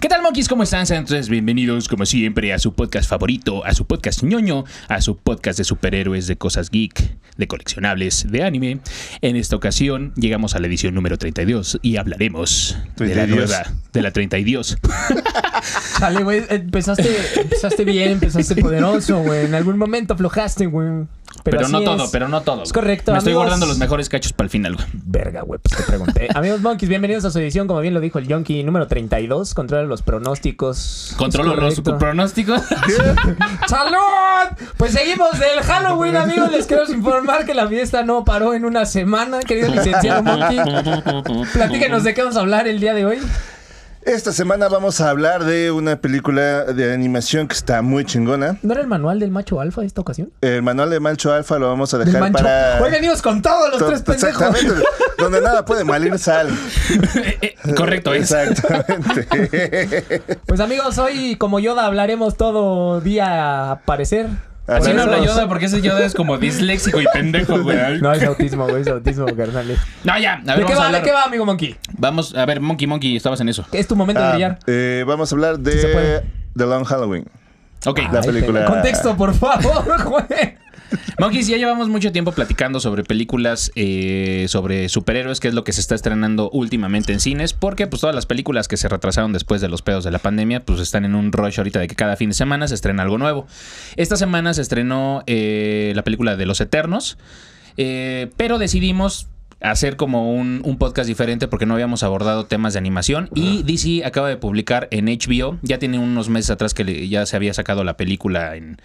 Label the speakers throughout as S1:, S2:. S1: ¿Qué tal, monkeys? ¿Cómo están? Sean todos bienvenidos, como siempre, a su podcast favorito, a su podcast ñoño, a su podcast de superhéroes, de cosas geek, de coleccionables, de anime. En esta ocasión llegamos a la edición número 32 y hablaremos de la
S2: 32.
S1: nueva, de la 32.
S3: Dale, güey, empezaste, empezaste bien, empezaste poderoso, güey. En algún momento aflojaste, güey.
S1: Pero, no
S3: así
S1: todo,
S3: es.
S1: pero no todo.
S3: Es correcto,
S1: Me estoy
S3: amigos.
S1: guardando los mejores cachos para el final, güey.
S3: Verga, güey, pues te pregunté. Amigos Monkeys, bienvenidos a su edición, como bien lo dijo el Yonki, número 32. Controla los pronósticos.
S1: Controlo
S3: Es
S1: los
S3: correcto.
S1: pronósticos.
S3: ¡Salud! Pues seguimos del Halloween, amigos. Les queremos informar que la fiesta no paró en una semana, querido licenciado Monkey. Platíquenos de qué vamos a hablar el día de hoy.
S2: Esta semana vamos a hablar de una película de animación que está muy chingona.
S3: ¿No era el manual del macho alfa esta ocasión?
S2: El manual de Mancho Alfa lo vamos a
S3: Del
S2: dejar
S3: macho.
S2: para.
S3: Hoy venimos con todos los
S2: To-
S3: tres pendejos.
S2: Exactamente. Donde nada puede malir sal.
S1: Eh, eh, Correcto, es.
S2: Exactamente.
S3: Pues amigos, hoy como Yoda hablaremos todo día a aparecer.
S2: Así
S3: Por
S1: Si no
S3: eso-
S1: habla Yoda, porque ese Yoda es como disléxico y pendejo, güey.
S3: No, es autismo, güey, es autismo, carnal. ¿De
S1: No, ya. A ver, vamos,
S3: qué
S1: a
S3: va, de
S1: hablar.
S3: qué va, amigo Monkey?
S1: vamos a ver, Monkey Monkey, estabas en eso.
S3: Es tu momento de
S2: Ah,
S3: brillar.
S2: eh, vamos a hablar de
S3: se puede.
S2: The Long Halloween.
S1: Ok.
S3: Ah,
S2: la película.
S3: pero- Contexto, por favor, güey.
S1: Monkeys, ya llevamos mucho tiempo platicando sobre películas, eh, sobre superhéroes, que es lo que se está estrenando últimamente en cines, porque pues todas las películas que se retrasaron después de los pedos de la pandemia, pues están en un rush ahorita de que cada fin de semana se estrena algo nuevo. Esta semana se estrenó eh, la película de Los Eternos, eh, pero decidimos hacer como un, un podcast diferente porque no habíamos abordado temas de animación y DC acaba de publicar en HBO, ya tiene unos meses atrás que le- ya se había sacado la película en,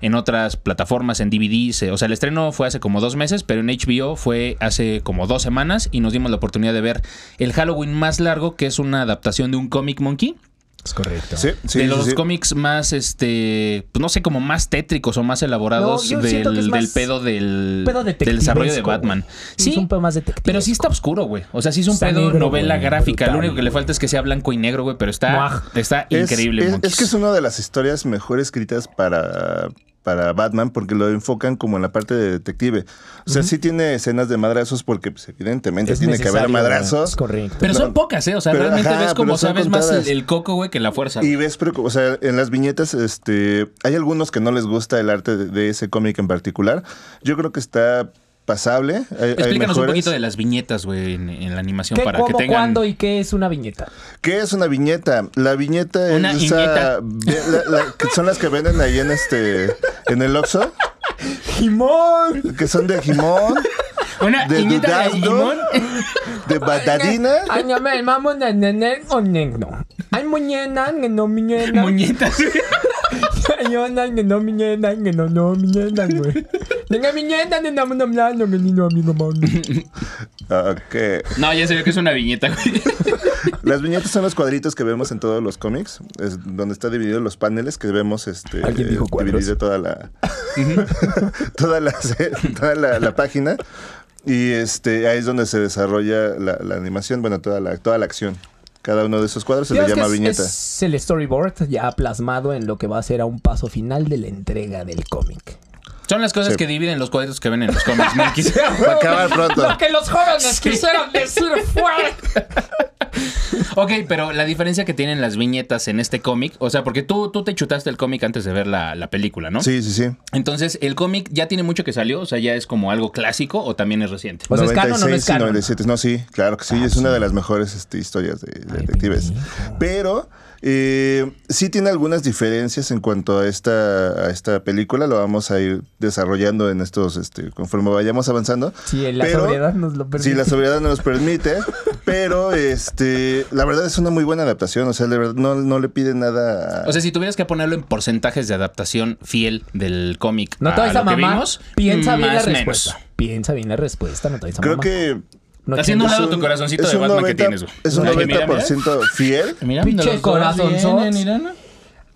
S1: en otras plataformas, en DVDs. eh, O sea, el estreno fue hace como dos meses, pero en HBO fue hace como dos semanas y nos dimos la oportunidad de ver el Halloween más largo, que es una adaptación de un cómic monkey.
S3: Es correcto.
S2: Sí, sí.
S1: de
S2: sí,
S1: los
S2: sí.
S1: cómics más, este, pues, no sé, como más tétricos o más elaborados
S3: No, yo
S1: del,
S3: siento que es más
S1: del pedo del,
S3: pedo
S1: del desarrollo de
S3: detectivesco,
S1: Batman.
S3: güey.
S1: Sí,
S3: Es un pedo más detectivesco.
S1: pero sí está oscuro, güey. O sea, sí es un
S3: Está
S1: pedo
S3: negro,
S1: novela
S3: güey,
S1: gráfica. Lo
S3: brutal,
S1: único que le
S3: güey.
S1: falta es que sea blanco y negro, güey, pero está,
S3: Muaj.
S1: está
S2: Es-
S1: increíble.
S2: Es,
S1: monkeys.
S2: es que es una de las historias mejor escritas para, para Batman porque lo enfocan como en la parte de detective. O sea, sí tiene escenas de madrazos porque pues, evidentemente
S3: Es
S2: tiene que haber
S3: necesario, güey,
S2: madrazos.
S3: Es correcto.
S1: Pero son
S2: No.
S1: pocas, ¿eh? O sea,
S2: Pero,
S1: realmente
S2: ajá,
S1: ves como
S2: pero son
S1: sabes más el,
S2: contadas.
S1: el coco, güey, que la fuerza.
S2: Y ves, preocu- o sea, en las viñetas, este, hay algunos que no les gusta el arte de, de ese cómic en particular. Yo creo que está pasable. Hay- hay
S1: Explícanos un
S2: mejores.
S1: poquito de las viñetas, güey, en, en la animación
S3: ¿Qué,
S1: para
S3: cómo,
S1: que tengan.
S3: cuándo y qué es una viñeta?
S2: ¿Qué es una viñeta? La viñeta
S1: Una
S2: es esa- ve- la- la- que son las que venden ahí en este, en el Oxxo,
S3: ¡Jimón!
S2: que son de Jimón,
S1: Una
S2: de
S1: viñeta de
S2: Dudazno,
S1: limón.
S2: de Batadina.
S3: Ay, no, me mamo, ne, ne, ne, o ne, no. Ay, muñena, ne, no, muñena.
S1: Muñetas.
S3: Ay, yo, na, ne, no, muñena, ne, no, no, muñena, güey. Ne, no, muñena, ne, no, no, no, no, ne, no, amigo, mami.
S2: Ok.
S1: No, ya se vio que es una viñeta, güey.
S2: Las viñetas son los cuadritos que vemos en todos los cómics, es donde está dividido los paneles que vemos este
S3: ¿Alguien dijo
S2: eh,
S3: cuadros?
S2: dividido toda la toda la se- toda la, la página y este ahí es donde se desarrolla la, la animación, bueno, toda la toda la acción. Cada uno de esos cuadros se le
S3: Digamos que
S2: llama
S3: es-
S2: viñeta.
S3: Es el storyboard ya plasmado en lo que va a ser a un paso final de la entrega del cómic.
S1: Son las cosas
S2: Sí.
S1: que dividen los cuadros que ven en los cómics, monkeys.
S2: Va a acabar pronto.
S3: Lo que los jóvenes quisieron decir fue.
S1: ok, pero la diferencia que tienen las viñetas en este cómic, o sea, porque tú, tú te chutaste el cómic antes de ver la, la película, ¿no?
S2: Sí, sí, sí.
S1: Entonces, el cómic ya tiene mucho que salió, o sea, ya es como algo clásico o también es reciente.
S3: O sea, Pues ¿es canon o no
S2: 96 y
S3: es canon? Ah,
S2: 97. No, sí, claro que sí. es una de las mejores este, historias de, de detectives. Pero eh, sí tiene algunas diferencias en cuanto a esta, a esta película. Lo vamos a ir desarrollando en estos, este, conforme vayamos avanzando.
S3: Sí, la
S2: Pero-
S3: sobriedad nos lo permite.
S2: Sí, la sobriedad nos permite, pero este, la verdad es una muy buena adaptación. O sea, de verdad no, no le pide nada. a-
S1: O sea, si tuvieras que ponerlo en porcentajes de adaptación fiel del cómic
S3: No te
S1: a
S3: vayas
S1: Ah, lo
S3: a
S1: que
S3: mamar.
S1: vimos,
S3: Piensa bien la
S1: más o
S3: respuesta. Piensa bien la respuesta, no te vayas a
S2: creo
S3: mamar.
S2: que
S3: No
S1: Haciendo un
S3: chingues.
S1: lado tu corazoncito de Batman que tienes, güey.
S2: Es un
S1: Ay, que mira, mira.
S2: 90% fiel.
S1: Mira,
S3: Pinche
S1: los dos
S3: corazonzotes.
S1: vienen, mira, ¿no?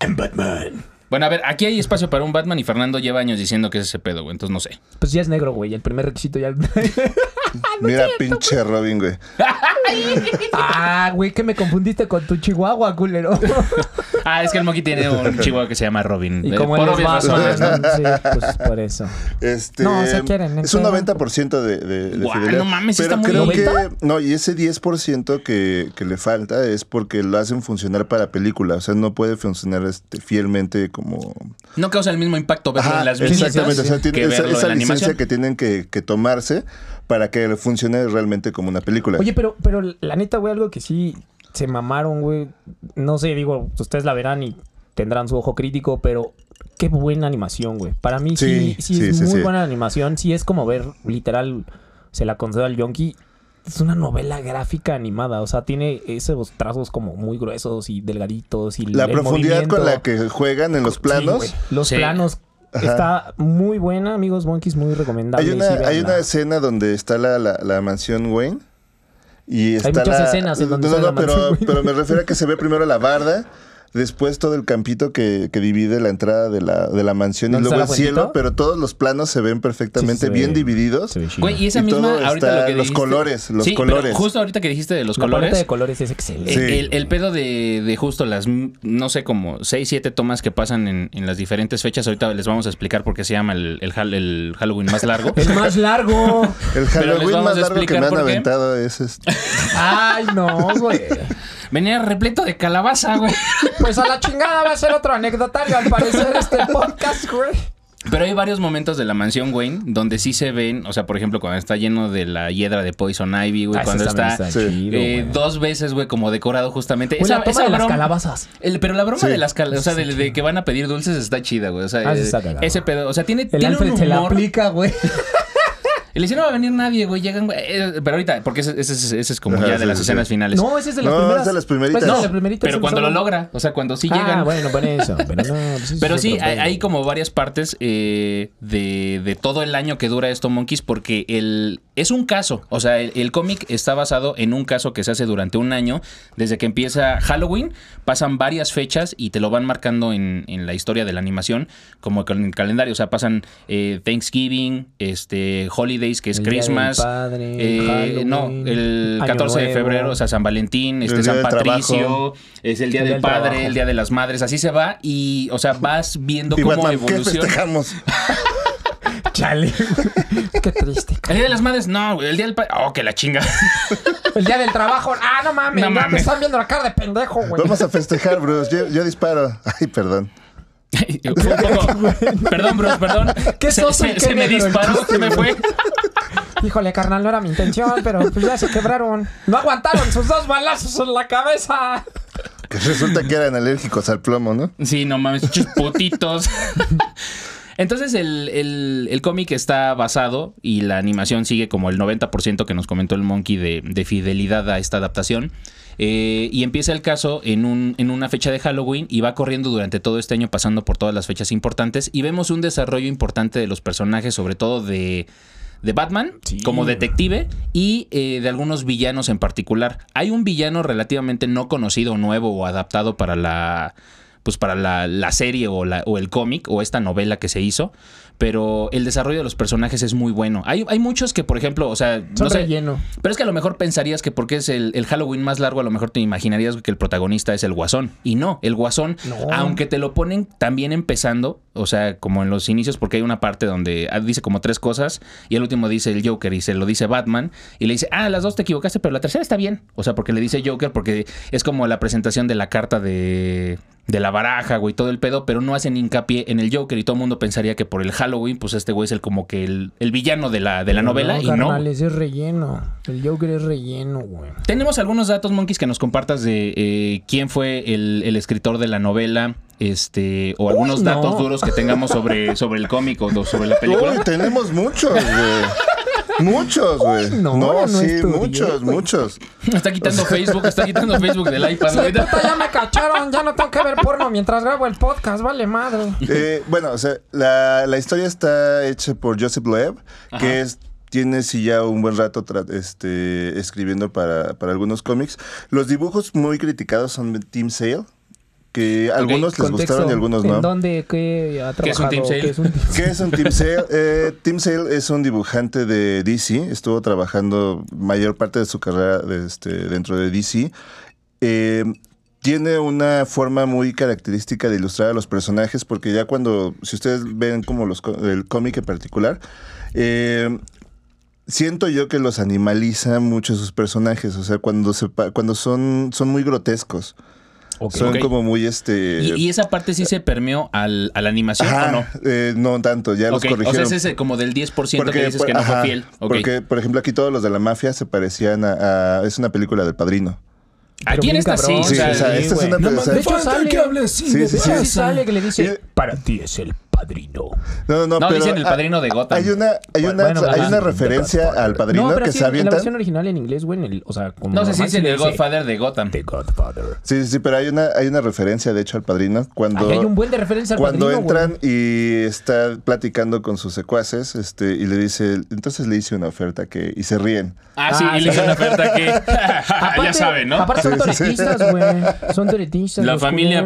S3: I'm Batman.
S1: Bueno, a ver, aquí hay espacio para un Batman y Fernando lleva años diciendo que es ese pedo, güey. Entonces no sé.
S3: Pues ya es negro, güey. El primer requisito ya.
S2: Mira, pinche Robin, güey.
S3: ah, güey, que me confundiste con tu chihuahua, culero.
S1: Ah, es que el Monkey tiene un chihuahua que se llama Robin.
S3: y
S1: Eh,
S3: como
S1: por
S3: él es
S1: obvias
S3: vaso,
S1: razones, ¿no?
S3: ¿no? Sí, pues por eso.
S2: Este,
S3: No, se quieren,
S2: Es un
S3: entiendo.
S2: 90% de, de, de
S1: Guau,
S2: fidelidad.
S1: no mames, sí
S2: pero
S1: está muy
S2: creo
S3: ¿90?
S2: que no, y ese 10% que, que le falta es porque lo hacen funcionar para película, o sea, no puede funcionar este, fielmente como
S1: No causa el mismo impacto verlo
S2: Ajá,
S1: Pues en las mismas
S2: exactamente, o sea, tiene
S1: que
S2: esa,
S1: verlo
S2: esa
S1: en la
S2: licencia
S1: animación.
S2: que tienen que, que tomarse para que funcione realmente como una película.
S3: Oye, pero, pero la neta, güey, algo que sí se mamaron, güey. No sé, digo, ustedes la verán y tendrán su ojo crítico, pero qué buena animación, güey. Para mí sí,
S2: Sí,
S3: sí,
S2: sí,
S3: es
S2: sí,
S3: muy
S2: sí.
S3: buena animación. Sí es como ver, literal, se la concedo al Yonki. Es una novela gráfica animada, o sea, tiene esos trazos como muy gruesos y delgaditos y
S2: la
S3: el
S2: profundidad con la
S3: movimiento.
S2: que juegan en los planos.
S3: Sí, güey. los
S1: Sí.
S3: planos. Está muy buena, amigos Monkeys, muy recomendable.
S2: hay una,
S3: sí,
S2: hay
S3: véanla.
S2: una escena donde está la, la, la mansión Wayne. Y está
S3: muchas
S2: la-
S3: escenas en donde
S2: no,
S3: está
S2: no,
S3: la
S2: pero,
S3: mansión Wayne.
S2: pero me refiero a que se ve primero la barda, después todo el campito que, que divide la entrada de la, de la mansión y
S3: ¿Dónde
S2: luego el
S3: está la
S2: cielo,
S3: fuentita?
S2: pero todos los planos se ven perfectamente
S3: Sí, se
S2: bien
S3: ve-
S2: divididos.
S3: Se ve chido.
S1: Güey, y esa
S2: Y
S1: misma,
S2: todo
S1: ahorita
S2: está-
S1: lo que
S2: los
S1: dijiste-
S2: colores, los
S1: Sí, pero
S2: colores.
S1: justo ahorita que dijiste de los
S3: La paleta
S1: colores.
S3: de colores es excelente.
S1: El,
S2: Sí.
S1: el- el pedo de, de justo las, mm, no sé, como 6, 7 tomas que pasan en, en las diferentes fechas, ahorita les vamos a explicar por qué se llama el, el Hal- el Halloween más largo.
S3: El más largo.
S2: El
S1: Pero les
S2: Halloween
S1: vamos
S2: más
S1: a
S2: largo que
S1: explicar
S2: me han
S1: por qué.
S2: aventado es este.
S3: Ay, no, güey.
S1: Venía repleto de calabaza, güey.
S3: Pues a la chingada va a ser otro anecdotario al parecer este podcast, güey.
S1: Pero hay varios momentos de la mansión Wayne donde sí se ven, o sea, por ejemplo, cuando está lleno de la hiedra de Poison Ivy,
S3: Ah,
S1: güey, cuando está,
S2: Sí.
S1: eh, dos veces, güey, como decorado justamente.
S3: Güey, la toma de las
S1: broma-
S3: calabazas.
S1: el- pero la broma
S2: Sí.
S1: de las calabazas, o sea, de, de que van a pedir dulces está chida, güey. O sea,
S3: Ah, sí
S1: eh,
S3: está cagado.
S1: ese pedo, o sea, tiene,
S3: El
S1: tiene un
S3: Alfred
S1: humor.
S3: se la aplica, güey.
S1: Y le dice, no va a venir nadie, güey, llegan, güey. eh, pero ahorita, porque ese, ese- ese- ese es como
S2: Ajá,
S1: ya de
S2: sí,
S1: las
S2: sí,
S1: escenas
S2: sí.
S1: finales.
S3: No, ese es de las
S2: No,
S3: primeras.
S2: es de las primeritas.
S3: Pues,
S1: No,
S3: de las primeritas,
S1: pero
S3: son
S1: cuando lo
S3: solo-
S1: logra, o sea, cuando sí llegan.
S3: Ah, bueno, por eso. Pero no, pues,
S1: Pero
S3: es
S1: sí,
S3: otro
S1: hay,
S3: pedo.
S1: hay como varias partes eh, de, de todo el año que dura esto Monkeys porque el, es un caso. O sea, el, el cómic está basado en un caso que se hace durante un año. Desde que empieza Halloween, pasan varias fechas y te lo van marcando en, en la historia de la animación, como con el calendario. O sea, pasan eh, Thanksgiving, este, Holidays, que es
S3: El Día del
S1: Christmas.
S3: Padre,
S1: eh,
S3: Halloween,
S1: no, el
S3: Año
S1: 14 de
S3: Nuevo.
S1: febrero, o sea, San Valentín, este,
S2: Día
S1: San
S2: del
S1: Patricio,
S2: Trabajo.
S1: es el Día
S3: El Día
S1: del
S3: del
S1: Padre,
S3: Trabajo.
S1: el Día de las Madres, así se va y, o sea, vas viendo
S2: Y
S1: cómo
S2: Batman, ¿qué
S1: evoluciona.
S2: festejamos?
S3: Chale. Qué triste.
S1: El Día de las Madres, no, güey, el Día del Padre, oh, que la chinga.
S3: El día del trabajo. Ah, no mames.
S1: No
S3: ya
S1: mames.
S3: me están viendo la cara de pendejo, güey.
S2: Vamos a festejar, Bruce. Yo, yo disparo. Ay, perdón.
S1: Un poco- perdón, bros, perdón.
S3: Qué
S1: se,
S3: soso y
S1: se-
S3: qué
S1: se me
S3: negro el
S1: disparó,
S3: chiste,
S1: se me
S3: güey.
S1: fue.
S3: Híjole, carnal, no era mi intención, pero pues ya se quebraron. No aguantaron sus dos balazos en la cabeza.
S2: Que resulta que eran alérgicos al plomo, ¿no?
S1: Sí, no mames, chus putitos. Entonces el, el- el cómic está basado y la animación sigue como el 90% que nos comentó el Monkey de, de fidelidad a esta adaptación. Eh, y empieza el caso en, un- en una fecha de Halloween y va corriendo durante todo este año pasando por todas las fechas importantes y vemos un desarrollo importante de los personajes, sobre todo de, de Batman como detective y eh, de algunos villanos en particular. Hay un villano relativamente no conocido, nuevo o adaptado para la pues para la, la serie o, la- o el cómic o esta novela que se hizo, pero el desarrollo de los personajes es muy bueno. Hay, hay muchos que, por ejemplo, o sea,
S3: Son
S1: no sé,
S3: relleno.
S1: pero es que a lo mejor pensarías que porque es el, el Halloween más largo, a lo mejor te imaginarías que el protagonista es el guasón. Y no, el guasón,
S3: No.
S1: aunque te lo ponen también empezando, o sea, como en los inicios, porque hay una parte donde ah, dice como tres cosas y el último dice el Joker y se lo dice Batman y le dice, ah, las dos te equivocaste, pero la tercera está bien. O sea, porque le dice Joker, porque es como la presentación de la carta de, de la baraja, güey, todo el pedo, pero no hacen hincapié en el Joker y todo el mundo pensaría que por el Halloween, pues este güey es el como que el, el villano de la, de la novela y no.
S3: carnal, ese es relleno. El Joker es relleno, güey.
S1: Tenemos algunos datos, Monkeys, que nos compartas de eh, quién fue el, el escritor de la novela, este, o algunos
S3: no.
S1: datos duros que tengamos sobre, sobre el cómic o do- sobre la
S2: Uy,
S1: película.
S2: tenemos muchos, güey. Muchos, güey.
S3: no,
S2: No,
S3: no
S2: sí,
S3: estudié,
S2: muchos,
S3: güey.
S2: muchos.
S1: Está quitando Facebook, está quitando Facebook del iPad. güey.
S3: Puta, ya me cacharon, ya no tengo que ver porno mientras grabo el podcast, vale madre.
S2: Eh, bueno, o sea, la, la historia está hecha por Joseph Loeb, que es, tiene sí ya un buen rato tra- este, escribiendo para, para algunos cómics. Los dibujos muy criticados son de Tim Sale, que algunos les
S3: Contexto.
S2: gustaron y algunos
S3: ¿En
S2: no.
S3: dónde? ¿Qué ha trabajado?
S1: ¿Qué es un team sale?
S3: ¿Qué es un team-
S2: ¿Qué es un Tim Sale? Eh, Tim Sale es un dibujante de DC. Estuvo trabajando mayor parte de su carrera de este, dentro de DC. Eh, tiene una forma muy característica de ilustrar a los personajes porque ya cuando, si ustedes ven como los, có- el cómic en particular, eh, siento yo que los animaliza mucho sus personajes. O sea, cuando, se, pa- cuando son, son muy grotescos. son
S1: Ok.
S2: como muy este...
S1: Y, y esa parte sí se permeó al, a la animación
S2: Ajá,
S1: o no.
S2: eh, no tanto, ya
S1: Ok,
S2: los
S1: O sea,
S2: corrigieron.
S1: ese es eh, como del 10% que dices
S2: por-
S1: que no
S2: pues, ajá,
S1: fue fiel. Ok.
S2: Porque, por ejemplo, aquí todos los de la mafia se parecían a. a- es una película del padrino.
S3: Pero
S1: Aquí en
S3: bien
S1: Ah, esta sí.
S3: cabrón,
S1: o
S2: Sí,
S1: sea,
S2: o sea,
S1: sí,
S2: esta es
S1: güey.
S2: una-
S1: No,
S2: o sea,
S3: De hecho, sale que hable
S2: sí, sí, sí.
S3: Sí, sale que le dice,
S2: Sí.
S3: para ti es el padrino.
S2: No, no, no.
S1: No,
S2: pero
S1: dicen el
S2: a-
S1: padrino de Gotham.
S2: Hay una, hay una,
S3: Bueno,
S2: hay
S3: ajá.
S2: una referencia al padrino
S3: no, pero
S2: que
S3: sí,
S2: se
S3: en la
S2: avientan.
S3: versión original en inglés, güey, en el- o sea, como
S1: No sé si
S3: normal, sí
S1: dicen
S3: le
S1: el
S3: dice,
S1: Godfather de Gotham.
S3: The Godfather.
S2: Sí, sí, sí, pero hay una, hay una referencia, de hecho, al padrino. Cuando,
S3: Ahí hay un buen de referencia al
S2: cuando
S3: padrino, güey.
S2: entran y está platicando con sus secuaces, este, y le dice, entonces le hice una oferta que. y se ríen.
S1: Ah, sí,
S3: Ah,
S1: y le
S3: sí.
S1: hizo una oferta que. Ah, ya saben, ¿no?
S3: Aparte son toretistas, güey. Son toretistas.
S1: La
S3: los
S1: familia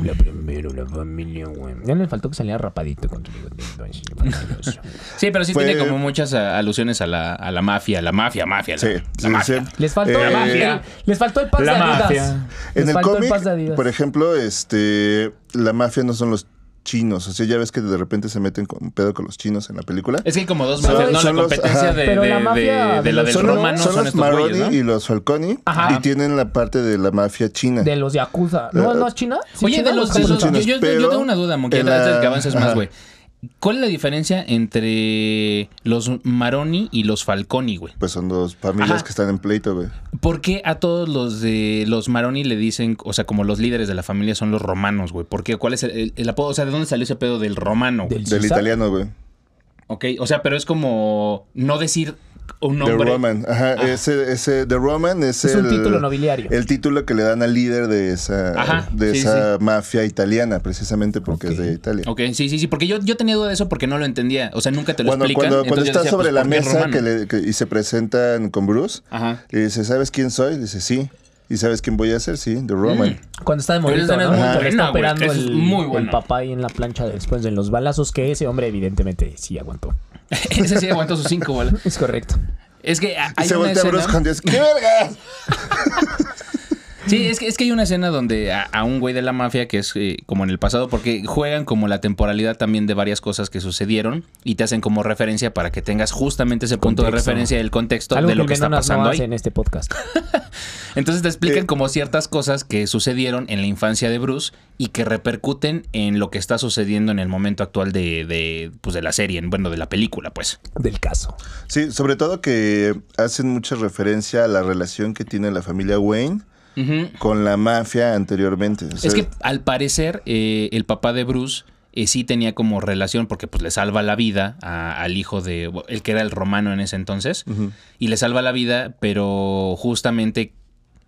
S1: primero.
S3: La primero, la familia, güey. Ya le faltó que saliera rapadito con tu bigotito, así, maravilloso.
S1: Sí, pero sí
S2: Fue-
S1: tiene como muchas a- alusiones a la, a la mafia, la mafia, mafia. la-
S2: Sí,
S1: la
S2: sí,
S1: mafia.
S2: sí.
S3: Les faltó,
S2: Eh,
S3: el-
S1: mafia.
S3: les faltó el pas
S1: La
S3: de Adidas.
S1: mafia.
S3: Les
S2: En el
S3: faltó el
S2: cómic,
S3: pas de Adidas.
S2: por ejemplo, este, la mafia no son los chinos. O sea, ya ves que de repente se meten con un pedo con los chinos en la película.
S1: Es que hay como dos
S2: Son-
S1: mafias, ¿no? La
S2: son los-
S1: competencia
S2: ajá.
S1: de, de,
S3: Pero la mafia
S1: de- de
S3: de
S1: la
S3: los-
S1: del
S2: son los,
S1: romano
S2: son
S1: son
S2: los
S1: estos
S2: Maroni
S1: güeyes, ¿no?
S2: y los Falconi.
S3: Ajá.
S2: Y tienen la parte de la mafia china.
S3: De los Yakuza.
S2: eh,
S3: ¿No, no es China? ¿Sí
S1: Oye,
S3: China?
S1: de los,
S3: ¿Cómo
S1: de
S3: se
S1: los-
S3: llama?
S2: chinos,
S1: yo, yo- yo
S2: pero
S1: tengo una duda, Monkey,
S2: en
S1: antes de
S2: la-
S1: que avances más,
S2: ajá.
S1: güey. ¿Cuál es la diferencia entre los Maroni y los Falconi, güey?
S2: Pues son dos familias
S1: Ajá.
S2: que están en pleito, güey.
S1: ¿Por qué a todos los de los Maroni le dicen, o sea, como los líderes de la familia son los romanos, güey? ¿Por qué? ¿Cuál es el, el- el apodo? O sea, ¿de dónde salió ese pedo del romano? güey?
S3: Del-
S2: Del
S3: ¿Sí sabe?
S2: italiano, güey.
S1: Ok, o sea, pero es como no decir un Ah.
S2: The
S1: nombre.
S2: Roman. Ajá. Ese, ese, The Roman es,
S3: Es un
S2: el-
S3: título nobiliario.
S2: El título que le dan al líder de esa,
S1: Ajá,
S2: de
S1: sí,
S2: esa mafia italiana, precisamente porque es de Italia.
S1: Ok, sí, sí, sí, porque yo, yo tenía duda de eso porque no lo entendía. O sea, nunca te lo
S2: Cuando,
S1: explican.
S2: cuando,
S1: entonces
S2: cuando
S1: yo
S2: está
S1: decía,
S2: sobre
S1: pues,
S2: la
S1: ¿por qué es
S2: mesa
S1: romano?
S2: que le- que- y se presentan con Bruce,
S1: Ajá.
S2: le dice, ¿sabes quién soy? Le dice, sí. ¿Y sabes quién voy a ser? Sí,
S1: Mm,
S2: The Roman.
S3: Cuando está de
S1: Pero
S3: morrito,
S1: esa no es
S3: ¿no?
S1: muy
S3: Cuando
S1: buena,
S3: está
S1: güey, es que
S3: operando
S1: eso es
S3: el,
S1: muy bueno.
S3: el papá ahí en la plancha después de los balazos que ese hombre evidentemente sí aguantó.
S1: Ese sí aguantó sus cinco bolas.
S3: Es correcto.
S1: Es que a-
S2: Y
S1: hay
S2: se
S1: una
S2: voltea
S1: escena.
S2: Bruce con Dios. ¡Qué vergas!
S1: Sí, es que, es que hay una escena donde a, a un güey de la mafia que es eh, como en el pasado, porque juegan como la temporalidad también de varias cosas que sucedieron y te hacen como referencia para que tengas justamente ese punto de
S3: Contexto.
S1: referencia del contexto
S3: Algo
S1: de lo que,
S3: que,
S1: está
S3: Menonas no
S1: pasando ahí.
S3: hace en este podcast.
S1: Entonces te explican
S2: Eh.
S1: como ciertas cosas que sucedieron en la infancia de Bruce y que repercuten en lo que está sucediendo en el momento actual de, de, pues, de la serie, en- bueno, de la película, pues.
S3: Del caso.
S2: Sí, sobre todo que hacen mucha referencia a la relación que tiene la familia Wayne con la mafia anteriormente. O sea,
S1: Es que al parecer eh, el papá de Bruce eh, sí tenía como relación porque pues le salva la vida a- al hijo de el que era el romano en ese entonces y le salva la vida, pero justamente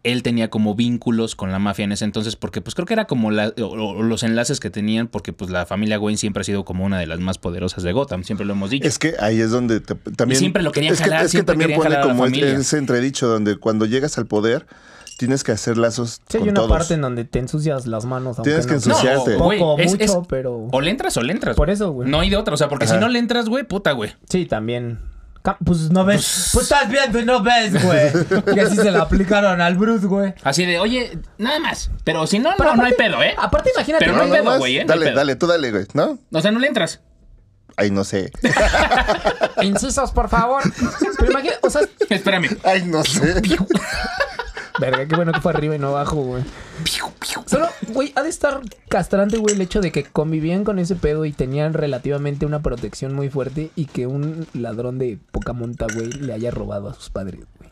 S1: él tenía como vínculos con la mafia en ese entonces porque pues creo que era como la- o- o los enlaces que tenían porque pues la familia Wayne siempre ha sido como una de las más poderosas de Gotham, siempre lo hemos dicho.
S2: Es que ahí es donde te- también.
S1: Y siempre lo querían
S2: es que,
S1: jalar,
S2: es que
S1: siempre
S2: también
S1: querían
S2: pone
S1: jalar a la
S2: como
S1: familia.
S2: ese entredicho donde cuando llegas al poder tienes que hacer lazos
S3: Sí, hay
S2: con
S3: una
S2: todos.
S3: parte en donde te ensucias las manos. aunque
S2: Tienes que
S3: no-
S2: ensuciar- ensuciarte.
S1: o- güey,
S3: Poco,
S1: es-
S3: mucho,
S1: es-
S3: pero-
S1: O le entras o le entras.
S3: Por eso, güey.
S1: No hay de otra, o sea, porque si
S2: Ajá.
S1: no le entras, güey, puta, güey.
S3: Sí, también. Ca- Pues no ves. Pues estás viendo y no ves, güey. Y así se la aplicaron al Bruce, güey.
S1: Así de, oye, nada más. Pero si no, no,
S3: Pero
S1: no hay
S3: aparte-
S1: pedo, ¿eh?
S3: Aparte, imagínate.
S1: Pero no hay
S3: güey,
S2: nada
S1: pedo,
S2: más,
S1: güey, ¿eh? No hay
S2: Dale,
S1: pedo.
S2: dale, tú dale, güey, ¿no?
S1: O sea, no le entras.
S2: Ay, no sé.
S3: Incisos, por favor. Pero imagínate, o sea,
S1: Espérame.
S2: Ay, no sé.
S3: verga, qué bueno que fue arriba y no abajo, güey. Solo, güey, ha de estar castrante, güey, el hecho de que convivían con ese pedo y tenían relativamente una protección muy fuerte y que un ladrón de poca monta, güey, le haya robado a sus padres, güey.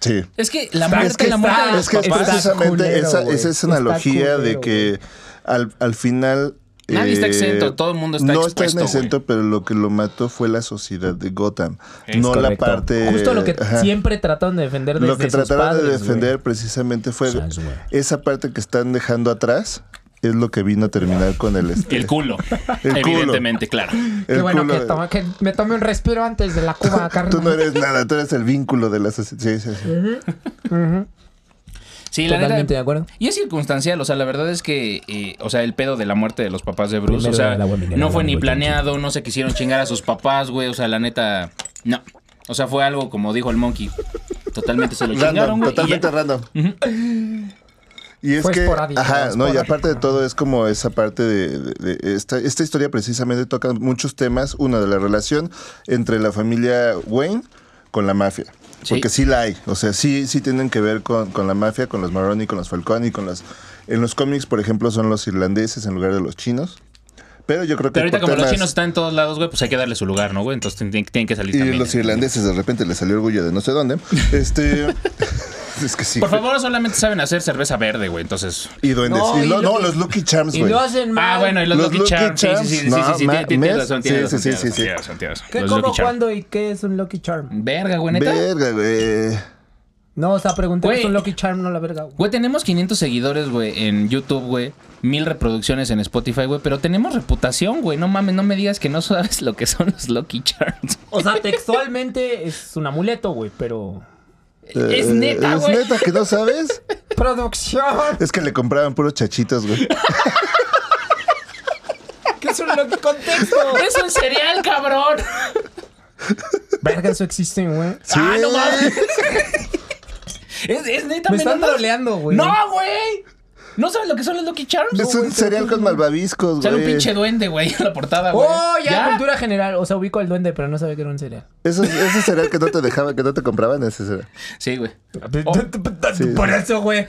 S2: Sí.
S1: Es que la
S3: Está-
S1: muerte,
S3: es que
S1: la muerte
S3: está-
S1: de los
S2: Es que
S3: Está
S1: papás.
S2: precisamente
S3: culero,
S2: esa,
S3: güey.
S2: esa es
S3: Está
S2: analogía
S3: culero,
S2: de que al, al final. eh,
S1: Nadie está exento, todo el mundo está
S2: No
S1: expuesto,
S2: están exento,
S1: güey.
S2: pero lo que lo mató fue la sociedad de Gotham.
S1: Es
S2: no la
S3: Correcto.
S2: parte.
S3: Justo lo que
S2: ajá.
S3: siempre trataron de defender desde
S2: Lo que
S3: sus
S2: trataron de
S3: padres, güey.
S2: defender precisamente fue
S3: Sas, güey.
S2: esa parte que están dejando atrás. Es lo que vino a terminar con el. este,
S1: El culo.
S2: El culo.
S1: Evidentemente, claro.
S2: el
S3: Qué bueno
S2: culo
S3: que,
S2: de-
S3: toma- que me tome un respiro antes de la cuba, carnal.
S2: Tú no eres nada, tú eres el vínculo de la sociedad. Sí, sí, sí.
S1: Sí, la
S3: Totalmente
S1: neta.
S3: de acuerdo.
S1: Y es circunstancial, o sea, la verdad es que, eh, o sea, el pedo de la muerte de los papás de Bruce,
S3: Primero
S1: o sea,
S3: el agua mineral,
S1: no fue ni
S3: güey,
S1: planeado, no se quisieron chingar a sus papás, güey, o sea, la neta, no. O sea, fue algo como dijo el monkey, totalmente se lo chingaron,
S2: Random,
S1: güey. y
S2: totalmente
S1: ya.
S2: random. Y es
S3: Fue
S2: que,
S3: esporádico,
S2: ajá, no, y
S3: esporádico.
S2: aparte de todo es como esa parte de, de- de- esta, esta historia precisamente toca muchos temas, una de la relación entre la familia Wayne con la mafia.
S1: Sí.
S2: Porque sí la hay, o sea, sí, sí tienen que ver con, con la mafia, con los Maroni, con los Falconi, con los... En los cómics, por ejemplo, son los irlandeses en lugar de los chinos. Pero yo creo que...
S1: Pero ahorita
S2: por
S1: como los
S2: temas-
S1: chinos están en todos lados, güey, pues hay que darle su lugar, ¿no, güey? Entonces tienen, tienen que salir
S2: Y
S1: también.
S2: los irlandeses de repente les salió orgullo de no sé dónde. Este... es que sí.
S1: Por favor, solamente saben hacer cerveza verde, güey, entonces...
S2: Y duendes.
S3: No,
S2: y
S3: y
S2: lo-
S3: lo-
S2: no, los Lucky Charms,
S3: Y
S2: pues, güey.
S3: lo hacen mal.
S1: Ah, bueno, y los, Lucky, Charms. Sí, sí, sí, sí,
S2: no,
S1: sí, sí,
S2: ma-
S1: tiene- tiene
S2: mes.
S1: razón, tiene
S2: Sí,
S1: razón,
S2: sí,
S1: tiene
S2: sí,
S1: razón,
S2: sí.
S1: tiene razón, tiene razón.
S3: ¿Qué,
S1: Los
S3: cómo,
S1: Lucky Charms.
S3: cuándo y qué es un Lucky Charm?
S1: Verga, güey, neta.
S2: Verga, güey.
S3: No, o sea, pregunté
S1: Güey.
S3: es un Lucky Charm, no la verga. güey.
S1: Güey, tenemos 500 seguidores, güey, en YouTube, güey. Mil reproducciones en Spotify, güey. Pero tenemos reputación, güey. No mames, no me digas que no sabes lo que son los Lucky Charms.
S3: O sea, textualmente es un amuleto, güey, pero.
S1: Es
S2: Eh,
S1: neta,
S2: Es
S1: güey.
S2: neta que no sabes.
S3: ¡Producción!
S2: Es que le compraban puros chachitos, güey.
S3: ¿Qué es un Lucky Contexto?
S1: ¡Es un cereal, cabrón!
S3: Verga, eso existe, güey.
S1: ¡Ah, no mames! Es, es neta,
S3: Me están
S1: no-
S3: troleando, güey.
S1: ¡No, güey! ¿No sabes lo que son los Lucky Charms?
S2: Es un cereal con malvaviscos,
S1: Sale un
S2: güey.
S1: pinche duende, güey, en la portada, güey.
S3: ¡Oh, ya, Cultura general. O sea, ubico al duende, pero no sabía que era un cereal.
S2: Eso- Ese cereal que no te dejaban, que no te compraban, ese cereal.
S1: Sí, güey. Oh,
S3: Por eso, güey.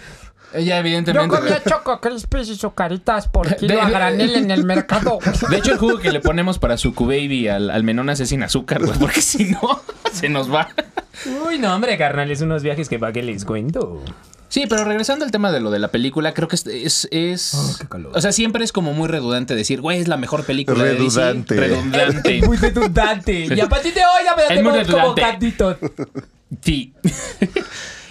S1: Eh, Ya,
S3: Yo
S1: evidentemente. güey.
S3: comía Choco Crispies y sucaritas por kilo
S1: De-
S3: a granel en el mercado.
S1: De hecho, el jugo que le ponemos para Suku Baby al, al menón es sin azúcar, güey, porque si no, se nos va.
S3: Uy, no, hombre, carnal, es unos viajes que para qué les cuento.
S1: Sí, pero regresando al tema de lo de la película, creo que es. es, es-
S2: Ah,
S3: qué calor.
S1: o sea, siempre es como muy redundante decir, güey, es la mejor película
S2: Redundante.
S1: de DC. Redundante.
S3: Muy redundante. Y a partir de hoy ya me
S1: Es
S3: tengo
S1: muy
S3: como
S1: redundante.
S3: gatito.
S1: Sí.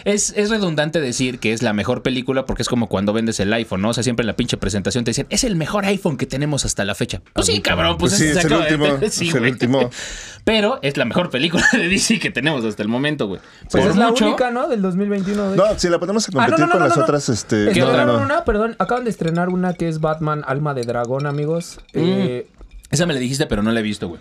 S1: Es, es redundante decir que es la mejor película porque es como cuando vendes el iPhone, ¿no? O sea, siempre en la pinche presentación te dicen, es el mejor iPhone que tenemos hasta la fecha. Pues sí, cabrón, pues,
S2: Pues sí,
S1: ese se
S2: es el
S1: acaba de-
S2: último.
S1: Sí,
S2: es el
S1: güey.
S2: último.
S1: Pero es la mejor película de DC que tenemos hasta el momento, güey.
S3: Pues
S1: Por
S3: es la
S1: mucho-
S3: única, ¿no? Del 2021. de hecho. Ah,
S2: No, si la ponemos
S1: Ah,
S2: a competir con las otras, este.
S1: ¿Qué
S2: no,
S1: otra?
S3: Estrenaron
S2: no.
S3: una, perdón, acaban de estrenar una que es Batman Alma de Dragón, amigos.
S1: Mm.
S3: Eh,
S1: Esa me la dijiste, pero no la he visto, güey.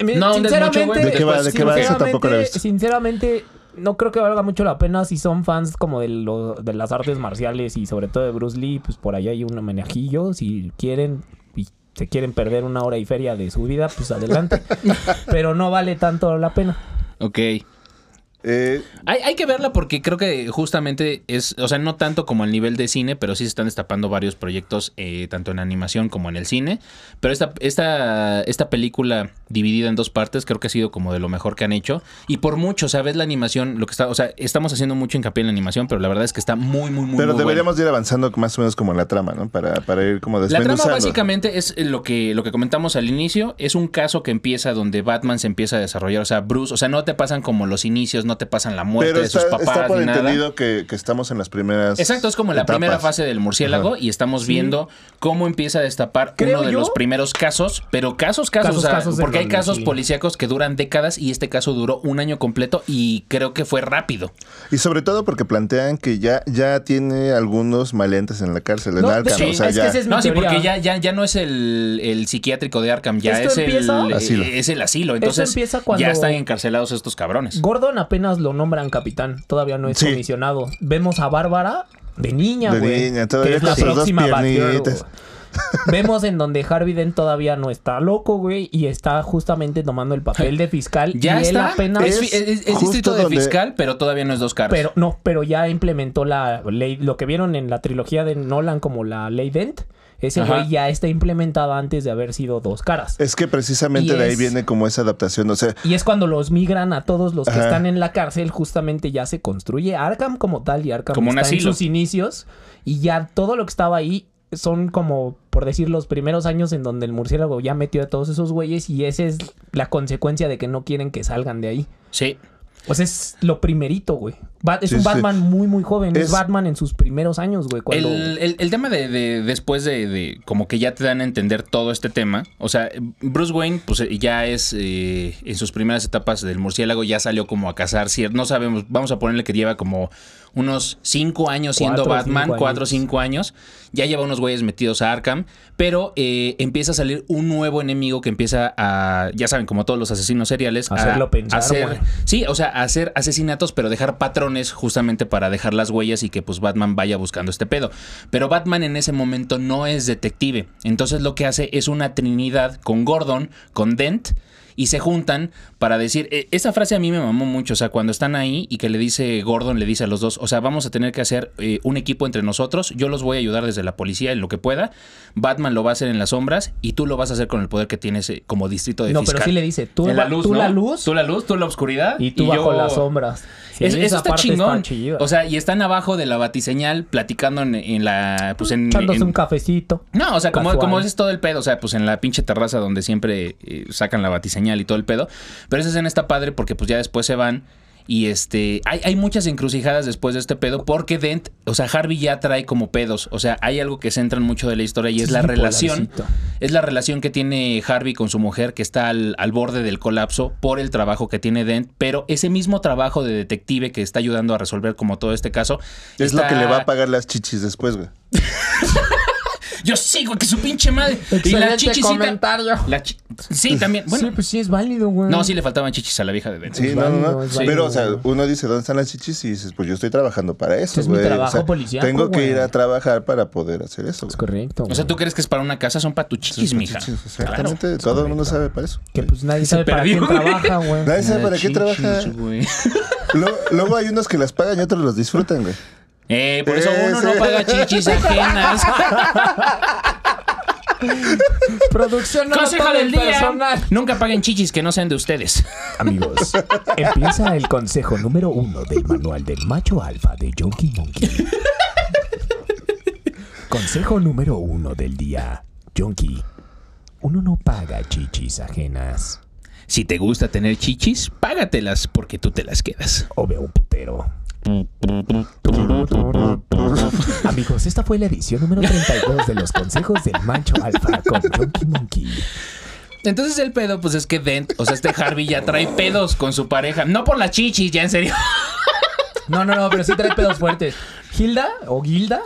S3: Miren,
S1: No, andes mucho, güey.
S2: ¿De qué va? ¿De qué va? Eso tampoco lo he visto.
S3: pues, Sinceramente, no creo que valga mucho la pena si son fans como de, lo- de las artes marciales y sobre todo de Bruce Lee, pues por ahí hay un homenajillo. Si quieren y se quieren perder una hora y feria de su vida, pues adelante. Pero no vale tanto la pena.
S1: Ok.
S2: Eh,
S1: Hay, hay que verla porque creo que justamente es, o sea, no tanto como al nivel de cine, pero sí se están destapando varios proyectos, eh, tanto en animación como en el cine. Pero esta, esta, esta película dividida en dos partes creo que ha sido como de lo mejor que han hecho. Y por mucho, ¿sabes? La animación, lo que está, o sea, estamos haciendo mucho hincapié en la animación, pero la verdad es que está muy, muy, muy muy
S2: pero
S1: buena.
S2: deberíamos ir avanzando más o menos como en la trama, ¿no? Para, para ir como
S1: La
S2: desmenuzando.
S1: trama básicamente es lo que, lo que comentamos al inicio. Es un caso que empieza donde Batman se empieza a desarrollar. O sea, Bruce, o sea, no te pasan como los inicios, no te pasan la muerte
S2: Pero
S1: de sus
S2: está,
S1: papás
S2: está por
S1: ni nada.
S2: entendido que, que estamos en las primeras.
S3: Pues,
S1: Exacto, es como la
S2: etapas.
S1: primera fase del murciélago y estamos viendo cómo empieza a destapar
S3: Creo
S1: uno de
S3: yo-
S1: los primeros casos, pero casos, casos,
S3: Casos,
S1: o sea,
S3: casos de
S1: porque hay
S3: donde
S1: casos
S3: sí.
S1: policíacos que duran décadas y este caso duró un año completo y creo que fue rápido.
S2: Y sobre todo porque plantean que ya, ya tiene algunos maleantes en la cárcel, en
S3: No, de
S2: Arkham,
S3: hecho,
S2: o sea,
S3: es que
S2: ya.
S3: ese es mi
S1: no, sí,
S3: teoría.
S1: porque ya, ya, ya no es el, el psiquiátrico de Arkham, ya
S3: Esto
S1: es el,
S3: empieza-
S1: eh,
S2: Asilo.
S1: es el asilo. Entonces
S3: empieza cuando-
S1: ya están encarcelados estos cabrones.
S3: Gordon apenas lo nombran capitán, todavía no es
S2: Sí.
S3: comisionado. Vemos a Bárbara de niña,
S2: De
S3: güey.
S2: niña, todavía
S3: que es
S2: con
S3: la
S2: sus dos
S3: próxima Batgirl,
S2: piernitas.
S3: güey. Vemos en donde Harvey Dent todavía no está loco, güey, y está justamente tomando el papel de fiscal.
S1: Ya
S3: y él
S1: está.
S3: apenas.
S1: es,
S2: es
S1: es- es
S2: justo
S1: distrito de
S2: donde-
S1: fiscal, pero todavía no es dos caras.
S3: Pero no, pero ya implementó la ley, lo que vieron en la trilogía de Nolan como la ley Dent. Ese
S1: Ajá.
S3: güey ya está implementada antes de haber sido dos caras.
S2: Es que precisamente
S3: Y
S2: de ahí
S3: es-
S2: viene como esa adaptación. O sea,
S3: Y es cuando los migran a todos los que
S2: Ajá.
S3: están en la cárcel, justamente ya se construye Arkham como tal y Arkham
S1: Como un
S3: está en
S1: asilo.
S3: sus inicios y ya todo lo que estaba ahí son como, por decir, los primeros años en donde el murciélago ya metió a todos esos güeyes y esa es la consecuencia de que no quieren que salgan de ahí.
S1: sí.
S3: O sea, es lo primerito, güey. Ba- es
S2: Sí,
S3: un
S2: sí.
S3: Batman muy, muy joven. Es,
S2: Es-
S3: Batman en sus primeros años, güey. Cuando...
S1: El, el- el tema de, de- después de, de- como que ya te dan a entender todo este tema, o sea, Bruce Wayne pues eh, ya es eh, en sus primeras etapas del murciélago ya salió como a cazar, cier- no sabemos, vamos a ponerle que lleva como unos cinco años siendo
S3: Cuatro o
S1: Batman,
S3: cinco
S1: cuatro o
S3: añitos.
S1: cinco años. Ya lleva unos güeyes metidos a Arkham, pero eh, empieza a salir un nuevo enemigo que empieza a, ya saben, como todos los asesinos seriales,
S3: Hacerlo pensar,
S1: hacer-
S3: güey.
S1: sí, o sea, hacer asesinatos, pero dejar patrones justamente para dejar las huellas y que pues Batman vaya buscando este pedo. Pero Batman en ese momento no es detective, entonces lo que hace es una trinidad con Gordon, con Dent. Y se juntan para decir, eh, esa frase a mí me mamó mucho, o sea, cuando están ahí y que le dice Gordon, le dice a los dos, o sea, vamos a tener que hacer eh, un equipo entre nosotros, yo los voy a ayudar desde la policía en lo que pueda, Batman lo va a hacer en las sombras y tú lo vas a hacer con el poder que tienes eh, como distrito de
S3: No,
S1: fiscal.
S3: pero sí le dice, tú,
S1: En
S3: la, tú
S1: ¿no?
S3: la luz
S1: Tú la luz, tú la oscuridad.
S3: y tú
S1: yo-
S3: bajo las sombras. Sí,
S1: Es- eso
S3: esa
S1: está
S3: parte
S1: chingón.
S3: chida.
S1: o sea, y están abajo de la batiseñal platicando en, en la. Pues en.
S3: echándose
S1: en-
S3: un cafecito.
S1: no, o sea, como,
S3: Casual.
S1: como es todo el pedo, o sea, pues en la pinche terraza donde siempre eh, sacan la batiseñal y todo el pedo. Pero esa escena está padre porque pues ya después se van y este, hay, hay muchas encrucijadas después de este pedo porque Dent, o sea, Harvey ya trae como pedos, o sea, hay algo que se entran mucho de la historia y es la relación,
S3: Polarcito.
S1: es la relación que tiene Harvey con su mujer que está al, al borde del colapso por el trabajo que tiene Dent, pero ese mismo trabajo de detective que está ayudando a resolver como todo este caso.
S2: Es lo
S1: está-
S2: que le va a pagar las chichis después, güey.
S1: Yo sigo que su pinche madre. y la
S3: Excelente
S1: chichisita.
S3: comentario.
S1: La chi- sí, también. Bueno,
S3: sí, pues sí, es válido, güey.
S1: no, sí le faltaban chichis a la vieja de Ben.
S2: Sí,
S3: Es
S2: no, no,
S3: válido,
S2: no.
S3: es
S2: Pero,
S3: válido,
S2: o sea,
S3: güey.
S2: uno dice, ¿dónde están las chichis? Y dices, pues yo estoy trabajando para eso,
S3: Es mi
S2: güey. O
S3: trabajo
S2: sea,
S3: policíaco,
S2: Tengo que
S3: güey.
S2: ir a trabajar para poder hacer eso,
S3: Es
S2: güey.
S3: correcto.
S1: O sea, ¿tú crees que es para una casa? Son para tus chichis, mija.
S2: Chichis, Exactamente, todo el mundo sabe para eso.
S3: Que pues nadie sabe para
S1: perdió,
S3: quién
S1: güey.
S3: trabaja, güey.
S2: Nadie sabe para qué
S1: Chichis,
S2: trabaja.
S1: güey.
S2: Luego, luego hay unos que las pagan y otros los disfrutan, güey.
S1: Eh, por eso
S2: Eh,
S1: uno
S2: sí.
S1: no paga chichis ajenas.
S3: Producción no
S1: Consejo
S3: paga
S1: del
S3: el
S1: día.
S3: personal.
S1: Nunca paguen chichis que no sean de ustedes.
S4: Amigos, empieza el consejo número uno del manual del macho alfa de Yonky Monkey. Consejo número uno del día. Yonky, uno no paga chichis ajenas
S1: Si te gusta tener chichis, págatelas porque tú te las quedas.
S4: o ve a un putero. Amigos, esta fue la edición número 32 de los consejos del macho alfa con Yonky Monkey.
S1: Entonces el pedo, pues es que Dent, o sea, este Harvey ya trae pedos con su pareja. No por las chichis, ya en serio.
S3: No, no, no, pero sí trae pedos fuertes. Hilda o Gilda,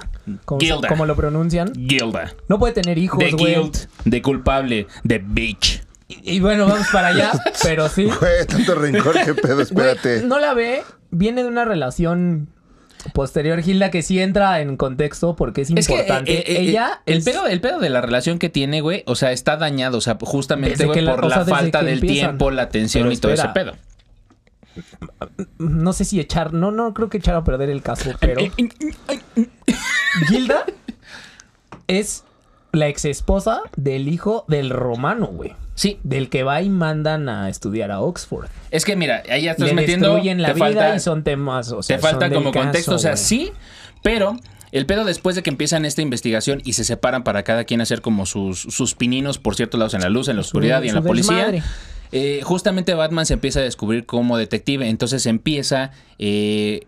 S3: como, se-
S1: Gilda.
S3: como lo pronuncian,
S1: Gilda.
S3: no puede tener hijos,
S1: De
S3: güey.
S1: guilt, de culpable, de bitch.
S3: Y, y bueno, vamos para allá, pero sí.
S2: Güey, tanto rencor, qué pedo,
S3: Güey,
S2: espérate.
S3: no la ve, viene de una relación posterior, Gilda, que sí entra en contexto porque es,
S1: Es que
S3: importante.
S1: eh, eh, eh,
S3: Ella
S1: el
S3: es-
S1: pedo el pedo de la relación que tiene, güey, o sea, está dañado, o sea, justamente
S3: Desde
S1: güey,
S3: que la-
S1: por
S3: o sea,
S1: la
S3: desde
S1: falta
S3: que
S1: del
S3: empiezan.
S1: tiempo, la atención
S3: Pero
S1: y todo ese
S3: espera.
S1: pedo.
S3: no sé si echar, no, no creo que echar a perder el caso, pero
S1: Eh,
S3: Gilda es la ex esposa del hijo del romano, güey.
S1: Sí,
S3: Del que va y mandan a estudiar a Oxford.
S1: es que mira, ahí ya estás
S3: Le
S1: metiendo
S3: destruyen la
S1: te
S3: vida
S1: falta-
S3: y son temas, o sea,
S1: te
S3: son
S1: falta
S3: del
S1: como
S3: caso,
S1: contexto, o sea,
S3: güey.
S1: sí, pero el pedo después de que empiezan esta investigación y se separan para cada quien hacer como sus, sus pininos por ciertos lados en la luz, en la oscuridad y en
S3: su
S1: la policía.
S3: desmadre.
S1: eh, justamente Batman se empieza a descubrir como detective, entonces empieza... eh,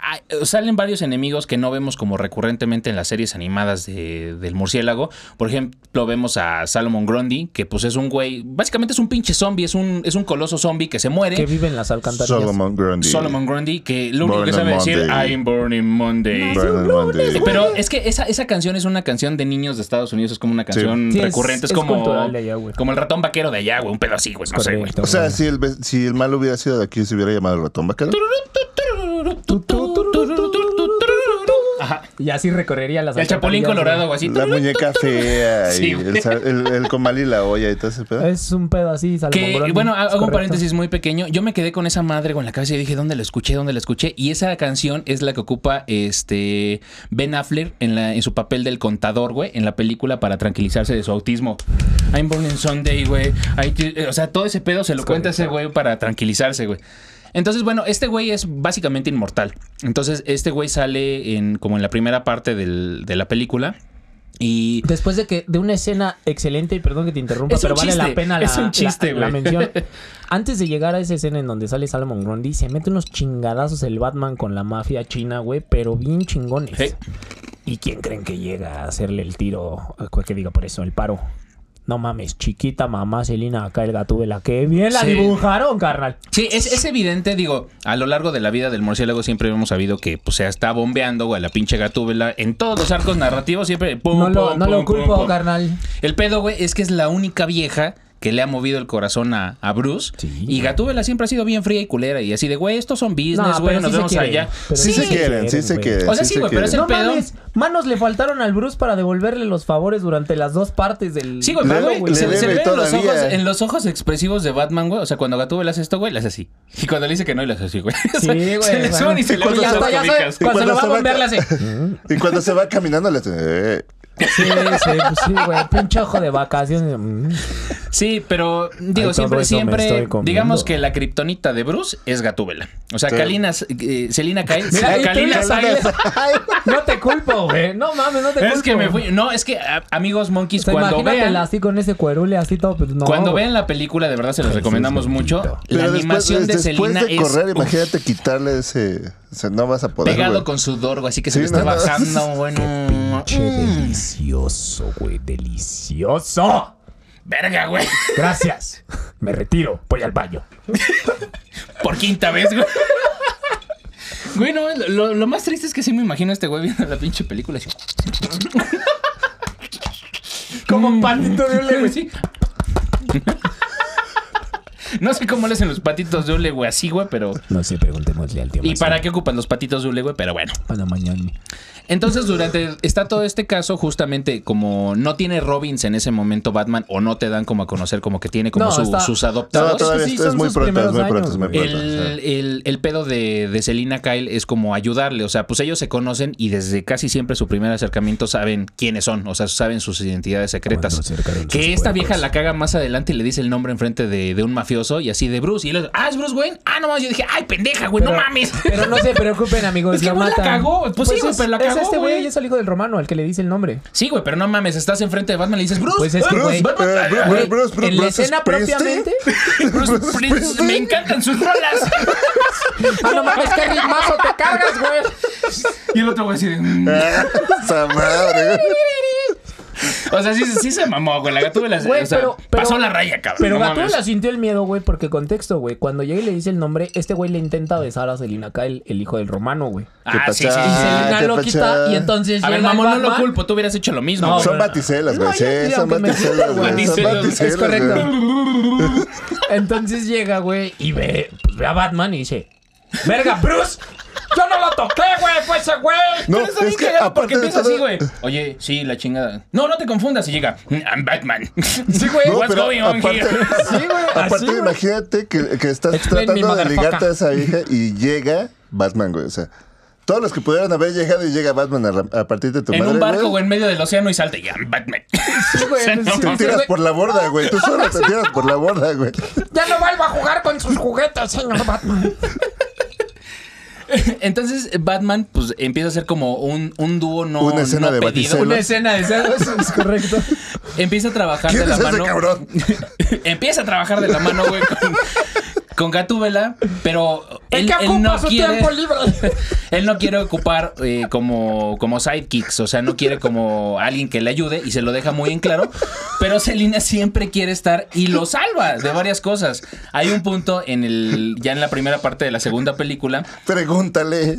S1: a- Salen varios enemigos que no vemos como recurrentemente en las series animadas de- del murciélago. Por ejemplo, vemos a Salomon Grundy, que pues es un güey, básicamente es un pinche zombie, es un, es un coloso zombie que se muere.
S3: Que vive en las alcantarillas.
S2: Solomon Grundy.
S1: Solomon Grundy, que lo único
S2: Born
S1: que
S2: on
S1: sabe decir,
S2: Monday.
S1: I'm born in Monday.
S2: Brandon Monday.
S1: Pero es que esa, esa canción es una canción de niños de Estados Unidos, es como una canción
S3: Sí, es-
S1: recurrente, es,
S3: es
S1: como,
S3: cultural de allá, güey.
S1: como el ratón vaquero de allá, güey, un pedo así, güey, no sé, güey.
S3: Correcto,
S2: O sea,
S3: güey.
S2: si el, ve- si el mal hubiera sido de aquí, se hubiera llamado el ratón vaquero.
S1: Ajá.
S3: Y así recorrería las
S1: El chapulín
S3: alcantarillas,
S1: colorado, güey, así.
S2: La muñeca fea y
S1: Sí,
S2: el, sa- el, el comal y la olla y todo ese pedo.
S3: güey. Es un pedo así, Salomón
S1: Que,
S3: Grundy.
S1: bueno, hago
S3: Es
S1: un
S3: correcto.
S1: paréntesis muy pequeño. Yo me quedé con esa madre con la cabeza y dije, ¿dónde la escuché? ¿Dónde la escuché? Y esa canción es la que ocupa este Ben Affleck en, la, en su papel del contador, güey, en la película para tranquilizarse de su autismo. I'm born in Sunday, güey. I do- O sea, todo ese pedo se lo cuenta ese güey para tranquilizarse, güey. Entonces, bueno, este güey es básicamente inmortal. Entonces, este güey sale en, como en la primera parte del- de la película. Y
S3: Después de que de una escena excelente, y perdón que te interrumpa,
S1: Es un
S3: pero vale
S1: chiste,
S3: la pena la,
S1: es un chiste,
S3: la- la
S1: güey.
S3: mención. Antes de llegar a esa escena en donde sale Salomon Grundy, se mete unos chingadazos el Batman con la mafia china, güey, pero bien chingones.
S1: Sí.
S3: pues, ¿Y quién creen que llega a hacerle el tiro? Que diga por eso, el paro. No mames, chiquita mamá Celina, acá el gato de la que bien la
S1: Sí.
S3: dibujaron, carnal.
S1: Sí, es, es evidente, digo, a lo largo de la vida del murciélago siempre hemos sabido que pues, se está bombeando güey, a la pinche gatúbela. En todos los arcos narrativos siempre... pum,
S3: no lo,
S1: pum,
S3: no lo
S1: pum, pum,
S3: culpo,
S1: pum.
S3: carnal.
S1: El pedo, güey, es que es la única vieja que le ha movido el corazón a, a Bruce.
S4: Sí.
S1: Y Gatúbela siempre ha sido bien fría y culera. Y así de, güey, estos son
S3: No,
S1: business,
S3: pero
S1: güey,
S3: sí
S1: nos
S3: se
S1: vemos
S3: quieren,
S1: allá.
S3: pero
S2: Sí,
S3: sí
S2: se quieren, sí se
S3: güey.
S2: quieren.
S1: O sea, sí,
S2: se
S1: güey, pero
S2: quieren.
S1: es el
S3: No
S1: pedo.
S3: mames, manos le faltaron al Bruce para devolverle los favores durante las dos partes del.
S1: Sí, güey,
S2: Le-
S1: pero güey,
S2: le
S1: se, se
S2: debe
S1: ven los
S2: todavía.
S1: ojos, en los ojos expresivos de Batman, güey. O sea, cuando Gatúbela hace esto, güey, le hace así. Y cuando le dice que no, le hace así, güey. O sea,
S3: Sí, güey,
S1: Se le
S3: bueno.
S1: suben y se
S2: Y
S1: le ven
S2: cuando
S1: las
S2: se va-
S1: cobijas.
S2: y
S3: Cuando lo va a
S2: se
S3: bombear, le hace.
S2: Y cuando se va caminando, le hace, "Eh".
S3: Sí, sí, pues sí, güey. Pinche ojo de vacaciones. Mm.
S1: Sí, pero digo,
S4: Ay, todo
S1: siempre,
S4: eso me
S1: siempre,
S4: estoy comiendo.
S1: digamos que la kriptonita de Bruce es Gatúbela. O sea,
S2: Sí.
S1: Kalina, eh, Selina Kyle,
S3: Mira, ahí
S1: Kalina
S3: tienes a
S1: Silas-
S3: No te culpo, güey. No mames, no te culpo.
S1: Es que me fui. No, es que a- amigos
S3: O
S1: monkeys,
S3: sea,
S1: cuando
S3: imagínatela
S1: vean.
S3: así con ese cuerule así todo. pues, no,
S1: Cuando
S3: güey.
S1: vean la película, de verdad se los recomendamos mucho. La
S2: Pero después,
S1: animación de
S2: después
S1: Selena
S2: de
S1: es
S2: correr,
S1: uf,
S2: imagínate quitarle ese, ese- No vas a poder.
S1: pegado
S2: güey.
S1: con sudor, güey, así que se
S2: Sí,
S1: le está
S2: no, no.
S1: bajando, bueno. mm,
S4: Che, delicioso, güey, delicioso.
S1: Verga, güey.
S4: Gracias. Me retiro, voy al baño.
S1: Por quinta vez, güey. Güey, no, lo, lo más triste es que sí me imagino a este güey viendo la pinche película. así. Como patito de hule, güey, Mm. sí. No sé cómo le hacen los patitos de hule, güey, así, güey, pero.
S4: No sé, preguntémosle al tío.
S1: ¿Y para
S4: Maciel.
S1: qué ocupan los patitos de hule, güey? Pero bueno.
S4: Para mañana.
S1: Entonces, durante está todo este caso, justamente como no tiene Robbins en ese momento Batman, o no te dan como a conocer como que tiene como
S3: No,
S1: su-
S3: está-
S1: sus
S2: No,
S1: adoptados.
S2: todavía
S3: sí,
S2: es- es,
S3: son
S2: muy
S3: sus
S2: pronto, es
S3: primeros
S2: muy pronto,
S3: años,
S2: es muy
S3: güey.
S2: pronto.
S1: el,
S2: sí.
S1: el- el pedo de, de Selina Kyle es como ayudarle, o sea, pues ellos se conocen y desde casi siempre su primer acercamiento saben quiénes son, o sea, saben sus identidades secretas.
S4: Cuando acercaron sus
S1: Que esta vieja
S4: cuerpos.
S1: la caga más adelante y le dice el nombre enfrente de, de un mafioso y así de Bruce. Y él, ah, es Bruce Wayne. Ah, no mames, yo dije, ay, pendeja, güey, Pues no
S3: Pero-
S1: mames.
S3: Pero no se preocupen, amigos.
S1: Es que
S3: lo
S1: güey la
S3: matan.
S1: cagó. Pues sí, güey,
S3: es-
S1: pero la
S3: Es
S1: cagó,
S3: este
S1: güey.
S3: güey, es el hijo del romano, al que le dice el nombre.
S1: Sí, güey, pero no mames, estás enfrente de Batman y le dices, Bruce,
S3: Pues es que,
S1: Bruce,
S3: güey,
S1: Batman,
S2: eh, Bruce,
S1: güey,
S2: Bruce, Bruce, Bruce,
S3: en la
S2: Bruce
S3: escena
S2: Springsteen.
S3: propiamente.
S1: Bruce Springsteen, me encantan sus rolas.
S3: Ah, no mames, que ritmazo te cargas, güey.
S1: Y el otro güey así de, mm.
S2: Ah, esa madre, güey.
S1: O sea, sí, sí se mamó, güey. La gatúbela se-
S3: Güey,
S1: o sea,
S3: pero- pero-
S1: pasó la raya, cabrón.
S3: Pero
S1: no mames.
S3: Gatúbela sintió el miedo, güey, porque contexto, güey. Cuando llega y le dice el nombre, este güey le intenta besar a Selina Kyle, el hijo del romano, güey.
S1: Ah, sí, sí,
S2: pachá.
S3: Y
S1: sí.
S3: Selina
S2: qué
S3: lo quita
S2: pachá.
S3: y entonces
S1: A ver,
S3: llega el
S1: mamón, no lo
S3: Batman.
S1: culpo. Tú hubieras hecho lo mismo. güey.
S2: Son baticelas, güey.
S3: No,
S2: sí,
S3: yo diría
S2: son
S3: que me
S2: baticelas, güey. Son
S1: Baticelas,
S2: baticelas.
S3: Es correcto.
S2: güey.
S3: Entonces llega, güey, y ve, pues, ve a Batman y dice, verga, Bruce, yo no lo toqué, güey, fue ese güey.
S2: No,
S1: Pero está bien
S2: es que
S1: cagado
S2: aparte
S1: porque
S2: de
S1: empieza
S2: todo-
S1: así, güey. Oye, sí, la chingada. No, no te confundas. Y llega, "Mm, I'm Batman.
S3: Sí, güey.
S2: No,
S1: What's
S2: pero
S1: going on
S2: aparte,
S1: here?
S3: Sí, güey,
S2: aparte
S3: así, güey.
S2: imagínate que, que estás
S3: Explain me,
S2: tratando de
S3: motherfucker.
S2: ligarte a esa vieja y llega Batman, güey. O sea, todos los que pudieran haber llegado y llega Batman a, ra- a partir de tu
S1: En
S2: madre,
S1: un barco,
S2: güey.
S1: güey, en medio del océano y salta. Y I'm Batman.
S3: güey,
S1: O sea, no
S3: sí,
S2: Te
S1: mames.
S2: tiras por la borda, güey. Tú solo te tiras por la borda, güey.
S3: Ya no vuelvo a jugar con sus juguetes, señor Batman.
S1: Entonces Batman pues empieza a ser como un, un dúo no
S2: Una escena
S1: no
S2: de
S1: pedido.
S2: Baticelas.
S3: Una escena de celos, es correcto.
S1: Empieza a trabajar
S2: ¿Quién
S1: de la
S2: es ese
S1: mano.
S2: cabrón?
S1: Empieza a trabajar de la mano, güey, con, con Gatúbela, pero
S3: ¿En
S1: él,
S3: qué
S1: él
S3: ocupa
S1: no
S3: su
S1: quiere,
S3: tiempo libre?
S1: él no quiere ocupar eh, como, como sidekicks, o sea, no quiere como alguien que le ayude y se lo deja muy en claro, pero Selina siempre quiere estar y lo salva de varias cosas. Hay un punto en el ya en la primera parte de la segunda película
S2: Pregúntale.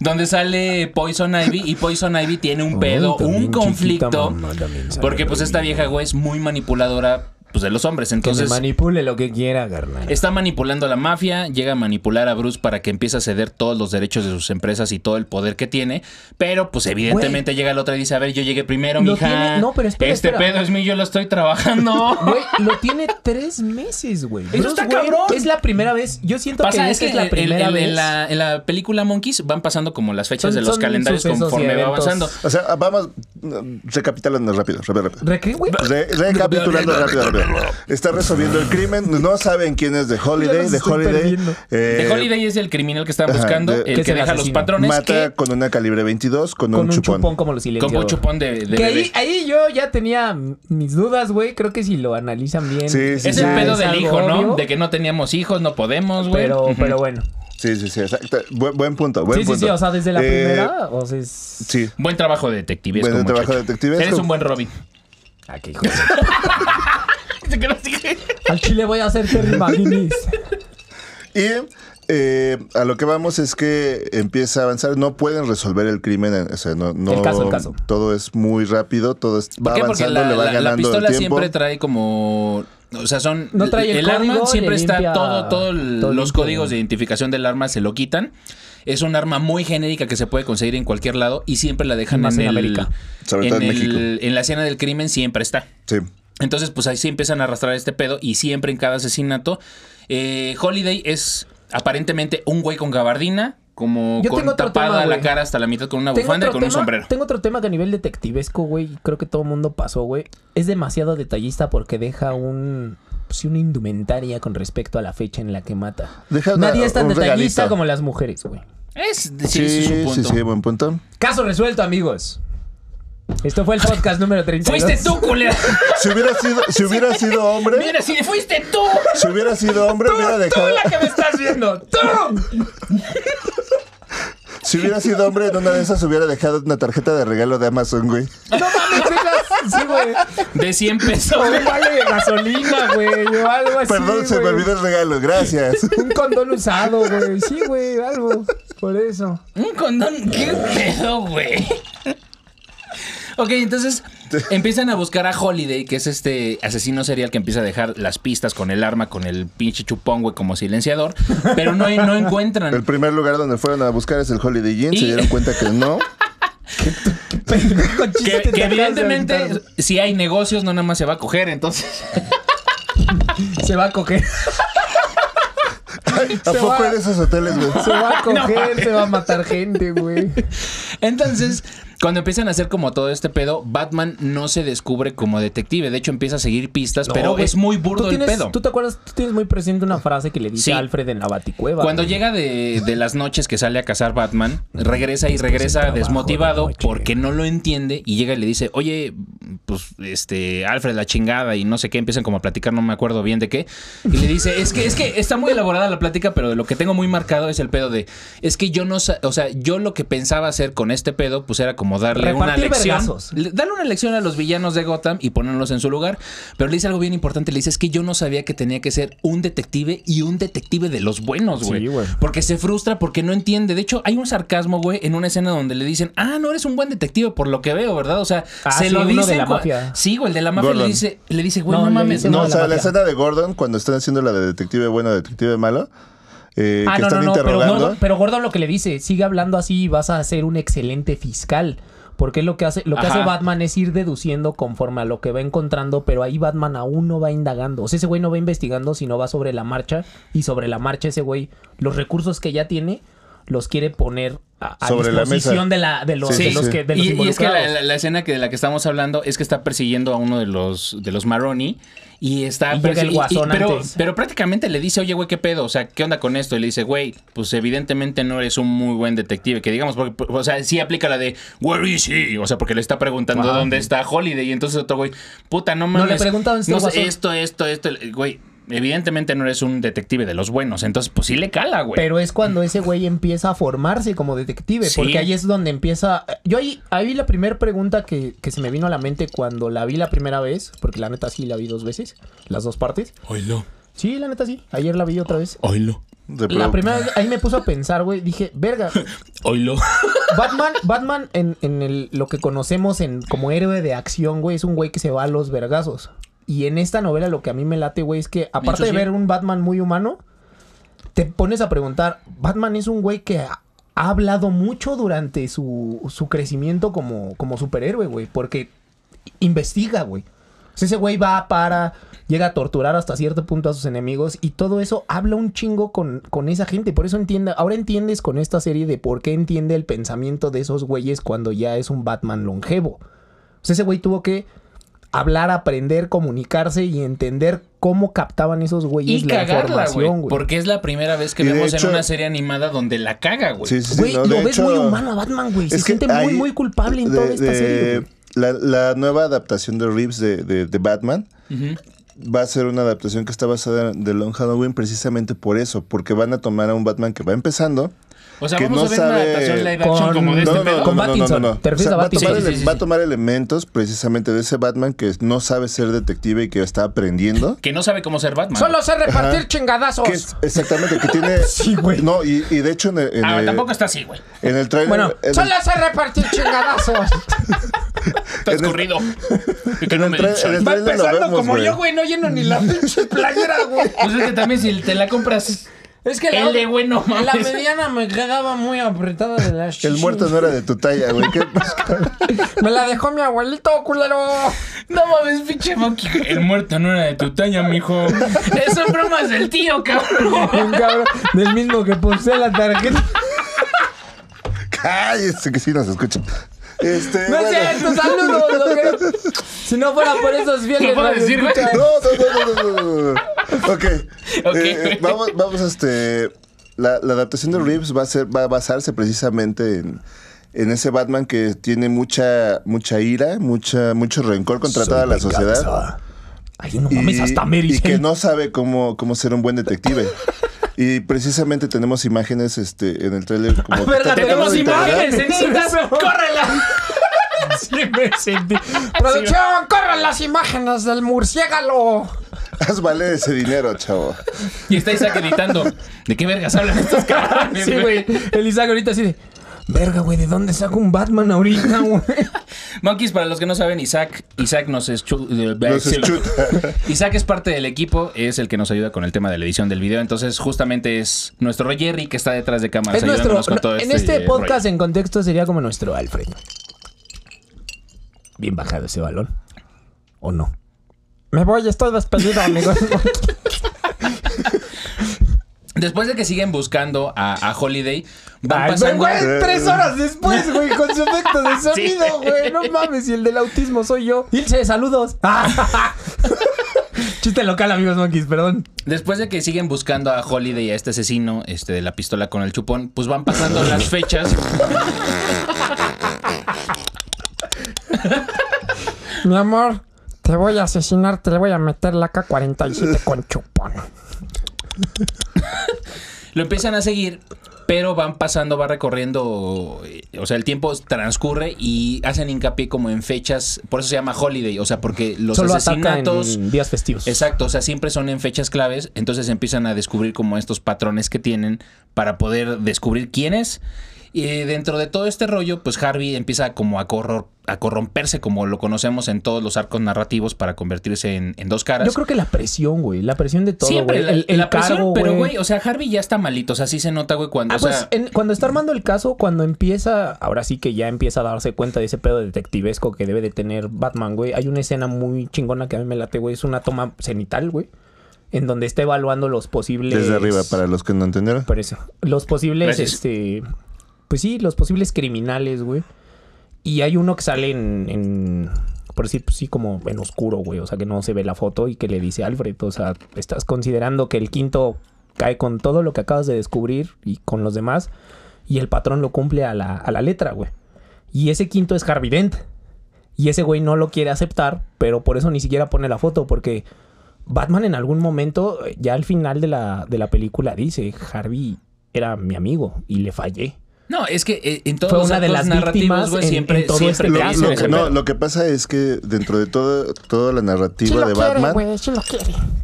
S1: donde sale Poison Ivy y Poison Ivy tiene
S3: Oh,
S1: un pedo, un conflicto, porque pues esta vieja güey es muy manipuladora pues de los hombres,
S4: Que se
S1: entonces
S4: manipule lo que quiera, carnal.
S1: Está manipulando a la mafia, llega a manipular a Bruce para que empiece a ceder todos los derechos de sus empresas y todo el poder que tiene, pero pues evidentemente llega la otra y dice, a ver, yo llegué primero,
S3: Lo
S1: mija.
S3: tiene- no, pero espera,
S1: este
S3: espera.
S1: pedo es mío, yo lo estoy trabajando.
S3: Güey, lo tiene tres meses, güey. Bruce
S1: está
S3: Wayne
S1: cabrón.
S3: Es la primera vez. Yo siento
S1: Pasa,
S3: que
S1: es
S3: esta
S1: que
S3: es la
S1: en- en,
S3: primera
S1: en
S3: vez.
S1: la, en la película Monkeys van pasando como las fechas
S3: Son-
S1: de los
S3: son
S1: calendarios
S3: sucesos y
S1: conforme va
S3: eventos.
S1: avanzando.
S2: O sea, vamos mm, recapitulando rápido, rápido, rápido.
S3: ¿Re qué, güey?
S2: Re- recapitulando rápido, rápido. Está resolviendo el crimen. No saben quién es de
S3: Ya
S2: Holiday.
S3: los
S2: De
S3: estoy
S2: Holiday.
S3: perdiendo.
S2: eh,
S1: De Holiday es el criminal que están
S2: ajá,
S1: buscando,
S2: de-
S1: el
S3: que
S1: que
S3: es el
S1: deja los
S3: asesino.
S1: patrones
S2: Mata con una calibre 22 con,
S3: Con
S2: un chupón.
S3: como lo
S1: que
S3: silencio.
S1: como un chupón de, de
S3: Que
S1: bebé.
S3: ahí, ahí yo ya tenía mis dudas, güey. Creo que si lo analizan bien.
S2: Sí, sí,
S1: Es el
S3: ya
S1: pedo
S3: es
S1: del
S3: algo
S1: hijo, ¿no?
S3: obvio,
S1: De que no teníamos hijos, no podemos, güey.
S3: pero,
S1: Ujú.
S3: pero bueno.
S2: Sí, sí, sí, exacto. Buen, buen punto, buen
S3: sí,
S2: punto.
S3: sí, sí. O sea, desde la
S2: Eh,
S3: primera. O sea, es...
S2: Sí.
S1: Buen trabajo de detectives.
S2: Buen
S1: como
S2: trabajo
S1: muchacho.
S2: de detectivesco.
S1: Eres un buen Robin.
S4: Ah, qué hijo de-
S3: Al chile voy a hacer Terry Maginis.
S2: Y eh, a lo que vamos es que empieza a avanzar. No pueden resolver el crimen. en- O sea, no, no-
S3: El caso, el caso.
S2: Todo es muy rápido. Todo es-
S1: ¿Por
S2: va
S1: qué? Porque
S2: avanzando,
S1: la,
S2: le va
S1: la- la
S2: ganando el
S1: pistola
S2: tiempo.
S1: siempre trae como. O sea, son.
S3: No trae el
S1: arma
S3: código,
S1: siempre
S3: le
S1: está
S3: limpia
S1: todo, todo el-
S3: todo
S1: los
S3: limpio.
S1: códigos de identificación del arma se lo quitan. Es un arma muy genérica que se puede conseguir en cualquier lado y siempre la dejan
S3: Más
S1: en,
S3: en
S1: el-
S3: América.
S2: Sobre todo en
S1: el-
S2: México.
S1: en la escena del crimen siempre está.
S2: Sí.
S1: Entonces, pues ahí sí empiezan a arrastrar este pedo y siempre en cada asesinato. Eh, Holiday es aparentemente un güey con gabardina, como
S3: Yo
S1: con
S3: tengo otro
S1: tapada
S3: tema,
S1: la
S3: güey.
S1: cara hasta la mitad con una bufanda y con
S3: tema,
S1: un sombrero.
S3: tengo otro tema que a nivel detectivesco, güey, y creo que todo mundo pasó, güey. Es demasiado detallista porque deja un... pues, Sí, una indumentaria con respecto a la fecha en la que mata.
S2: Deja una-
S3: Nadie es tan
S2: un
S3: detallista
S2: regalito.
S3: como las mujeres, güey.
S1: Es, sí,
S2: Sí,
S1: ese es un
S2: sí, sí,
S1: punto.
S2: buen punto.
S3: Caso resuelto, amigos. Esto fue el podcast número 32.
S1: Fuiste tú, culera.
S2: Si hubiera sido, si hubiera sido hombre,
S1: Mira, si fuiste tú.
S2: si hubiera sido hombre, hubiera
S3: ¡Tú
S2: dejado.
S3: la que me estás viendo! ¡Tú!
S2: Si hubiera sido hombre, en una de esas hubiera dejado una tarjeta de regalo de Amazon, güey.
S3: ¡No mames, neta, Sí, güey.
S1: De 100 pesos.
S3: O un vale de gasolina, güey, o algo así,
S2: Perdón, se me
S3: güey.
S2: olvidó el regalo, gracias.
S3: Un condón usado, güey. Sí, güey, algo. Por eso.
S1: Un condón. ¿Qué pedo, güey? Ok, entonces empiezan a buscar a Holiday, que es este asesino serial que empieza a dejar las pistas con el arma, con el pinche chupón, güey, como silenciador, pero no, no encuentran.
S2: El primer lugar donde fueron a buscar es el Holiday Inn, se
S1: Y-
S2: dieron cuenta que no.
S1: Que,
S3: Chiste,
S1: que
S3: te acabas de
S1: evidentemente,
S3: aventar.
S1: si hay negocios, no nada más se va a coger, entonces.
S3: Se va a coger.
S2: ¿A
S3: Se
S2: poco
S3: va.
S2: eres esos hoteles, güey?
S3: Se va a coger, se va a matar gente, güey.
S1: Entonces, cuando empiezan a hacer como todo este pedo, Batman no se descubre como detective. De hecho, empieza a seguir pistas, pero
S3: güey,
S1: es muy burdo
S3: ¿Tú
S1: el
S3: tienes-
S1: pedo.
S3: ¿Tú te acuerdas? Tú tienes muy presente una frase que le dice
S1: Sí.
S3: Alfred en la baticueva.
S1: Cuando
S3: güey.
S1: llega de, de las noches que sale a cazar Batman, regresa y regresa
S4: trabajo de
S1: desmotivado
S4: noche.
S1: porque no lo entiende y llega y le dice, oye, pues este, Alfred la chingada y no sé qué, empiezan como a platicar, no me acuerdo bien de qué. Y le dice, es que, es que está muy elaborada la plática, pero de lo que tengo muy marcado es el pedo de, es que yo no, sa- o sea, yo lo que pensaba hacer con este pedo, pues era como darle una
S3: Repartir
S1: lección.
S3: vergazos.
S1: Le- Dale una lección a los villanos de Gotham y ponerlos en su lugar. Pero le dice algo bien importante. Le dice, es que yo no sabía que tenía que ser un detective y un detective de los buenos, güey.
S3: güey.
S1: Porque se frustra, porque no entiende. De hecho, hay un sarcasmo, güey, en una escena donde le dicen, ah, no eres un buen detective por lo que veo, ¿verdad? O sea,
S3: Ah,
S1: se
S3: sí,
S1: lo
S3: uno
S1: dicen.
S3: de la
S1: cua-
S3: mafia.
S1: Sí, güey, el de la mafia le
S2: Gordon.
S1: dice, le dice, güey, no,
S3: No, le
S1: mames.
S3: dice,
S1: no,
S2: No, o
S3: la
S2: sea, la,
S3: mafia.
S2: escena de Gordon cuando están haciendo la de detective bueno, detective malo, eh,
S3: Ah,
S2: que
S3: no, no,
S2: están
S3: no, pero
S2: interrogando.
S3: Gordon, pero Gordon lo que le dice, sigue hablando así y vas a ser un excelente fiscal. Porque es lo que hace, lo que
S1: Ajá.
S3: hace Batman es ir deduciendo conforme a lo que va encontrando, pero ahí Batman aún no va indagando. O sea, ese güey no va investigando, sino va sobre la marcha. Y sobre la marcha ese güey, los recursos que ya tiene, los quiere poner a, a
S2: Sobre la mesa.
S3: disposición de, la, de los,
S2: Sí,
S3: de
S2: sí,
S3: los
S2: sí.
S3: que de los
S1: Y, y es que la,
S3: involucrados.
S1: la- la escena que de la que estamos hablando es que está persiguiendo a uno de los de los Maroni y está
S3: Y llega el
S1: persi-
S3: guasón
S1: pero,
S3: antes.
S1: pero prácticamente le dice, "Oye, güey, qué pedo, o sea, ¿qué onda con esto?" Y le dice, "Güey, pues evidentemente no eres un muy buen detective, que digamos, porque o sea, sí aplica la de "Where is he?", o sea, porque le está preguntando
S3: Wow.
S1: dónde está Holiday y entonces otro güey, "Puta, no mames."
S3: le pregunta dónde está
S1: no
S3: el
S1: sé,
S3: guasón.
S1: esto, esto, esto, el- güey, evidentemente no eres un detective de los buenos, entonces pues sí le cala, güey.
S3: Pero es cuando ese güey empieza a formarse como detective,
S1: Sí.
S3: porque ahí es donde empieza... Yo ahí, ahí la primera pregunta que, que se me vino a la mente cuando la vi la primera vez, porque la neta sí la vi dos veces, las dos partes.
S1: Oilo,
S3: Sí, la neta sí, ayer la vi otra vez.
S1: oilo,
S2: De
S3: La
S2: pro-
S3: primera vez ahí me puso a pensar, güey, dije, verga,
S1: oilo.
S3: Batman, Batman en, en el- lo que conocemos en, como héroe de acción, güey, es un güey que se va a los vergazos. Y en esta novela lo que a mí me late, güey, es que aparte
S1: Eso sí.
S3: de ver un Batman muy humano, te pones a preguntar, Batman es un güey que ha, ha hablado mucho durante su, su crecimiento como, como superhéroe, güey, porque investiga, güey. O sea, Pues ese güey va, para, llega a torturar hasta cierto punto a sus enemigos y todo eso habla un chingo con, con esa gente. Por eso entiende, ahora entiendes con esta serie de por qué entiende el pensamiento de esos güeyes cuando ya es un Batman longevo. O sea, ese güey tuvo que hablar, aprender, comunicarse y entender cómo captaban esos güeyes
S1: Y
S3: la
S1: cagarla, güey.
S3: información, güey.
S1: Porque es la primera vez que
S2: Y de
S1: vemos
S2: hecho-
S1: en una serie animada donde la caga, güey.
S2: Sí, sí, sí,
S3: Güey,
S2: no,
S3: lo
S2: de
S3: ves
S2: hecho,
S3: muy humano a Batman, güey. Se
S2: es que
S3: siente muy,
S2: ahí-
S3: muy culpable en toda
S2: de-
S3: esta
S2: de-
S3: serie, güey.
S2: La, la nueva adaptación de Reeves de, de- de Batman
S1: Ujú.
S2: va a ser una adaptación que está basada en The Long Halloween precisamente por eso, porque van a tomar a un Batman que va empezando
S1: O sea,
S2: que
S1: vamos
S2: no
S1: a ver una
S2: sabe-
S1: adaptación live action
S3: Con-
S1: como de
S3: no,
S1: este
S3: no,
S1: pedo.
S3: con Pattinson. ¿Te refieres a
S2: va, a
S3: Pattinson?
S2: tomar
S1: Sí,
S2: ele-
S1: sí, sí,
S2: va a
S1: sí.
S2: tomar elementos precisamente de ese Batman que no sabe ser detective y que está aprendiendo.
S1: Que no sabe cómo ser Batman.
S3: Solo sé repartir chingadazos.
S2: Que es- exactamente, que tiene.
S4: Sí, güey.
S2: No, y, y de hecho en el, en
S1: Ah,
S2: el-
S1: tampoco está así, güey.
S2: en el trailer.
S3: Bueno,
S2: en el-
S3: solo sé repartir chingadazos.
S1: Está
S2: en el-
S1: escurrido. Y que no me
S2: en el
S1: den chance.
S2: tra-
S3: Va
S2: Ahí lo
S3: empezando
S2: vemos,
S3: como
S2: güey.
S3: yo, güey. No lleno ni la pinche playera, güey.
S1: Pues es que también si te la compras.
S3: Es que
S1: El de güey, no mames.
S3: la mediana me cagaba muy apretada de la
S2: El muerto no era de tu talla, güey. ¿Qué
S3: Me la dejó mi abuelito, culero.
S1: No mames, pinche monkey. El muerto no era de tu talla, mijo. Son bromas del tío, cabrón.
S3: Un cabrón del mismo que puse la tarjeta.
S2: Cállese, que sí nos escuchan. Este,
S3: No es
S2: bueno.
S3: cierto, saludos. ok. Si no fuera por esos fieles
S1: ¿Lo puedo decir, güey?
S3: radioescuchas.
S2: No, no, no, no, no, no, no. Ok.
S1: Ok.
S2: Eh, vamos, vamos, este. La, la adaptación de Reeves va a ser, va a basarse precisamente en, en ese Batman que tiene mucha, mucha ira, mucha, mucho rencor contra toda la sociedad.
S4: Ay, no
S2: Y,
S4: mames, hasta Mary
S2: y que
S4: Jane.
S2: no sabe cómo, cómo ser un buen detective. Y precisamente tenemos imágenes este, en el tráiler como que
S3: verga,
S2: está tratando
S3: tenemos
S2: de integrar.
S3: imágenes,
S4: en
S3: ¡Córrela!
S4: Sí, me sentí.
S3: Producción, corran las imágenes del murciélago.
S2: Haz valer ese dinero, chavo.
S1: Y está Isaac editando. ¿De qué vergas hablan estos cabrones?
S3: Sí, güey. El Isaac ahorita así de. Verga, güey, ¿de dónde saco un Batman ahorita, güey?
S1: Monkeys, para los que no saben, Isaac, Isaac nos es chu-
S2: Nos eschuta.
S1: Isaac es parte del equipo, es el que nos ayuda con el tema de la edición del video. Entonces, justamente es nuestro Jerry que está detrás de cámaras.
S3: Es nuestro.
S1: ayudándonos Ah, con todo
S3: en este
S1: eh,
S3: podcast,
S1: rollo.
S3: en contexto, sería como nuestro Alfred.
S4: Bien bajado ese balón. ¿O no?
S3: Me voy, estoy despedido, amigos.
S1: Después de que siguen buscando a, a Holiday, van
S3: Ay,
S1: pasando.
S3: güey, tres horas después, güey, con su efecto de sonido, güey. No mames, y el del autismo soy yo. Ah. Ilse, saludos. Chiste local, amigos monkeys, perdón.
S1: Después de que siguen buscando a Holiday, a este asesino este, de la pistola con el chupón, pues van pasando las fechas.
S3: Mi amor, te voy a asesinar, te le voy a meter la K-47 con chupón.
S1: Lo empiezan a seguir, pero van pasando, va recorriendo, eh, o sea, el tiempo transcurre y hacen hincapié como en fechas, por eso se llama holiday, o sea, porque los
S3: Solo ataca
S1: asesinatos...
S3: en días festivos.
S1: Exacto, o sea, siempre son en fechas claves, entonces empiezan a descubrir como estos patrones que tienen para poder descubrir quién es. Y dentro de todo este rollo, pues Harvey empieza como a, corro- a corromperse, como lo conocemos en todos los arcos narrativos, para convertirse en, en dos caras.
S3: Yo creo que la presión, güey, la presión de todo,
S1: Siempre
S3: güey,
S1: la,
S3: el, el
S1: la presión,
S3: cargo,
S1: pero güey, o sea, Harvey ya está malito, o sea, sí se nota, güey, cuando...
S3: Ah,
S1: o sea,
S3: pues en- cuando está armando el caso, cuando empieza, ahora sí que ya empieza a darse cuenta de ese pedo detectivesco que debe de tener Batman, güey. Hay una escena muy chingona que a mí me late, güey. Es una toma cenital, güey. En donde está evaluando los posibles.
S2: Desde arriba, para los que no entendieron.
S3: Por eso. Los posibles,
S1: Gracias.
S3: este. Pues sí, los posibles criminales, güey. Y hay uno que sale en. en- por decir, pues sí, como en oscuro, güey. O sea, que no se ve la foto y que le dice Alfred, o sea, estás considerando que el quinto cae con todo lo que acabas de descubrir y con los demás. Y el patrón lo cumple a la, a la letra, güey. Y ese quinto es Harvey Dent. Y ese güey no lo quiere aceptar, pero por eso ni siquiera pone la foto, porque Batman en algún momento, eh, ya al final de la, de la película, dice, Harvey era mi amigo y le fallé.
S1: No, es que eh, en todos
S3: Fue
S1: los
S3: una de
S1: actos
S3: las víctimas
S1: narrativos, güey,
S3: en-
S1: siempre,
S3: en todo
S1: siempre
S3: este
S1: te
S2: Lo,
S3: pedazo,
S1: dicen
S2: lo-
S1: ese
S2: no,
S1: pedo.
S2: lo que pasa es que dentro de todo, toda la narrativa de Batman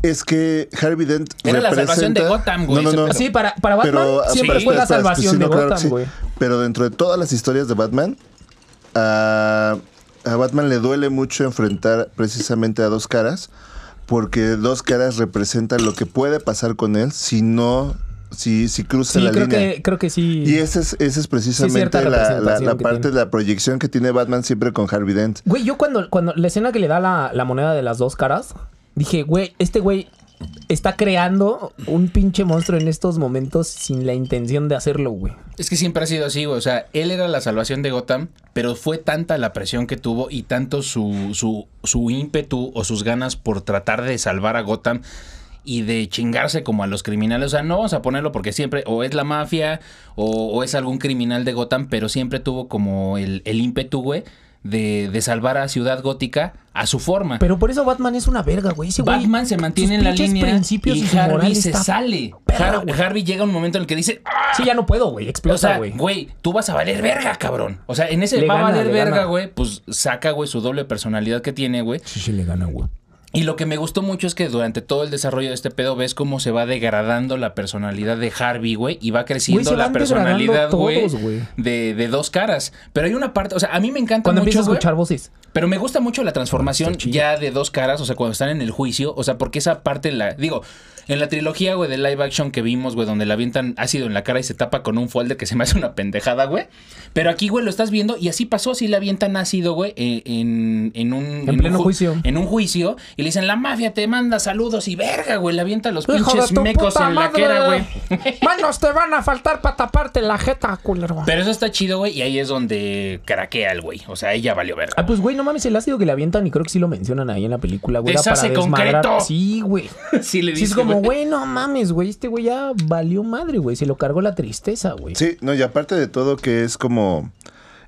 S2: es que Harvey Dent
S1: Era la
S2: representa-
S1: salvación de Gotham, güey,
S2: No, no,
S1: ese
S2: no.
S1: pedo.
S3: Sí, para, para Batman
S2: Pero-
S3: siempre
S2: pero
S3: fue
S2: espera,
S3: la
S2: espera,
S3: salvación
S2: pues, sí,
S3: de
S2: no, claro que
S3: Gotham,
S2: sí.
S3: güey.
S2: Pero dentro de todas las historias de Batman, a, a Batman le duele mucho enfrentar precisamente a dos caras, porque dos caras representa lo que puede pasar con él si no, si, si cruza
S3: Sí,
S2: la
S3: creo
S2: línea.
S3: que, creo que sí.
S2: Y esa es, esa es precisamente
S3: cierta
S2: la- la, la,
S3: representación que
S2: parte
S3: tiene.
S2: de la proyección que tiene Batman siempre con Harvey Dent.
S3: Güey, yo cuando, cuando la escena que le da la, la moneda de las dos caras, dije, güey, este güey está creando un pinche monstruo en estos momentos sin la intención de hacerlo, güey.
S1: Es que siempre ha sido así, güey. O sea, él era la salvación de Gotham, pero fue tanta la presión que tuvo y tanto su, su, su ímpetu o sus ganas por tratar de salvar a Gotham y de chingarse como a los criminales. O sea, no vamos a ponerlo porque siempre o es la mafia o, o es algún criminal de Gotham, pero siempre tuvo como el, el ímpetu, güey, de, de salvar a Ciudad Gótica a su forma.
S3: Pero por eso Batman es una verga, güey. Ese güey-
S1: Batman se mantiene en
S3: sus
S1: la
S3: pinches
S1: línea
S3: principios y
S1: y
S3: su moral
S1: Harvey se
S3: está
S1: sale.
S3: perra,
S1: Har-
S3: güey.
S1: Harvey llega un momento en el que dice, "Ah,
S3: Sí, ya no puedo, güey.
S1: o sea,
S3: Explota, güey.
S1: güey, tú vas a valer verga, cabrón. O sea, en ese
S3: Le
S1: va a
S3: gana,
S1: valer
S3: le
S1: verga,
S3: gana.
S1: güey, pues saca, güey, su doble personalidad que tiene, güey.
S4: Sí se le gana, güey.
S1: Y lo que me gustó mucho es que durante todo el desarrollo de este pedo ves cómo se va degradando la personalidad de Harvey, güey, y va
S3: Güey, se
S1: creciendo la
S3: van degradando
S1: personalidad, güey,
S3: todos, güey.
S1: de, de dos caras. Pero hay una parte, o sea, a mí me encanta
S3: Cuando
S1: mucho,
S3: empiezas a
S1: güey,
S3: escuchar voces.
S1: pero me gusta mucho la transformación ya de dos caras, o sea, cuando están en el juicio, o sea, porque esa parte la. Digo, en la trilogía, güey, de live action que vimos, güey, donde la avientan ácido en la cara y se tapa con un folder que se me hace una pendejada, güey. Pero aquí, güey, lo estás viendo y así pasó, sí le avientan ácido, güey, eh, en, en un. un
S3: pleno
S1: ju-
S3: juicio.
S1: En un juicio y le dicen, la mafia te manda saludos y verga, güey, le avienta los
S3: Hijo de
S1: pinches
S3: tu
S1: mecos
S3: puta
S1: en la cara,
S3: madre.
S1: güey.
S3: Manos te van a faltar para taparte la jeta, culero.
S1: Pero eso está chido, güey, y ahí es donde craquea el güey. O sea, ella valió verga.
S3: Ah, pues güey, no mames, el ácido que le avientan y creo que sí lo mencionan ahí en la película, güey. era para
S1: Deshace
S3: desmadrar.
S1: concreto.
S3: Sí, güey.
S1: Sí, le
S3: Sí, es
S1: dice,
S3: como, güey, no mames, güey. Este güey ya valió madre, güey. Se lo cargó la tristeza, güey.
S2: Sí, no, y aparte de todo que es como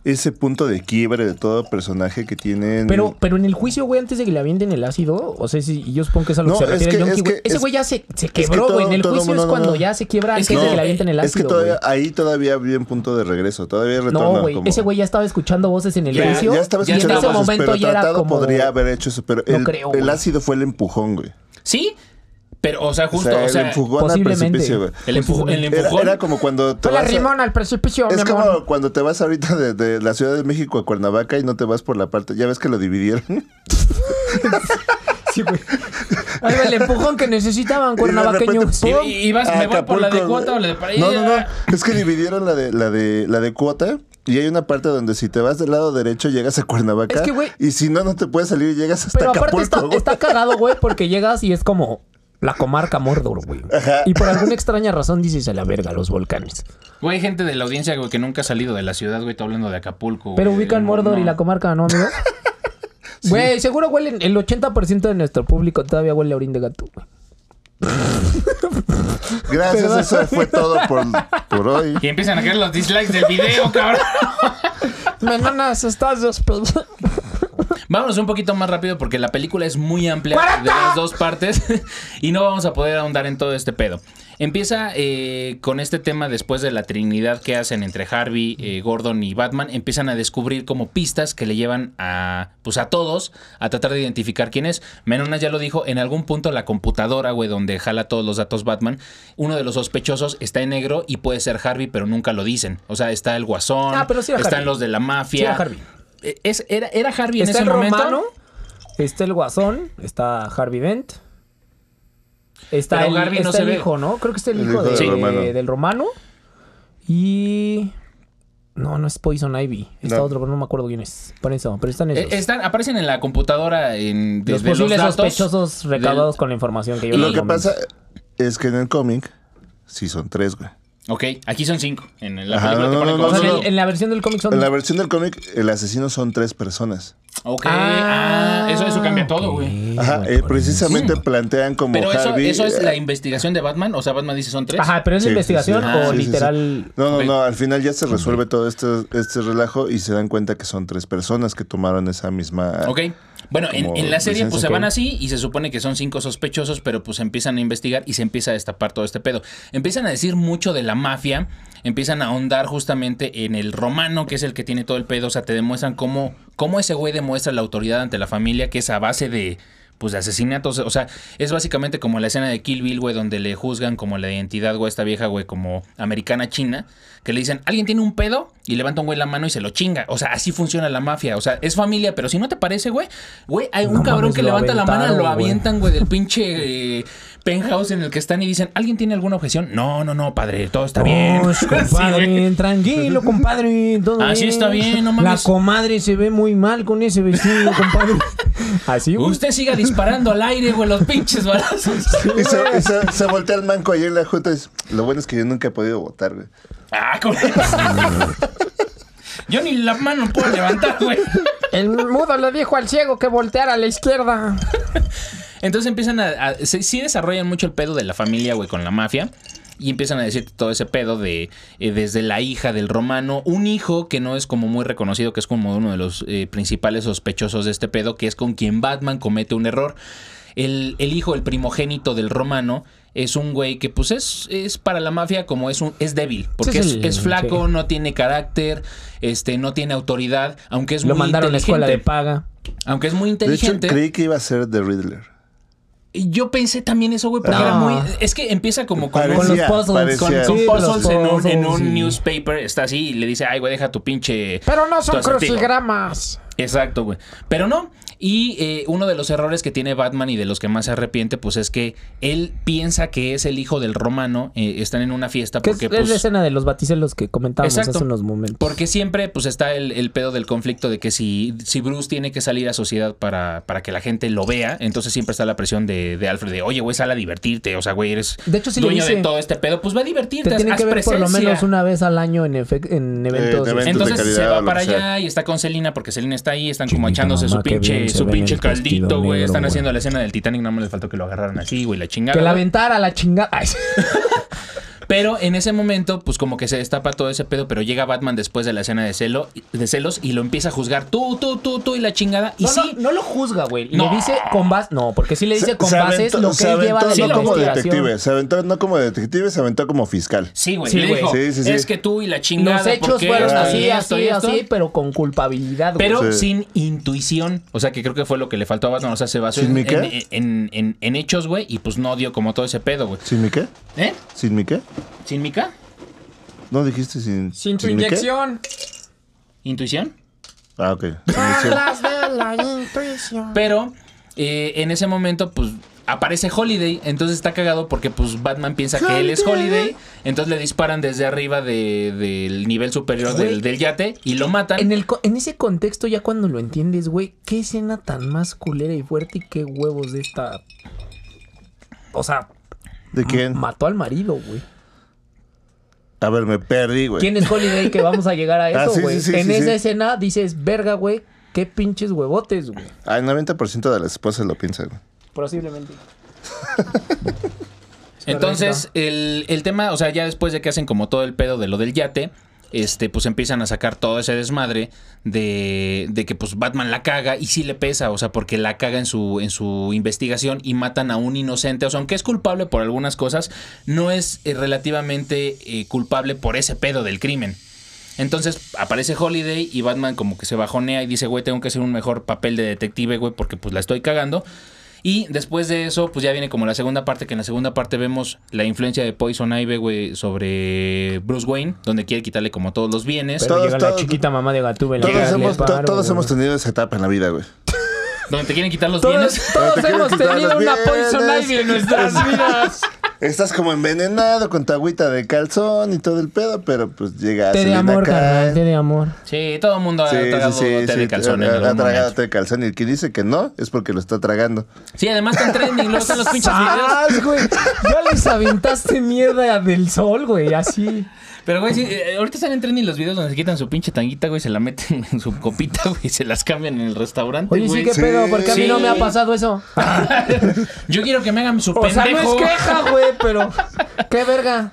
S2: ese punto de quiebre de todo personaje que tienen.
S3: Pero, pero en el juicio, güey, antes de que le avienten el ácido, o sea, si, y yo supongo que es a lo
S2: No,
S3: que se
S2: es
S3: refiere
S2: que-
S3: Yonki,
S2: es
S3: güey.
S2: que-
S3: Ese
S2: es-
S3: güey ya se, se
S2: es que
S3: quebró, güey. en
S2: todo-
S3: el
S2: todo
S3: juicio
S2: mundo-
S3: es
S2: no,
S3: cuando
S2: no.
S3: ya se quiebra
S1: Es
S3: antes de
S1: que-
S3: que le avienten el
S2: es que
S3: ácido,
S2: todavía,
S3: güey.
S2: ahí todavía había un punto de regreso, todavía retorna.
S3: No, güey,
S2: como-
S3: ese güey ya estaba escuchando voces en el
S2: Ya,
S3: juicio.
S2: ya estaba
S3: y en
S2: escuchando
S3: ese
S2: voces,
S3: momento
S2: pero
S3: ya era
S2: tratado
S3: como...
S2: podría haber hecho eso, pero
S3: No
S2: el,
S3: creo,
S2: el
S3: güey.
S2: ácido fue el empujón, güey.
S1: Sí, pero, o sea,
S2: O
S1: justo,
S2: sea,
S1: o sea,
S2: el empujón al
S3: posiblemente.
S2: precipicio, güey.
S1: El, empujo- el
S2: Era,
S1: empujón.
S2: era como cuando te
S3: Fue la
S2: vas a-
S3: rimona al precipicio, mi
S2: Es
S3: amor.
S2: como cuando te vas ahorita de, de la Ciudad de México a Cuernavaca y no te vas por la parte. Ya ves que lo dividieron.
S3: Sí, güey. Ahí va el empujón que necesitaban cuernavacaños.
S2: Y de
S1: Y- y vas,
S2: a
S1: ¿me voy por la de
S2: Acapulco,
S1: cuota o la de para
S2: No, no,
S1: allá?
S2: no. Es que dividieron la de, la de, la de cuota. Y hay una parte donde si te vas del lado derecho llegas a Cuernavaca.
S3: Es que, güey-
S2: y si no, no te puedes salir y llegas hasta
S3: Pero aparte
S2: Acapulco.
S3: está,
S2: güey.
S3: está cagado, güey, porque llegas y es como la comarca Mordor, güey. Y por alguna extraña razón dices a la verga los volcanes.
S1: Güey, hay gente de la audiencia, güey, que nunca ha salido de la ciudad, güey, está hablando de Acapulco.
S3: Pero
S1: güey,
S3: ubican
S1: no,
S3: Mordor
S1: no.
S3: y la comarca, ¿no, amigo? Güey, seguro huelen, el 80% de nuestro público todavía huele a orín de gato, güey.
S2: Gracias, eso fue todo por, por hoy.
S1: Y empiezan a caer los dislikes del video, cabrón.
S3: Menonas, estás despedido.
S1: Vámonos un poquito más rápido porque la película es muy amplia de las dos partes y no vamos a poder ahondar en todo este pedo. Empieza eh, con este tema después de la trinidad que hacen entre Harvey, eh, Gordon y Batman. Empiezan a descubrir como pistas que le llevan a, pues a todos a tratar de identificar quién es. Menonas ya lo dijo, en algún punto la computadora, güey, donde jala todos los datos Batman, uno de los sospechosos está en negro y puede ser Harvey, pero nunca lo dicen. O sea, está el guasón,
S3: Ah, pero sí era
S1: están
S3: Harvey.
S1: los de la mafia.
S3: Sí era Harvey.
S1: Eh, Es, era, era Harvey en
S3: Está
S1: ese
S3: el
S1: momento.
S3: romano, está el guasón, está Harvey Dent. Está
S1: Pero
S3: el,
S1: Harvey no
S3: está
S1: se
S3: el
S1: ve.
S3: hijo, ¿no? Creo que está el
S2: El
S3: hijo,
S2: hijo del
S3: de-
S2: romano.
S3: del romano. Y... No, no es Poison Ivy. Está
S2: No.
S3: otro, pero no me acuerdo quién es. Por eso, pero están
S1: Eh,
S3: esos.
S1: están, aparecen en la computadora en,
S3: los
S1: desde los,
S3: posibles
S1: datos
S3: sospechosos
S1: del-
S3: recaudados con la información que yo
S2: Lo
S3: les
S2: que
S3: comento.
S2: pasa es que en el cómic sí son tres, güey.
S1: Ok, aquí son cinco. En la
S2: Ajá,
S1: película
S2: no,
S1: te ponen
S2: no,
S3: O
S1: como
S3: sea,
S2: no,
S1: cinco.
S3: en, el- en la versión del cómic son...
S2: En la versión del cómic, el asesino son tres personas.
S1: Ok,
S3: Ah,
S1: ah, eso, eso cambia todo, güey.
S2: Ajá, eh, precisamente
S1: Sí.
S2: plantean como
S1: Pero eso,
S2: Harvey.
S1: eso es la
S2: eh,
S1: investigación de Batman. O sea, Batman dice son tres.
S3: Ajá, pero es
S2: sí, sí,
S3: la investigación
S2: sí.
S3: o
S2: Sí, sí, sí.
S3: literal...
S2: No, no, no, al final ya se resuelve todo este, este relajo y se dan cuenta que son tres personas que tomaron esa misma...
S1: Ok. Bueno, en,
S2: Como
S1: en la serie pues
S2: licencia,
S1: se
S2: ok.
S1: van así y se supone que son cinco sospechosos, pero pues empiezan a investigar y se empieza a destapar todo este pedo. Empiezan a decir mucho de la mafia, empiezan a ahondar justamente en el romano, que es el que tiene todo el pedo, o sea, te demuestran cómo, cómo ese güey demuestra la autoridad ante la familia, que es a base de... Pues de asesinatos, o sea, es básicamente como la escena de Kill Bill, güey, donde le juzgan como la identidad, güey, a esta vieja, güey, como americana china, que le dicen, alguien tiene un pedo y levanta un güey la mano y se lo chinga. O sea, así funciona la mafia. O sea, es familia, pero si no te parece, güey, güey, hay un
S3: No
S1: cabrón
S3: mames,
S1: que
S3: lo
S1: levanta la mano, lo
S3: aventaron, güey.
S1: avientan, güey, del pinche eh, penthouse en el que están y dicen, ¿alguien tiene alguna objeción? No, no, no, padre, todo está bien.
S3: Vamos, compadre,
S1: Oh, Sí, güey.
S3: tranquilo, compadre. Todo
S1: Así está bien, no
S3: La
S1: mames.
S3: comadre se ve muy mal con ese vestido, compadre. Así, güey.
S1: Usted siga disparando al aire, güey, los pinches balazos.
S2: Y se, y se- se voltea el manco ayer en la junta y dice, lo bueno es que yo nunca he podido votar, güey.
S1: Ah, con- Yo ni la mano puedo levantar, güey.
S3: El mudo le dijo al ciego que volteara a la izquierda.
S1: Entonces empiezan a. a- se- sí desarrollan mucho el pedo de la familia, güey, con la mafia. y empiezan a decirte todo ese pedo de eh, desde la hija del romano, un hijo que no es como muy reconocido, que es como uno de los eh, principales sospechosos de este pedo, que es con quien Batman comete un error. El, el hijo, el primogénito del romano, es un güey que pues es, es para la mafia como es un es débil, porque
S3: Es
S1: es,
S3: el-
S1: es flaco,
S3: sí.
S1: no tiene carácter, este no tiene autoridad, aunque es
S3: Lo
S1: muy
S3: mandaron a la
S1: inteligente.
S3: escuela de paga.
S1: Aunque es muy
S2: De hecho,
S1: inteligente.
S2: creí que iba a ser The Riddler.
S1: Y Yo pensé también eso, güey, porque
S3: Ah.
S1: era muy. Es que empieza como con,
S2: Parecía,
S3: Con los puzzles,
S1: con,
S2: parecía.
S1: con
S3: Sí,
S1: puzzles
S3: los
S1: en un, en un
S3: puzzles, sí.
S1: newspaper. Está así y le dice, ay, güey, deja tu pinche.
S3: Pero no son
S1: tu acertijo".
S3: crucigramas.
S1: Exacto, güey. Pero no. Y eh, uno de los errores que tiene Batman y de los que más se arrepiente, pues es que él piensa que es el hijo del romano. eh, están en una fiesta
S3: Que es,
S1: porque.
S3: es la
S1: pues,
S3: escena de los baticelos que comentábamos
S1: Exacto.
S3: hace unos momentos.
S1: porque siempre pues está el, el pedo del conflicto de que si, si Bruce tiene que salir a sociedad para, para que la gente lo vea, entonces siempre está la presión de, de Alfred de, oye, güey, sal a divertirte, o sea, güey, eres
S3: De hecho, sí le
S1: dueño
S3: dice-
S1: de todo este pedo, pues va a
S3: te
S1: divertirte, haz,
S3: tiene
S1: haz
S3: que ver por lo
S1: presencia".
S3: menos una vez al año en, efec- en eventos.
S2: Eh, de eventos.
S1: Entonces
S2: de
S1: se
S2: calidad o
S1: va
S2: lo
S1: para
S2: que sea.
S1: allá y está con Selina porque Selina está ahí, están como
S4: Chinita
S1: echándose su
S4: mamá, qué bien
S1: pinche,
S4: se
S1: su
S4: ve en
S1: pinche
S4: el vestido
S1: caldito, güey.
S4: negro,
S1: Están
S4: güey.
S1: haciendo la escena del Titanic, nada más les faltó que lo agarraran así, güey, la chingada.
S3: que la
S1: güey.
S3: aventara a la chingada. Ay, sí.
S1: Pero en ese momento, pues como que se destapa todo ese pedo, pero llega Batman después de la escena de, celo, de celos y lo empieza a juzgar tú, tú, tú, tú y la chingada. Y
S3: no,
S1: sí,
S3: no, no lo juzga, güey.
S1: No.
S3: Le dice con base. No, porque sí le dice
S2: Se-
S3: con
S2: se
S3: bases
S2: aventó-
S3: lo que
S2: se
S3: él lleva
S2: aventó
S3: de
S2: no
S3: la
S2: como
S3: investigación.
S2: detective, se aventó no como detective, se aventó como fiscal.
S1: sí, güey.
S3: Sí,
S1: le
S3: güey.
S1: dijo,
S2: Sí, sí, sí.
S1: es que tú y la chingada.
S3: Los hechos
S1: ¿por qué
S3: fueron
S1: esto y
S3: así,
S1: esto y
S3: así,
S1: esto?"
S3: así, pero con culpabilidad, güey.
S1: Pero
S2: Sí.
S1: sin intuición. O sea, que creo que fue lo que le faltó a Batman. O sea, se basó
S2: ¿Sin
S1: en,
S2: mi qué?
S1: en- en- en- en hechos, güey, y pues no dio como todo ese pedo, güey.
S2: ¿Sin mi qué?
S1: ¿Eh?
S2: ¿Sin mi qué?
S1: ¿Sin mica?
S2: ¿No dijiste sin
S3: Sin tu
S2: mi qué?
S3: inyección.
S1: ¿Intuición?
S2: Ah, ok. Sin inyección.
S1: Pero eh, en ese momento, pues aparece Holiday. Entonces está cagado porque, pues, Batman piensa que él es Holiday. Entonces le disparan desde arriba de- del nivel superior del, del yate y lo matan.
S3: En, el, co- en ese contexto, ya cuando lo entiendes, güey, qué escena tan más culera y fuerte y qué huevos de esta. O sea,
S2: ¿De quién?
S3: mató al marido, güey.
S2: A ver, me perdí, güey.
S3: ¿Quién es Holiday que vamos a llegar a
S2: Ah,
S3: eso,
S2: sí,
S3: güey?
S2: sí, sí,
S3: en
S2: sí,
S3: esa
S2: sí.
S3: escena dices, verga, güey, qué pinches huevotes, güey.
S2: Al 90% de las esposas lo piensan. güey.
S3: Posiblemente.
S1: Entonces, el, el tema, o sea, ya después de que hacen como todo el pedo de lo del yate, este, pues empiezan a sacar todo ese desmadre de, de que pues Batman la caga y sí le pesa, o sea, porque la caga en su, en su investigación y matan a un inocente. O sea, aunque es culpable por algunas cosas, no es eh, relativamente eh, culpable por ese pedo del crimen. Entonces aparece Holiday y Batman como que se bajonea y dice, güey, tengo que hacer un mejor papel de detective, güey, porque pues la estoy cagando. Y después de eso, pues ya viene como la segunda parte, que en la segunda parte vemos la influencia de Poison Ivy, güey, sobre Bruce Wayne, donde quiere quitarle como todos los bienes,
S3: Pero
S2: Todos-
S3: llega la
S2: todos-
S3: chiquita mamá de Gatúbela.
S2: Todos,
S3: le
S2: hemos, to-
S3: paro,
S2: todos
S3: güey.
S2: hemos tenido esa etapa en la vida, güey.
S1: donde te quieren quitar los
S3: Todos,
S1: bienes.
S3: todos
S2: Pero te
S3: hemos
S2: quiero
S3: tenido una
S2: quitar los
S3: Poison
S2: bienes.
S3: Ivy en nuestras vidas.
S2: Estás como envenenado con tu agüita de calzón y todo el pedo, pero pues llega
S3: Te de
S2: Selina
S3: amor,
S2: Kyle.
S3: carnal, te de amor.
S1: Sí, todo el mundo ha tragado té de calzón en
S2: ha-
S1: algún
S2: ha tragado
S1: momento.
S2: té de calzón y el que dice que no es porque lo está tragando.
S1: Sí, además está en trending, luego están los pinches videos.
S3: ¡Sas, güey! Ya les aventaste mierda del sol, güey, así.
S1: Pero, güey, sí, eh, ahorita están en trending los videos donde se quitan su pinche tanguita, güey, se la meten en su copita, güey, y se las cambian en el restaurante,
S3: Oye, sí,
S1: güey.
S3: qué pedo, porque a mí
S1: Sí.
S3: no me ha pasado eso.
S1: Yo quiero que me hagan su
S3: O sea, no
S1: pendejo.
S3: es queja, güey, pero. ¡Qué verga!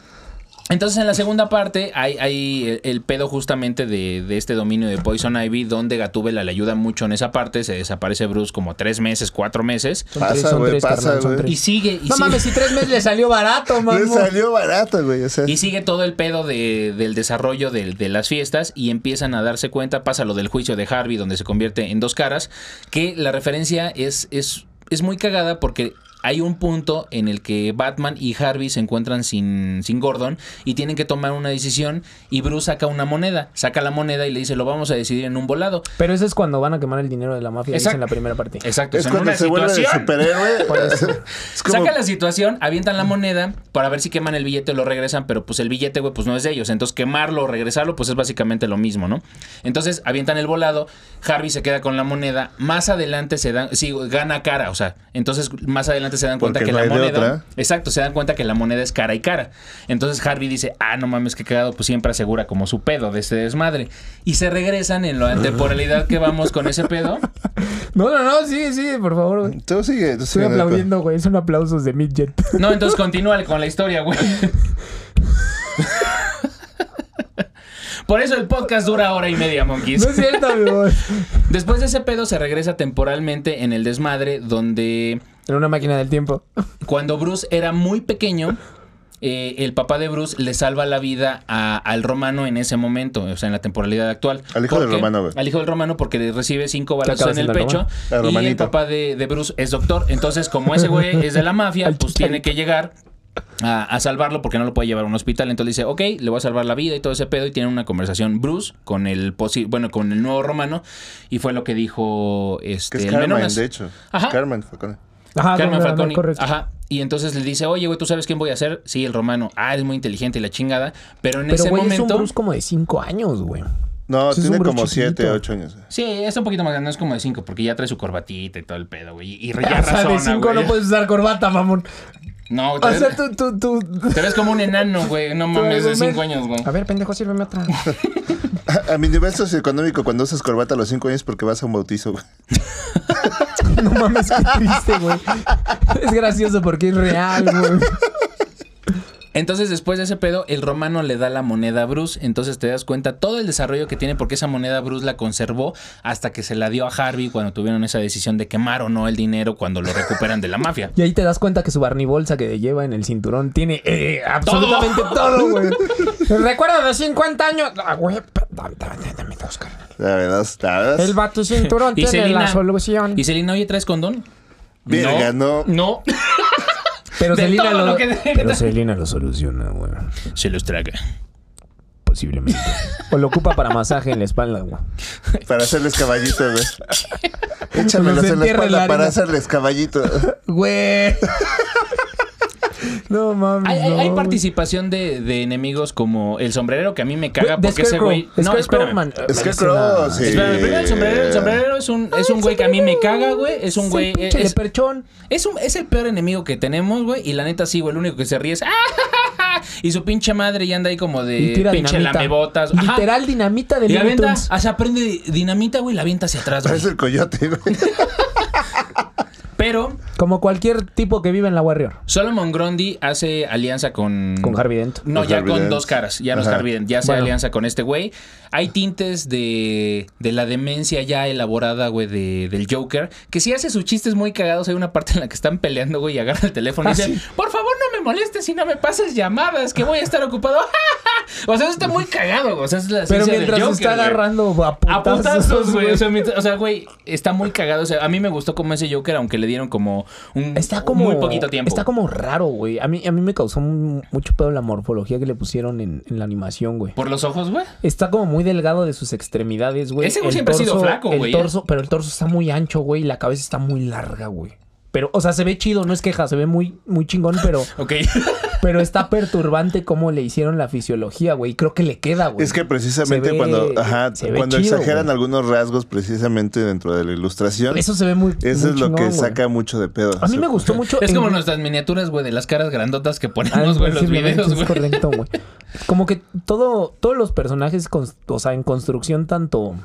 S1: Entonces en la segunda parte hay, hay el, el pedo justamente de, de este dominio de Poison Ivy, donde Gatúbela le ayuda mucho en esa parte, se desaparece Bruce como tres meses, cuatro meses,
S3: Son
S2: Pasa,
S3: tres, son
S2: güey,
S3: tres,
S2: pasa,
S3: carnal, son
S2: güey.
S3: tres.
S1: y sigue, y,
S3: No
S1: sigue,
S3: mames, si tres meses le salió barato,
S2: Le
S3: mamo.
S2: salió barato, güey. O sea,
S1: y sigue todo el pedo de- del desarrollo del- de, las fiestas y empiezan a darse cuenta, pasa lo del juicio de Harvey, donde se convierte en dos caras, que la referencia es, es, es muy cagada porque... Hay un punto en el que Batman y Harvey se encuentran sin, sin Gordon y tienen que tomar una decisión y Bruce saca una moneda, saca la moneda y le dice lo vamos a decidir en un volado.
S3: Pero eso es cuando van a quemar el dinero de la mafia, dice
S1: Exacto. Eh.
S3: en la primera parte.
S1: Exacto, o
S2: es
S1: sea, en
S2: cuando
S1: una
S2: se vuelve de
S1: situación.
S2: superhéroe. es como,
S1: Saca la situación, avientan la moneda para ver si queman el billete o lo regresan, pero pues el billete, güey, pues no es de ellos. Entonces quemarlo o regresarlo, pues es básicamente lo mismo, ¿no? Entonces avientan el volado, Harvey se queda con la moneda, más adelante se dan, sí, gana cara, o sea, entonces más adelante finalmente se dan cuenta
S2: Porque
S1: que
S2: no
S1: la
S2: hay de
S1: moneda.
S2: otra.
S1: Exacto, se dan cuenta que la moneda es cara y cara. Entonces Harvey dice, ah, no mames, que cagado, pues siempre asegura como su pedo de este desmadre. Y se regresan en la temporalidad que vamos con ese pedo.
S3: No, no, no, sí, sí, por favor, güey.
S2: Tú sigue. Tú
S3: Estoy
S2: sigue
S3: aplaudiendo, güey. Son aplausos de Midget.
S1: No, entonces continúa con la historia, güey. Por eso el podcast dura hora y media, monkeys.
S3: No es cierto, güey.
S1: Después de ese pedo se regresa temporalmente en el desmadre donde
S3: Era una máquina del tiempo.
S1: cuando Bruce era muy pequeño, eh, el papá de Bruce le salva la vida a- al romano en ese momento, o sea, en la temporalidad actual.
S2: Al hijo del
S1: Porque-
S2: romano, güey.
S1: Al hijo del romano porque le recibe cinco balazos
S3: acaba
S1: en el
S3: siendo el
S1: pecho.
S2: El
S1: y el
S2: romanito.
S1: papá de, de Bruce es doctor. Entonces, como ese güey es de la mafia,
S3: Al
S1: pues tiene que llegar. A, a salvarlo porque no lo puede llevar a un hospital. Entonces dice, ok, le voy a salvar la vida y todo ese pedo. Y tiene una conversación Bruce con el posi- bueno, con el nuevo romano. Y fue lo que dijo
S2: Que
S1: este
S2: es
S1: el
S2: Carmen,
S1: Menonas.
S2: de hecho.
S1: Ajá.
S2: Carmen fue con él.
S3: Ajá,
S1: Carmen
S3: Ah, no, no, no,
S1: Falconi.
S3: correcto.
S1: Ajá. Y entonces le dice, oye, güey, ¿tú sabes quién voy a ser? Sí, el romano. Ah, es muy inteligente y la chingada. Pero en
S3: Pero,
S1: ese
S3: güey, es un
S1: momento.
S3: Bruce como de 5 años, güey.
S2: No,
S3: Ese es un
S2: tiene
S3: bro
S2: como siete,
S3: chiquito.
S2: 8 años. güey.
S1: Sí, es un poquito más grande, no es como de 5, porque ya trae su corbatita y todo el pedo, güey. Y ya
S3: Ah, O sea,
S1: razona,
S3: de 5
S1: güey.
S3: no puedes usar corbata, mamón.
S1: No, te,
S3: O
S1: ves,
S3: sea, tú, tú, tú.
S1: te ves como un enano, güey. No mames, de 5 años, güey.
S3: A ver, pendejo, sírveme otra.
S2: A, a mi nivel socioeconómico, cuando usas corbata a los 5 años, porque vas a un bautizo, güey.
S3: No mames, qué triste, güey. Es gracioso porque es real, güey.
S1: Entonces, después de ese pedo, el romano le da la moneda a Bruce. Entonces te das cuenta todo el desarrollo que tiene, porque esa moneda Bruce la conservó hasta que se la dio a Harvey cuando tuvieron esa decisión de quemar o no el dinero cuando lo recuperan de la mafia.
S3: Y ahí te das cuenta que su barnibolsa que lleva en el cinturón tiene eh, absolutamente todo, güey. Recuerda de 50 años. Ah, güey, p- dame, dame, dame dos, carnal.
S2: La verdad, la verdad.
S3: El baticinturón
S1: Y
S3: tiene
S1: Selena-
S3: la solución.
S1: Y Selena, oye, ¿traes condón?
S2: Verga, no.
S1: No.
S3: Pero
S1: De
S3: Selena
S1: todo
S3: lo...
S1: lo que-
S4: Pero Selena lo soluciona, güey.
S1: Se los traga.
S4: Posiblemente.
S3: O lo ocupa para masaje en la espalda, güey.
S2: Para hacerles caballito, güey. Échamelos
S3: Cuando se
S2: en la
S3: entierre
S2: espalda
S3: la
S2: para
S3: arena.
S2: hacerles caballito.
S3: Güey. No mames.
S1: Hay, hay-
S3: no,
S1: hay
S3: güey.
S1: participación de, de enemigos como el sombrero que a mí me
S3: Güey,
S1: caga
S3: de
S1: porque ese
S3: Scarecrow.
S1: güey. No,
S3: Scarecrow,
S1: espérame.
S3: man,
S2: Es que
S3: parece
S2: creo,
S3: una-
S2: sí. Ah,
S1: Espérame, primero el sombrero. El sombrero es un, es un güey que a mí me caga, güey. Es un
S3: Sí,
S1: güey.
S3: pinche
S1: Es,
S3: leperchón.
S1: es, un- es el peor enemigo que tenemos, güey. Y la neta, sí, güey. El único que se ríe es. "Ah, Y su pinche madre ya anda ahí como de
S3: Y tira
S1: eh, pinche
S3: dinamita.
S1: lamebotas. Ajá.
S3: Literal dinamita de
S1: Y la
S3: Looney
S1: avienta,
S3: Tunes.
S1: o sea, prende dinamita, güey, y la avienta hacia atrás, güey.
S2: Parece el coyote, güey.
S1: Pero
S3: Como cualquier tipo que vive en la Warrior.
S1: Solomon Grundy hace alianza con.
S3: Con Harvey Dent.
S1: No,
S2: Con
S1: ya
S2: Harvey
S1: con
S2: Dent.
S1: dos caras. Ya no es
S2: Ajá.
S1: Harvey Dent, Ya hace
S3: Bueno.
S1: alianza con este güey. Hay tintes de, de la demencia ya elaborada, güey, de- del Joker. Que si hace sus chistes muy cagados, hay una parte en la que están peleando, güey, y agarra el
S3: Ah,
S1: teléfono y dice: Por favor, no me molestes y no me pases llamadas, que voy a estar ocupado. o sea, eso está muy cagado, güey. O sea, es la
S3: Pero
S1: esencia del
S3: mientras se
S1: Joker,
S3: está
S1: güey.
S3: agarrando a
S1: A
S3: putazos,
S1: putazos, güey.
S3: güey.
S1: O sea, mientras- o sea, güey, está muy cagado. O sea, a mí me gustó como ese Joker, aunque le dieron como un
S3: Está como.
S1: muy poquito tiempo.
S3: Está como raro, güey. A mí, a mí me causó mu- mucho pedo la morfología que le pusieron en, en la animación, güey.
S1: Por los ojos, güey.
S3: Está como muy delgado de sus extremidades, güey.
S1: Ese güey
S3: El
S1: siempre ha sido
S3: torso-
S1: flaco,
S3: el
S1: güey, ¿eh?
S3: torso- Pero el torso está muy ancho, güey. Y la cabeza está muy larga, güey. Pero, o sea, se ve chido, no es queja, se ve muy, muy chingón, pero,
S1: Ok.
S3: pero está perturbante cómo le hicieron la fisiología, güey. Creo que le queda, güey.
S2: Es que precisamente
S3: Se ve-
S2: cuando, ajá,
S3: se ve
S2: cuando
S3: chido,
S2: exageran
S3: güey.
S2: algunos rasgos precisamente dentro de la ilustración, eso,
S3: Eso se ve muy. muy
S2: es lo
S3: chingón,
S2: que
S3: güey.
S2: saca mucho de pedo.
S3: A mí me gustó mucho.
S1: es
S3: en-
S1: como nuestras miniaturas, güey, de las caras grandotas que
S3: Ah,
S1: ponemos, güey, en los
S3: posiblemente
S1: videos,
S3: es
S1: güey.
S3: correcto, güey. Como que todo, todos los personajes, cons- o sea, en construcción tanto...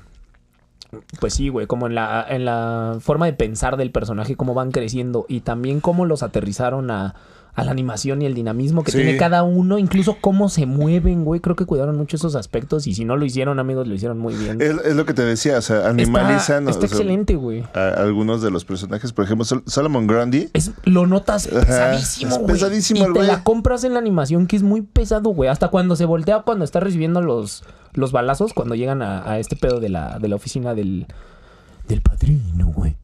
S3: Pues sí, güey, como en la, en la forma de pensar del personaje, cómo van creciendo y también cómo los aterrizaron a, a la animación y el dinamismo que
S2: Sí.
S3: tiene cada uno, incluso cómo se mueven, güey. Creo que cuidaron mucho esos aspectos y si no lo hicieron, amigos, lo hicieron muy bien.
S2: Es, es lo que te decía, o sea,
S3: Está-
S2: animalizan o
S3: está
S2: sea,
S3: excelente, güey.
S2: a algunos de los personajes. Por ejemplo, Sol- Solomon Grundy.
S3: Es, lo notas
S2: Ajá,
S3: pesadísimo,
S2: es
S3: güey.
S2: pesadísimo
S3: y
S2: el
S3: te
S2: güey.
S3: la compras en la animación que es muy pesado, güey. Hasta cuando se voltea, cuando está recibiendo los, los balazos, cuando llegan a, a este pedo de la, de la oficina del, del padrino, güey.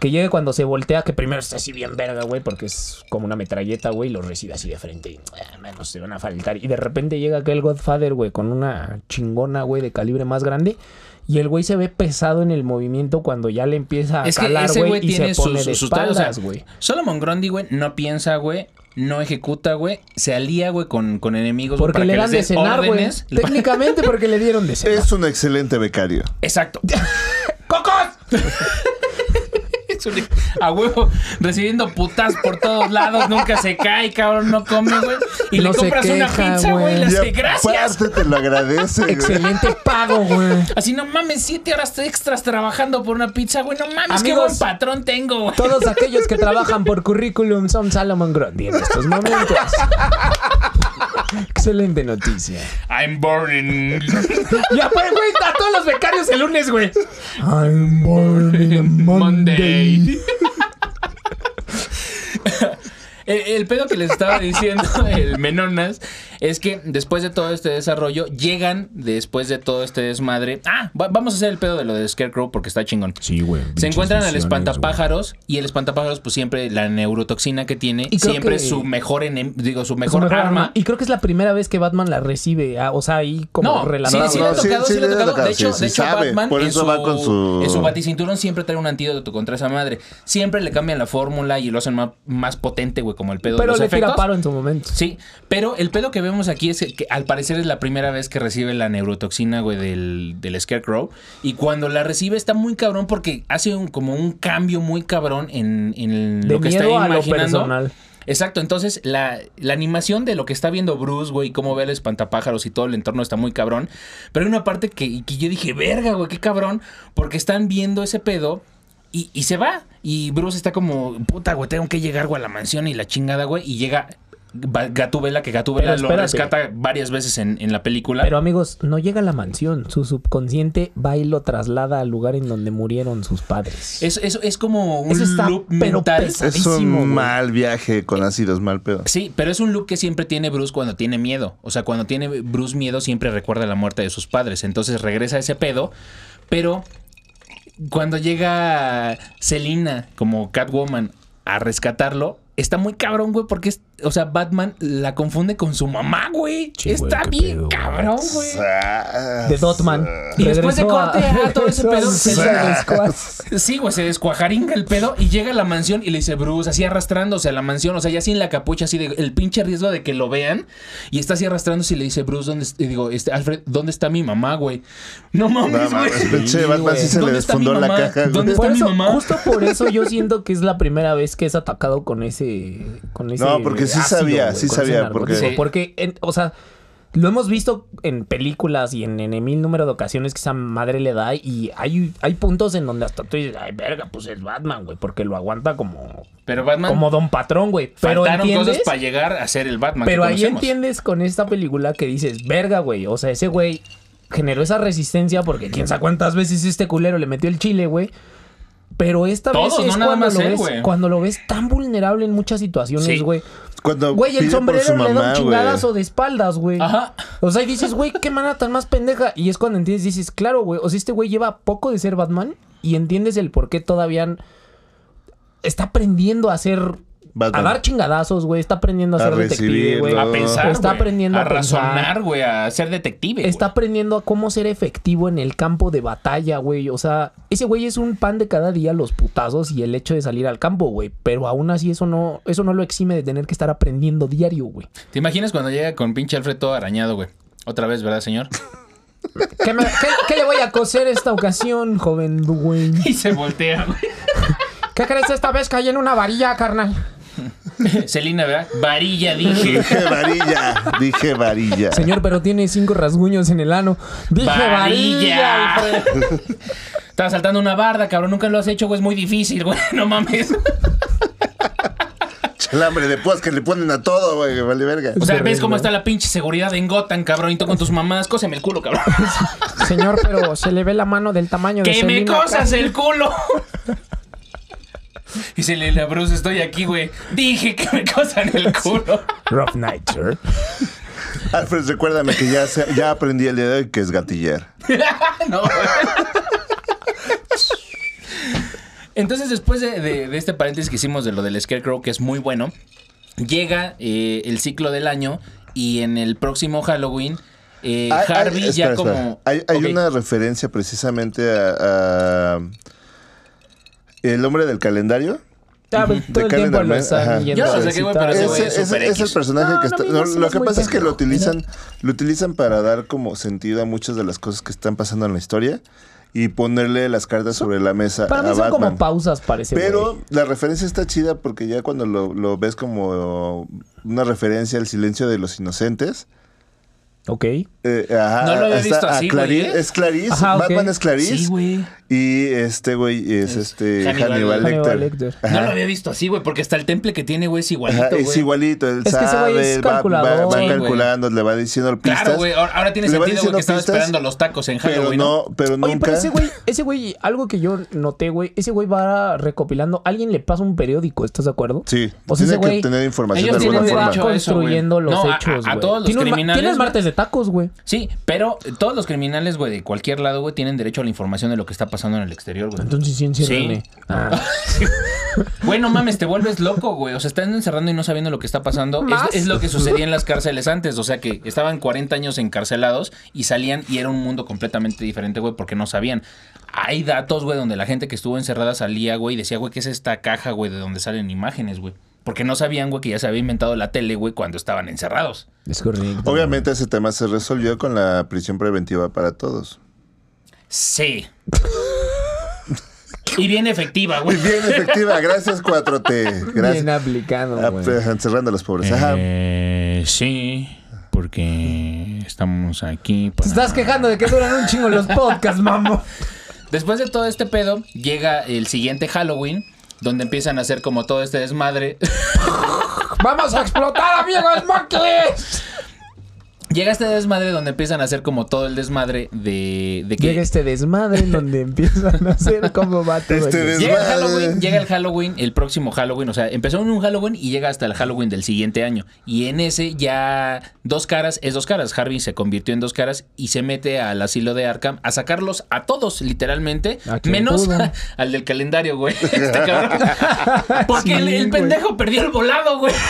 S3: Que llegue cuando se voltea, que primero está así bien verga, güey, porque es como una metralleta, güey, y lo recibe así de frente y ah, manos se van a faltar. Y de repente llega aquel Godfather, güey, con una chingona, güey, de calibre más grande. Y el güey se ve pesado en el movimiento cuando ya le empieza a
S1: Es que
S3: calar,
S1: ese
S3: güey,
S1: güey
S3: y se
S1: tiene
S3: pone
S1: sus,
S3: de
S1: sus o sea,
S3: espaldas, güey.
S1: Solomon Grundy, güey, no piensa, güey, no ejecuta, güey, se alía, güey, con, con enemigos güey,
S3: Porque
S1: pues, para
S3: le
S1: que
S3: dan
S1: les dé
S3: de cenar, güey.
S1: órdenes.
S3: Técnicamente porque le dieron de cenar.
S2: Es un excelente becario.
S1: Exacto.
S3: ¡Cocos!
S1: es un- a huevo recibiendo putas por todos lados, nunca se cae, cabrón, no come, güey. Y
S3: No
S1: le
S3: se
S1: compras una
S3: queja,
S1: pizza,
S3: güey.
S1: güey, le
S3: Y
S1: hace gracias.
S2: aparte te lo agradece, güey.
S3: Excelente pago, güey.
S1: Así no mames, siete horas extras trabajando por una pizza, güey. No mames, qué buen
S3: Amigos,
S1: patrón tengo, güey.
S3: Todos aquellos que trabajan por currículum son Salomon Grundy en estos momentos. Excelente noticia.
S1: I'm burning.
S3: Y aparte, güey, a todos los becarios el lunes, güey.
S4: I'm burning on
S1: Monday. El, el pedo que les estaba diciendo el Menonas es que después de todo este desarrollo, llegan después de todo este desmadre. Ah, va- vamos a hacer el pedo de lo de Scarecrow porque está chingón.
S4: Sí, güey.
S1: Se
S4: pinches
S1: encuentran al
S4: visiones,
S1: espantapájaros y el espantapájaros pues siempre la neurotoxina que tiene
S3: Y creo
S1: siempre
S3: que-
S1: es su mejor enem- digo su
S3: Su
S1: mejor,
S3: mejor
S1: arma.
S3: arma. Y creo que es la primera vez que Batman la recibe. ah, o sea, ahí como
S1: No, sí,
S3: relanzado.
S1: sí
S2: No,
S1: le ha
S2: no, sí,
S1: tocado, sí,
S2: sí
S1: le ha
S2: le ha
S1: tocado.
S2: tocado,
S1: De hecho,
S2: sí,
S1: de
S2: sí
S1: hecho
S2: sabe,
S1: Batman
S2: por
S1: en,
S2: eso
S1: su,
S2: va con su-
S1: en su baticinturón siempre trae un antídoto contra esa madre. Siempre le cambian la fórmula y lo hacen más, más potente, güey, como el pedo de
S3: Pero
S1: los
S3: le tira
S1: efectos.
S3: paro en su momento.
S1: Sí, pero el pedo que vemos aquí es que, que al parecer es la primera vez que recibe la neurotoxina, güey, del, del Scarecrow. Y cuando la recibe está muy cabrón porque hace un, como un cambio muy cabrón en, en
S3: De
S1: lo que está
S3: miedo a lo
S1: imaginando.
S3: personal.
S1: Exacto, entonces la, la animación de lo que está viendo Bruce, güey, cómo ve el espantapájaros y todo el entorno está muy cabrón. Pero hay una parte que, que yo dije, verga, güey, qué cabrón, porque están viendo ese pedo y, y se va. Y Bruce está como, puta, güey, tengo que llegar, güey, a la mansión y la chingada, güey, y llega va- Gatúbela, que Gatúbela
S3: Pero
S1: lo
S3: espérate.
S1: rescata varias veces en, en la película.
S3: Pero amigos, no llega a la mansión. Su subconsciente va y lo traslada al lugar en donde murieron sus padres.
S1: es, es, es como un
S3: Eso está,
S1: loop
S3: pero
S1: mental.
S3: pesa-
S2: Es un
S3: Pesadísimo, güey.
S2: mal viaje con ácidos, mal pedo.
S1: Sí, pero es un look que siempre tiene Bruce cuando tiene miedo. O sea, cuando tiene Bruce miedo siempre recuerda la muerte de sus padres. Entonces regresa a ese pedo, pero cuando llega Selina como Catwoman a rescatarlo, está muy cabrón, güey, porque es, o sea, Batman la confunde con su mamá, güey.
S4: Sí, güey,
S1: está
S4: qué
S1: bien
S4: pedo, güey.
S1: cabrón, güey.
S3: De Dotman.
S2: Ah.
S1: Y después de corte
S3: ah,
S1: a todo ese pedo, se
S3: pedo.
S1: Sí, güey, se descuajaringa el pedo y llega a la mansión y le dice Bruce, así arrastrándose a la mansión, o sea, ya sin la capucha, así de el pinche riesgo de que lo vean. Y está así arrastrándose y le dice Bruce, ¿dónde, est- y digo, este, Alfred, ¿dónde está mi mamá, güey? No
S2: No
S1: mames, güey.
S2: mames, pinche Batman sí se le
S1: ¿Dónde está mi
S2: desfundó la
S1: mamá?
S2: caja, güey.
S1: ¿Dónde está
S3: Por
S1: mi
S3: eso,
S1: mamá?
S3: justo por eso yo siento que es la primera vez que es atacado con ese. Con ese
S2: No, porque sí
S3: ácido,
S2: sabía,
S3: güey,
S2: sí
S3: con ese
S2: sabía, porque-
S3: narcótico.
S1: Sí.
S3: Porque, en- o sea, lo hemos visto en películas y en, en mil número de ocasiones que esa madre le da. Y hay, hay puntos en donde hasta tú dices, ay, verga, pues es Batman, güey, porque lo aguanta como,
S1: Pero Batman,
S3: como don patrón, güey. Pero
S1: faltaron
S3: entiendes.
S1: cosas para llegar a ser el Batman.
S3: Pero
S1: que
S3: ahí
S1: conocemos.
S3: entiendes con esta película que dices, verga, güey. O sea, ese güey generó esa resistencia porque quién sabe cuántas veces este culero le metió el chile, güey. Pero esta
S1: Todos,
S3: vez
S1: no
S3: es
S1: nada
S3: cuando,
S1: más
S3: lo
S1: él,
S3: ves,
S1: güey.
S3: cuando lo ves tan vulnerable en muchas situaciones,
S1: Sí.
S3: güey.
S2: Cuando
S3: Güey, el
S2: pide por
S3: sombrero
S2: su
S3: le da un
S2: mamá, güey.
S3: chingadazo de espaldas, güey.
S1: Ajá.
S3: O sea, y dices, güey, qué manera tan más pendeja. Y es cuando entiendes, dices, claro, güey. O sea, este güey lleva poco de ser Batman y entiendes el por qué todavía está aprendiendo a ser.
S2: Batman.
S3: A dar chingadazos, güey. Está aprendiendo a,
S2: A
S3: ser detective, güey.
S2: recibirlo.
S1: A pensar,
S3: Está
S1: güey,
S3: aprendiendo
S1: a,
S3: a pensar.
S1: razonar, güey, a ser detective.
S3: Está aprendiendo a cómo ser efectivo en el campo de batalla, güey. O sea, ese güey es un pan de cada día los putazos y el hecho de salir al campo, güey. Pero aún así eso no, eso no lo exime de tener que estar aprendiendo diario, güey.
S1: güey. ¿Te imaginas cuando llega con pinche Alfred todo arañado, güey? Otra vez, ¿verdad, señor?
S3: ¿Qué, me- qué- qué le voy a coser esta ocasión, joven güey?
S1: Y se voltea, güey.
S3: ¿Qué crees esta vez caí en una varilla, carnal?
S1: Celina, ¿verdad? Varilla, dije.
S2: Dije varilla, dije varilla.
S3: Señor, pero tiene cinco rasguños en el ano. Dije varilla.
S1: Varilla.
S3: Alfred.
S1: Estaba saltando una barda, cabrón. Nunca lo has hecho, güey. Es muy difícil, güey. No mames.
S2: El hambre de púas que le ponen a todo, güey, que vale verga.
S1: O sea, ves
S3: Terrible.
S1: cómo está la pinche seguridad en Gotham, cabrón. Y tú con tus mamás, cóseme el culo, cabrón.
S3: Señor, pero se le ve la mano del tamaño de
S1: ¡Que me
S3: Selena
S1: cosas
S3: Kyle.
S1: el culo! Y se le Bruce, estoy aquí, güey. Dije que me cosan el culo.
S4: Rough night, sir.
S2: Alfred, recuérdame que ya, se- ya aprendí el día de hoy que es gatillar.
S1: no, güey. Entonces, después de, de- de este paréntesis que hicimos de lo del Scarecrow, que es muy bueno, llega eh, el ciclo del año y en el próximo Halloween, eh,
S2: Hay- hay-
S1: Harvey ya
S2: Ah, espera,
S1: como.
S2: espera. Hay, hay
S1: Ok.
S2: una referencia precisamente a, a El hombre del calendario.
S3: Ah, pues,
S2: De
S3: todo el tiempo
S2: Calendar
S3: lo
S2: Man, ajá.
S3: están yendo
S1: Yo no
S3: a
S1: sé qué, güey,
S3: visitar,
S1: pero ese güey
S2: Ese,
S1: es
S2: ese-
S1: super
S2: ese es
S1: X.
S2: el personaje
S3: No,
S2: que
S3: no,
S2: está.
S3: no,
S2: no,
S3: no,
S2: lo
S3: es
S2: que
S3: muy
S2: pasa es que lo
S3: pendejo.
S2: utilizan, lo utilizan para dar como sentido a muchas de las cosas que están pasando en la historia. y ponerle las cartas sobre la mesa.
S3: Para mí
S2: a
S3: son como
S2: Batman.
S3: pausas, parece.
S2: Pero la referencia está chida porque ya cuando lo, lo ves como una referencia al silencio de los inocentes.
S3: Ok.
S2: eh, ajá,
S1: No lo había
S2: está
S1: visto
S2: a
S1: así,
S2: Clarice-
S1: güey, ¿eh?
S2: Es Clarice.
S3: Ajá, ok.
S2: Batman es Clarice.
S1: Sí, güey.
S2: Y este güey es,
S1: Es
S2: este
S1: Hannibal.
S2: Hannibal,
S3: Hannibal
S2: Lecter.
S3: Lecter.
S1: No
S2: Ajá.
S1: lo había visto así, güey, porque hasta el temple que tiene, güey, es
S2: Ajá,
S1: igualito,
S2: es
S1: güey.
S2: igualito, él
S3: Es que ese güey es
S2: sabe, va, va-
S3: calculador.
S2: va
S3: Sí,
S1: güey.
S2: calculando, le va diciendo pistas.
S1: Claro, güey. Ahora, ahora tiene
S2: Le
S1: sentido,
S2: va
S1: güey,
S2: diciendo
S1: que estaba
S2: pistas,
S1: esperando los tacos en
S2: Pero
S1: Halloween, ¿no?
S2: no, pero nunca.
S3: Oye, pero ese güey, ese güey, algo que yo noté, güey, ese güey va recopilando, alguien le pasa un periódico, ¿estás de acuerdo?
S2: Sí,
S3: O sea, ese
S2: tiene que
S3: güey-
S2: tener información
S1: Ellos
S2: de
S3: Tiene
S2: alguna
S3: que
S1: tienen
S3: va
S2: forma.
S1: derecho a eso,
S3: construyendo
S1: güey.
S3: los
S1: No, a-
S3: hechos,
S1: a
S3: güey.
S1: todos los
S3: Tiene un ma-
S1: criminales,
S3: Tienes
S1: güey.
S3: martes de tacos, güey.
S1: Sí, pero todos los criminales, güey, de cualquier lado, güey, tienen derecho a la información de lo que está pasando en el exterior, güey.
S3: Entonces sí, Ah, enciérrale.
S1: Sí. Ah. Güey, no mames, te vuelves loco, güey. O sea, están encerrando y no sabiendo lo que está pasando.
S3: ¿Más?
S1: Es, es lo que sucedía en las cárceles antes. O sea, que estaban 40 años encarcelados y salían y era un mundo completamente diferente, güey, porque no sabían. Hay datos, güey, donde la gente que estuvo encerrada salía, güey, y decía, güey, ¿qué es esta caja, güey, de donde salen imágenes, güey? Porque no sabían, güey, que ya se había inventado la tele, güey, cuando estaban encerrados.
S3: Es correcto.
S2: Obviamente ese tema se resolvió con la prisión preventiva para todos.
S1: Sí. y bien efectiva,
S2: Muy
S1: güey.
S2: bien, efectiva. Gracias 4T.
S3: Bien
S2: Gracias.
S3: aplicado,
S2: Ah,
S3: güey.
S2: pues, Encerrando a los pobres. Ajá.
S1: Eh, sí, porque estamos aquí.
S3: Te
S1: para-
S3: estás quejando de que duran un chingo los podcasts, mamo.
S1: Después de todo este pedo, llega el siguiente Halloween, donde empiezan a hacer como todo este desmadre.
S3: ¡Vamos a explotar, amigos monkeys!
S1: llega este desmadre donde empiezan a hacer como todo el desmadre de, de que...
S3: Llega este desmadre en donde empiezan a hacer cómo va todo.
S2: Este
S3: el-
S2: des-
S1: Llega el
S2: desmadre.
S1: Halloween, llega el Halloween, el próximo Halloween, o sea, empezó en un Halloween y llega hasta el Halloween del siguiente año. Y en ese ya dos caras, es dos caras, Harvey se convirtió en dos caras y se mete al asilo de Arkham a sacarlos a todos, literalmente,
S3: ¿A quién
S1: menos
S3: pudo?
S1: al del calendario, güey. Este cabrón. Porque
S3: Sí,
S1: el, el
S3: güey.
S1: pendejo perdió el volado, güey.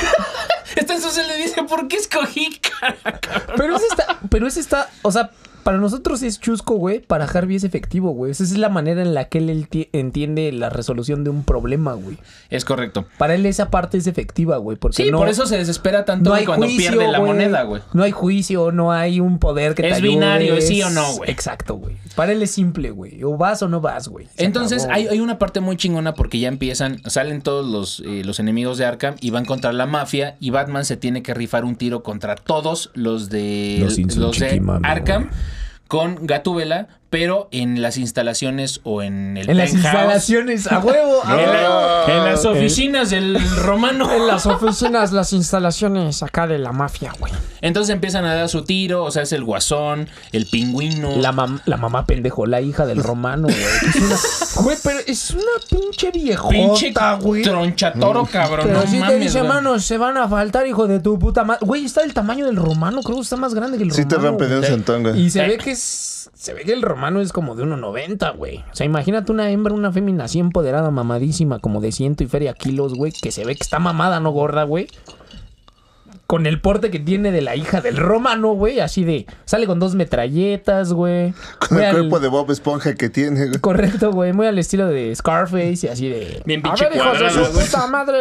S1: Entonces él le dice, ¿por qué escogí cara, cabrón?"
S3: Pero ese está, pero ese está, o sea, para nosotros es chusco, güey, para Harvey es efectivo, güey. Esa es la manera en la que él enti- entiende la resolución de un problema, güey.
S1: Es correcto.
S3: Para él esa parte es efectiva, güey, porque
S1: Sí,
S3: no
S1: por eso se desespera tanto
S3: no
S1: güey,
S3: hay
S1: cuando
S3: juicio,
S1: pierde la
S3: güey.
S1: moneda, güey.
S3: No hay juicio, no hay un poder que te
S1: Es
S3: ayude,
S1: binario, es sí
S3: es-
S1: o no, güey.
S3: Exacto, güey. Para él es simple, güey. O vas o no vas, güey. Se
S1: Entonces
S3: acabó.
S1: hay, hay una parte muy chingona porque ya empiezan, salen todos los, eh, los enemigos de Arkham y van contra la mafia y Batman se tiene que rifar un tiro contra todos los de,
S4: Los Insult
S1: de
S4: Chiquimami,
S1: Arkham
S4: güey.
S1: con Gatúbela, pero en las instalaciones o en el
S3: en las
S1: penthouse.
S3: instalaciones a huevo, a
S1: En,
S3: huevo.
S1: la- en las oficinas del romano.
S3: En las oficinas, las instalaciones acá de la mafia, güey.
S1: Entonces empiezan a dar su tiro, o sea, es el guasón, el pingüino.
S3: La, mam- la mamá pendejo, la hija del romano, güey. Es una- Güey, pero es una pinche
S1: pinche
S3: viejota, güey. Mm.
S1: tronchatoro, cabrón.
S3: Pero
S1: no
S3: si te
S1: mames,
S3: dice,
S1: güey.
S3: mano, se van a faltar, hijo de tu puta madre. Güey, está del tamaño del romano, creo que está más grande que el
S2: Sí
S3: romano.
S2: te rompe de un centón,
S3: güey. Y
S2: güey.
S3: se
S1: Eh.
S3: ve que es. Se ve que el romano es como de 1.90, güey. O sea, imagínate una hembra, una fémina así empoderada, mamadísima, como de ciento y feria kilos, güey, que se ve que está mamada, no gorda, güey. Con el porte que tiene de la hija del romano, güey, así de. Sale con dos metralletas, güey.
S2: Con
S3: Muy
S2: el
S3: al-
S2: cuerpo de Bob Esponja que tiene, güey.
S3: Correcto, güey. Muy al estilo de Scarface y así de.
S1: Bien
S3: a
S1: pinche
S3: ver, hijos de
S1: cuadrado,
S3: su
S1: güey".
S3: puta madre.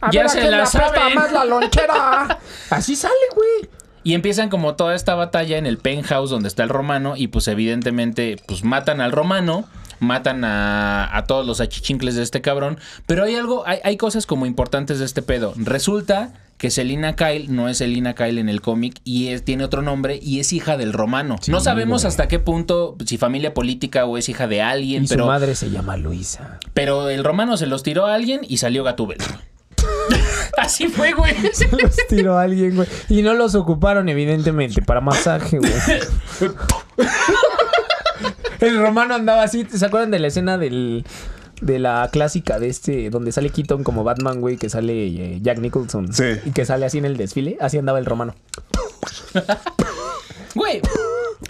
S3: A
S1: Ya
S3: ver,
S1: se
S3: a quién
S1: la
S3: le aplasta
S1: saben.
S3: más la lonchera. Así sale, güey.
S1: Y empiezan como toda esta batalla en el penthouse donde está el romano y pues evidentemente pues matan al romano, matan a, a todos los achichincles de este cabrón, pero hay algo, hay, hay cosas como importantes de este pedo. Resulta que Selina Kyle no es Selina Kyle en el cómic y es- tiene otro nombre y es hija del romano. no sabemos hasta qué punto, si familia política o es hija de alguien,
S3: Y su
S1: pero,
S3: madre se llama Luisa.
S1: pero el romano se los tiró a alguien y salió Gatúbel. Así fue, güey.
S3: Los tiró a alguien, güey. Y no los ocuparon, evidentemente, para masaje, güey. El romano andaba así. ¿Se acuerdan de la escena del. De la clásica de este, donde sale Keaton como Batman, güey, que sale eh, Jack Nicholson.
S2: Sí.
S3: Y que sale así en el desfile. Así andaba el romano.
S1: Güey,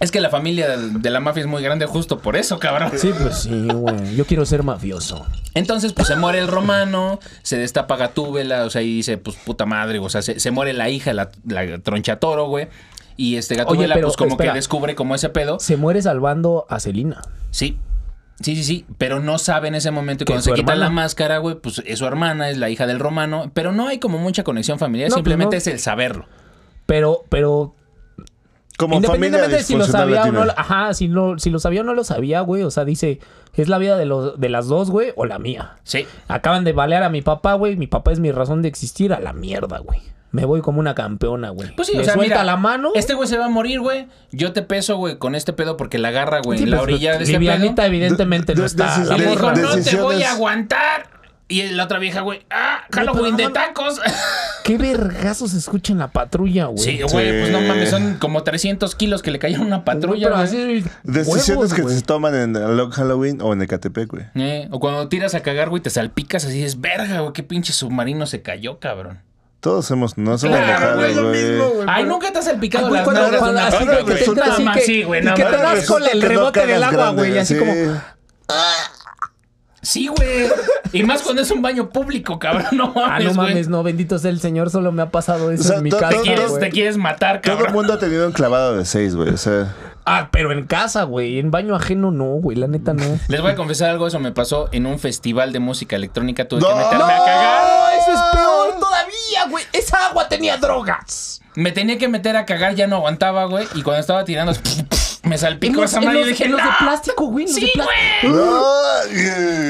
S1: es que la familia de la mafia es muy grande justo por eso, cabrón.
S3: Sí, pues sí, güey. Yo quiero ser mafioso.
S1: Entonces, pues se muere el romano, se destapa Gatúbela, o sea, y dice, pues puta madre, o sea, se, se muere la hija, la, la tronchatoro, güey. Y este Gatúbela,
S3: pero,
S1: pues como
S3: espera.
S1: que descubre como ese pedo.
S3: Se muere salvando a Celina.
S1: Sí. Sí, sí, sí, pero no sabe en ese momento y
S3: Que
S1: cuando
S3: es
S1: se
S3: su
S1: quita la
S3: hermana.
S1: máscara, güey, pues es su hermana, es la hija del romano, pero no hay como mucha conexión familiar,
S3: No, pues,
S1: simplemente
S3: no.
S1: es el saberlo.
S3: Pero, pero
S2: Como familia
S3: Independientemente de si lo
S2: disfuncional
S3: sabía o no,
S2: latina.
S3: lo- ajá, si, no, si lo sabía o no lo sabía, güey. O sea, dice, es la vida de, los, de las dos, güey, o la mía.
S1: Sí.
S3: Acaban de balear a mi papá, güey. Mi papá es mi razón de existir. A la mierda, güey. Me voy como una campeona, güey.
S1: Pues sí,
S3: Le
S1: o sea,
S3: suelta
S1: mira,
S3: la mano.
S1: Este güey se va a morir, güey. Yo te peso, güey, con este pedo porque la agarra, güey,
S3: Sí,
S1: en la
S3: pues,
S1: orilla de este pedo.
S3: Vivianita, evidentemente,
S2: De-
S3: no
S2: de-
S3: está.
S2: de-
S3: la
S1: Y le
S2: de-
S3: morra,
S1: dijo,
S3: güey.
S1: no te voy
S2: decisiones-
S1: a aguantar. Y la otra vieja, güey, ah, Halloween de
S3: Güey, pero no
S1: tacos.
S3: Qué vergazos se escucha en la patrulla, güey.
S1: Sí, güey, pues no mames, son como 300 kilos que le cayeron a una patrulla,
S3: Pues Pero
S1: güey.
S3: así,
S2: Decisiones
S3: huevos,
S2: que
S3: güey.
S2: se toman en Log Halloween o en Ecatepec, güey.
S1: Eh, o cuando tiras a cagar, güey, te salpicas así, es verga, güey, qué pinche submarino se cayó, cabrón.
S2: Todos hemos, no somos
S1: Claro, güey,
S2: mojados,
S1: es lo
S2: güey.
S1: Ay, nunca te has salpicado
S3: Ah, güey,
S1: las
S3: cuando-
S1: nalgas de
S3: cuando-
S1: una
S3: así,
S1: patrulla.
S3: güey, que te
S2: Resulta
S3: entra así
S1: mamá,
S3: que-
S1: sí, güey,
S3: y
S1: no
S3: que te
S1: mames.
S3: das con el
S2: Resulta que no
S3: rebote del
S2: cagas
S3: agua,
S2: grande,
S3: güey. Así
S2: sí.
S3: como,
S1: Sí, güey. Y más cuando es un baño público, cabrón, no mames,
S3: ah, no
S1: güey.
S3: mames, no, bendito sea el Señor, solo me ha pasado eso
S2: O sea,
S3: en mi
S2: to-
S3: casa.
S2: to-
S1: Te quieres,
S3: güey.
S1: te quieres matar,
S2: Ah, Todo el
S1: cabrón.
S2: mundo ha tenido un clavado de seis, güey. O sea,
S3: Ah, pero en casa, güey. En baño ajeno, no, güey. La neta, no.
S1: Les voy a confesar algo, eso me pasó en un festival de música electrónica, tuve Pues que
S2: No.
S1: meterme a cagar.
S3: ¡No! ¡Eso es peor todavía, güey! ¡Esa agua tenía drogas!
S1: Me tenía que meter a cagar, ya no aguantaba, güey. Y cuando estaba tirando, me
S3: En
S1: salpicó
S3: los,
S1: esa
S3: en
S1: madre y
S3: los-
S1: dije,
S3: en los de
S1: "No".
S3: plástico, güey. en los de
S1: Sí,
S3: pla-
S2: No.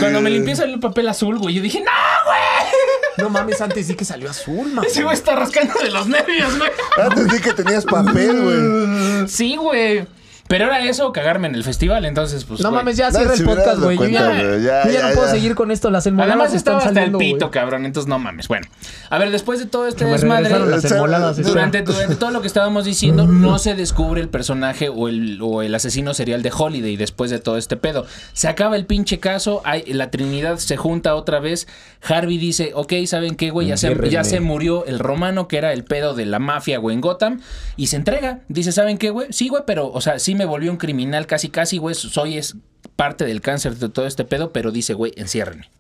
S1: Cuando me limpié salió el papel azul, güey. Yo dije, ¡No, güey!
S3: No mames, antes sí que salió azul, man.
S1: Ese güey está rascando de los nervios, güey.
S2: Antes di que tenías papel, güey.
S1: Sí, güey. Pero era eso o cagarme en el festival, entonces, pues.
S3: No
S1: güey.
S3: mames, ya
S2: No,
S3: cierra
S2: si
S3: el
S2: hubieras
S3: podcast,
S2: dado
S3: güey. Yo ya,
S2: cuenta, güey. Ya,
S3: yo ya
S2: ya,
S3: no puedo
S2: ya.
S3: seguir con esto. Las
S1: Además
S3: enmoladas
S1: estaba
S3: están
S1: hasta el
S3: saliendo,
S1: pito,
S3: güey.
S1: cabrón. Entonces, no mames. Bueno, a ver, después de todo este
S3: Me regresaron
S1: desmadre.
S3: las enmoladas. espera.
S1: Durante, durante todo lo que estábamos diciendo, no se descubre el personaje o el, o el asesino serial de Holiday después de todo este pedo. Se acaba el pinche caso, hay- la Trinidad se junta otra vez. Harvey dice, ok, ¿saben qué, güey? Ya se, ya
S3: Enciérrenme.
S1: se murió el romano, que era el pedo de la mafia, güey, en Gotham. Y se entrega. Dice, ¿saben qué, güey? Sí, güey, pero, o sea, sí me volvió un criminal casi, casi, güey. Soy es parte del cáncer de todo este pedo, pero dice, güey, enciérrenme.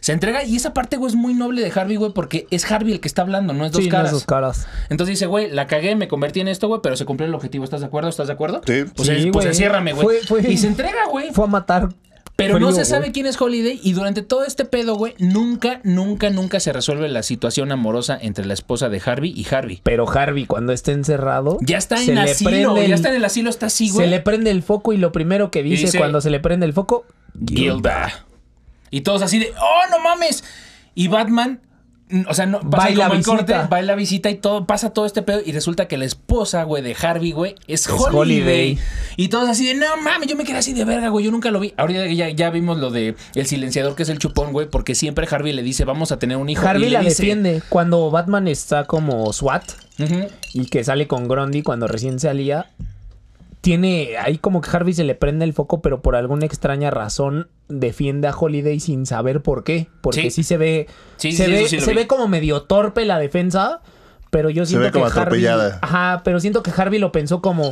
S1: Se entrega y esa parte, güey, es muy noble de Harvey, güey, porque es Harvey el que está hablando, no es dos
S3: Sí, no,
S1: caras.
S3: esas caras.
S1: Entonces dice, güey, la cagué, me convertí en esto, güey, pero se cumplió el objetivo. ¿Estás de acuerdo? ¿Estás de acuerdo?
S2: Sí.
S1: Pues,
S3: Sí,
S1: es- pues
S3: güey.
S1: enciérrame, güey.
S3: Fue- fue-
S1: Y se entrega, güey.
S3: Fue a matar.
S1: Pero no
S3: frío,
S1: se
S3: güey.
S1: sabe quién es Holiday y durante todo este pedo, güey, nunca, nunca, nunca se resuelve la situación amorosa entre la esposa de Harvey y Harvey.
S3: Pero Harvey, cuando está encerrado.
S1: Ya está
S3: se
S1: en
S3: le
S1: asilo,
S3: prende
S1: ya
S3: el-
S1: está en el asilo, está así,
S3: Se le
S1: güey.
S3: prende el foco y lo primero que dice,
S1: dice-
S3: cuando se le prende el foco.
S1: Gilda. Y todos así de, ¡oh, no mames! Y Batman, mm, o sea, no, pasa
S3: Baila
S1: como el
S3: visita.
S1: corte, baila visita y todo, pasa todo este pedo y resulta que la esposa, güey, de Harvey, güey, es, Holiday.
S3: Holiday.
S1: Y todos así de, no mames, yo me quedé así de verga, güey, yo nunca lo vi. Ahorita ya, ya vimos lo de el silenciador que es el chupón, güey, porque siempre Harvey le dice, vamos a tener un hijo. y
S3: Harvey
S1: le
S3: la
S1: dice,
S3: defiende. Cuando Batman está como SWAT
S1: "Ujú".
S3: y que sale con Grundy cuando recién salía. Tiene ahí como que Harvey se le prende el foco, pero por alguna extraña razón defiende a Holiday sin saber por qué. Porque
S1: Sí.
S3: sí, se ve.
S1: Sí,
S3: se
S1: sí,
S3: ve,
S1: eso sí lo
S3: se
S1: vi.
S3: ve como medio torpe la defensa. Pero yo siento
S2: ve como
S3: que Harvey.
S2: atropellada.
S3: Ajá, pero siento que Harvey lo pensó como.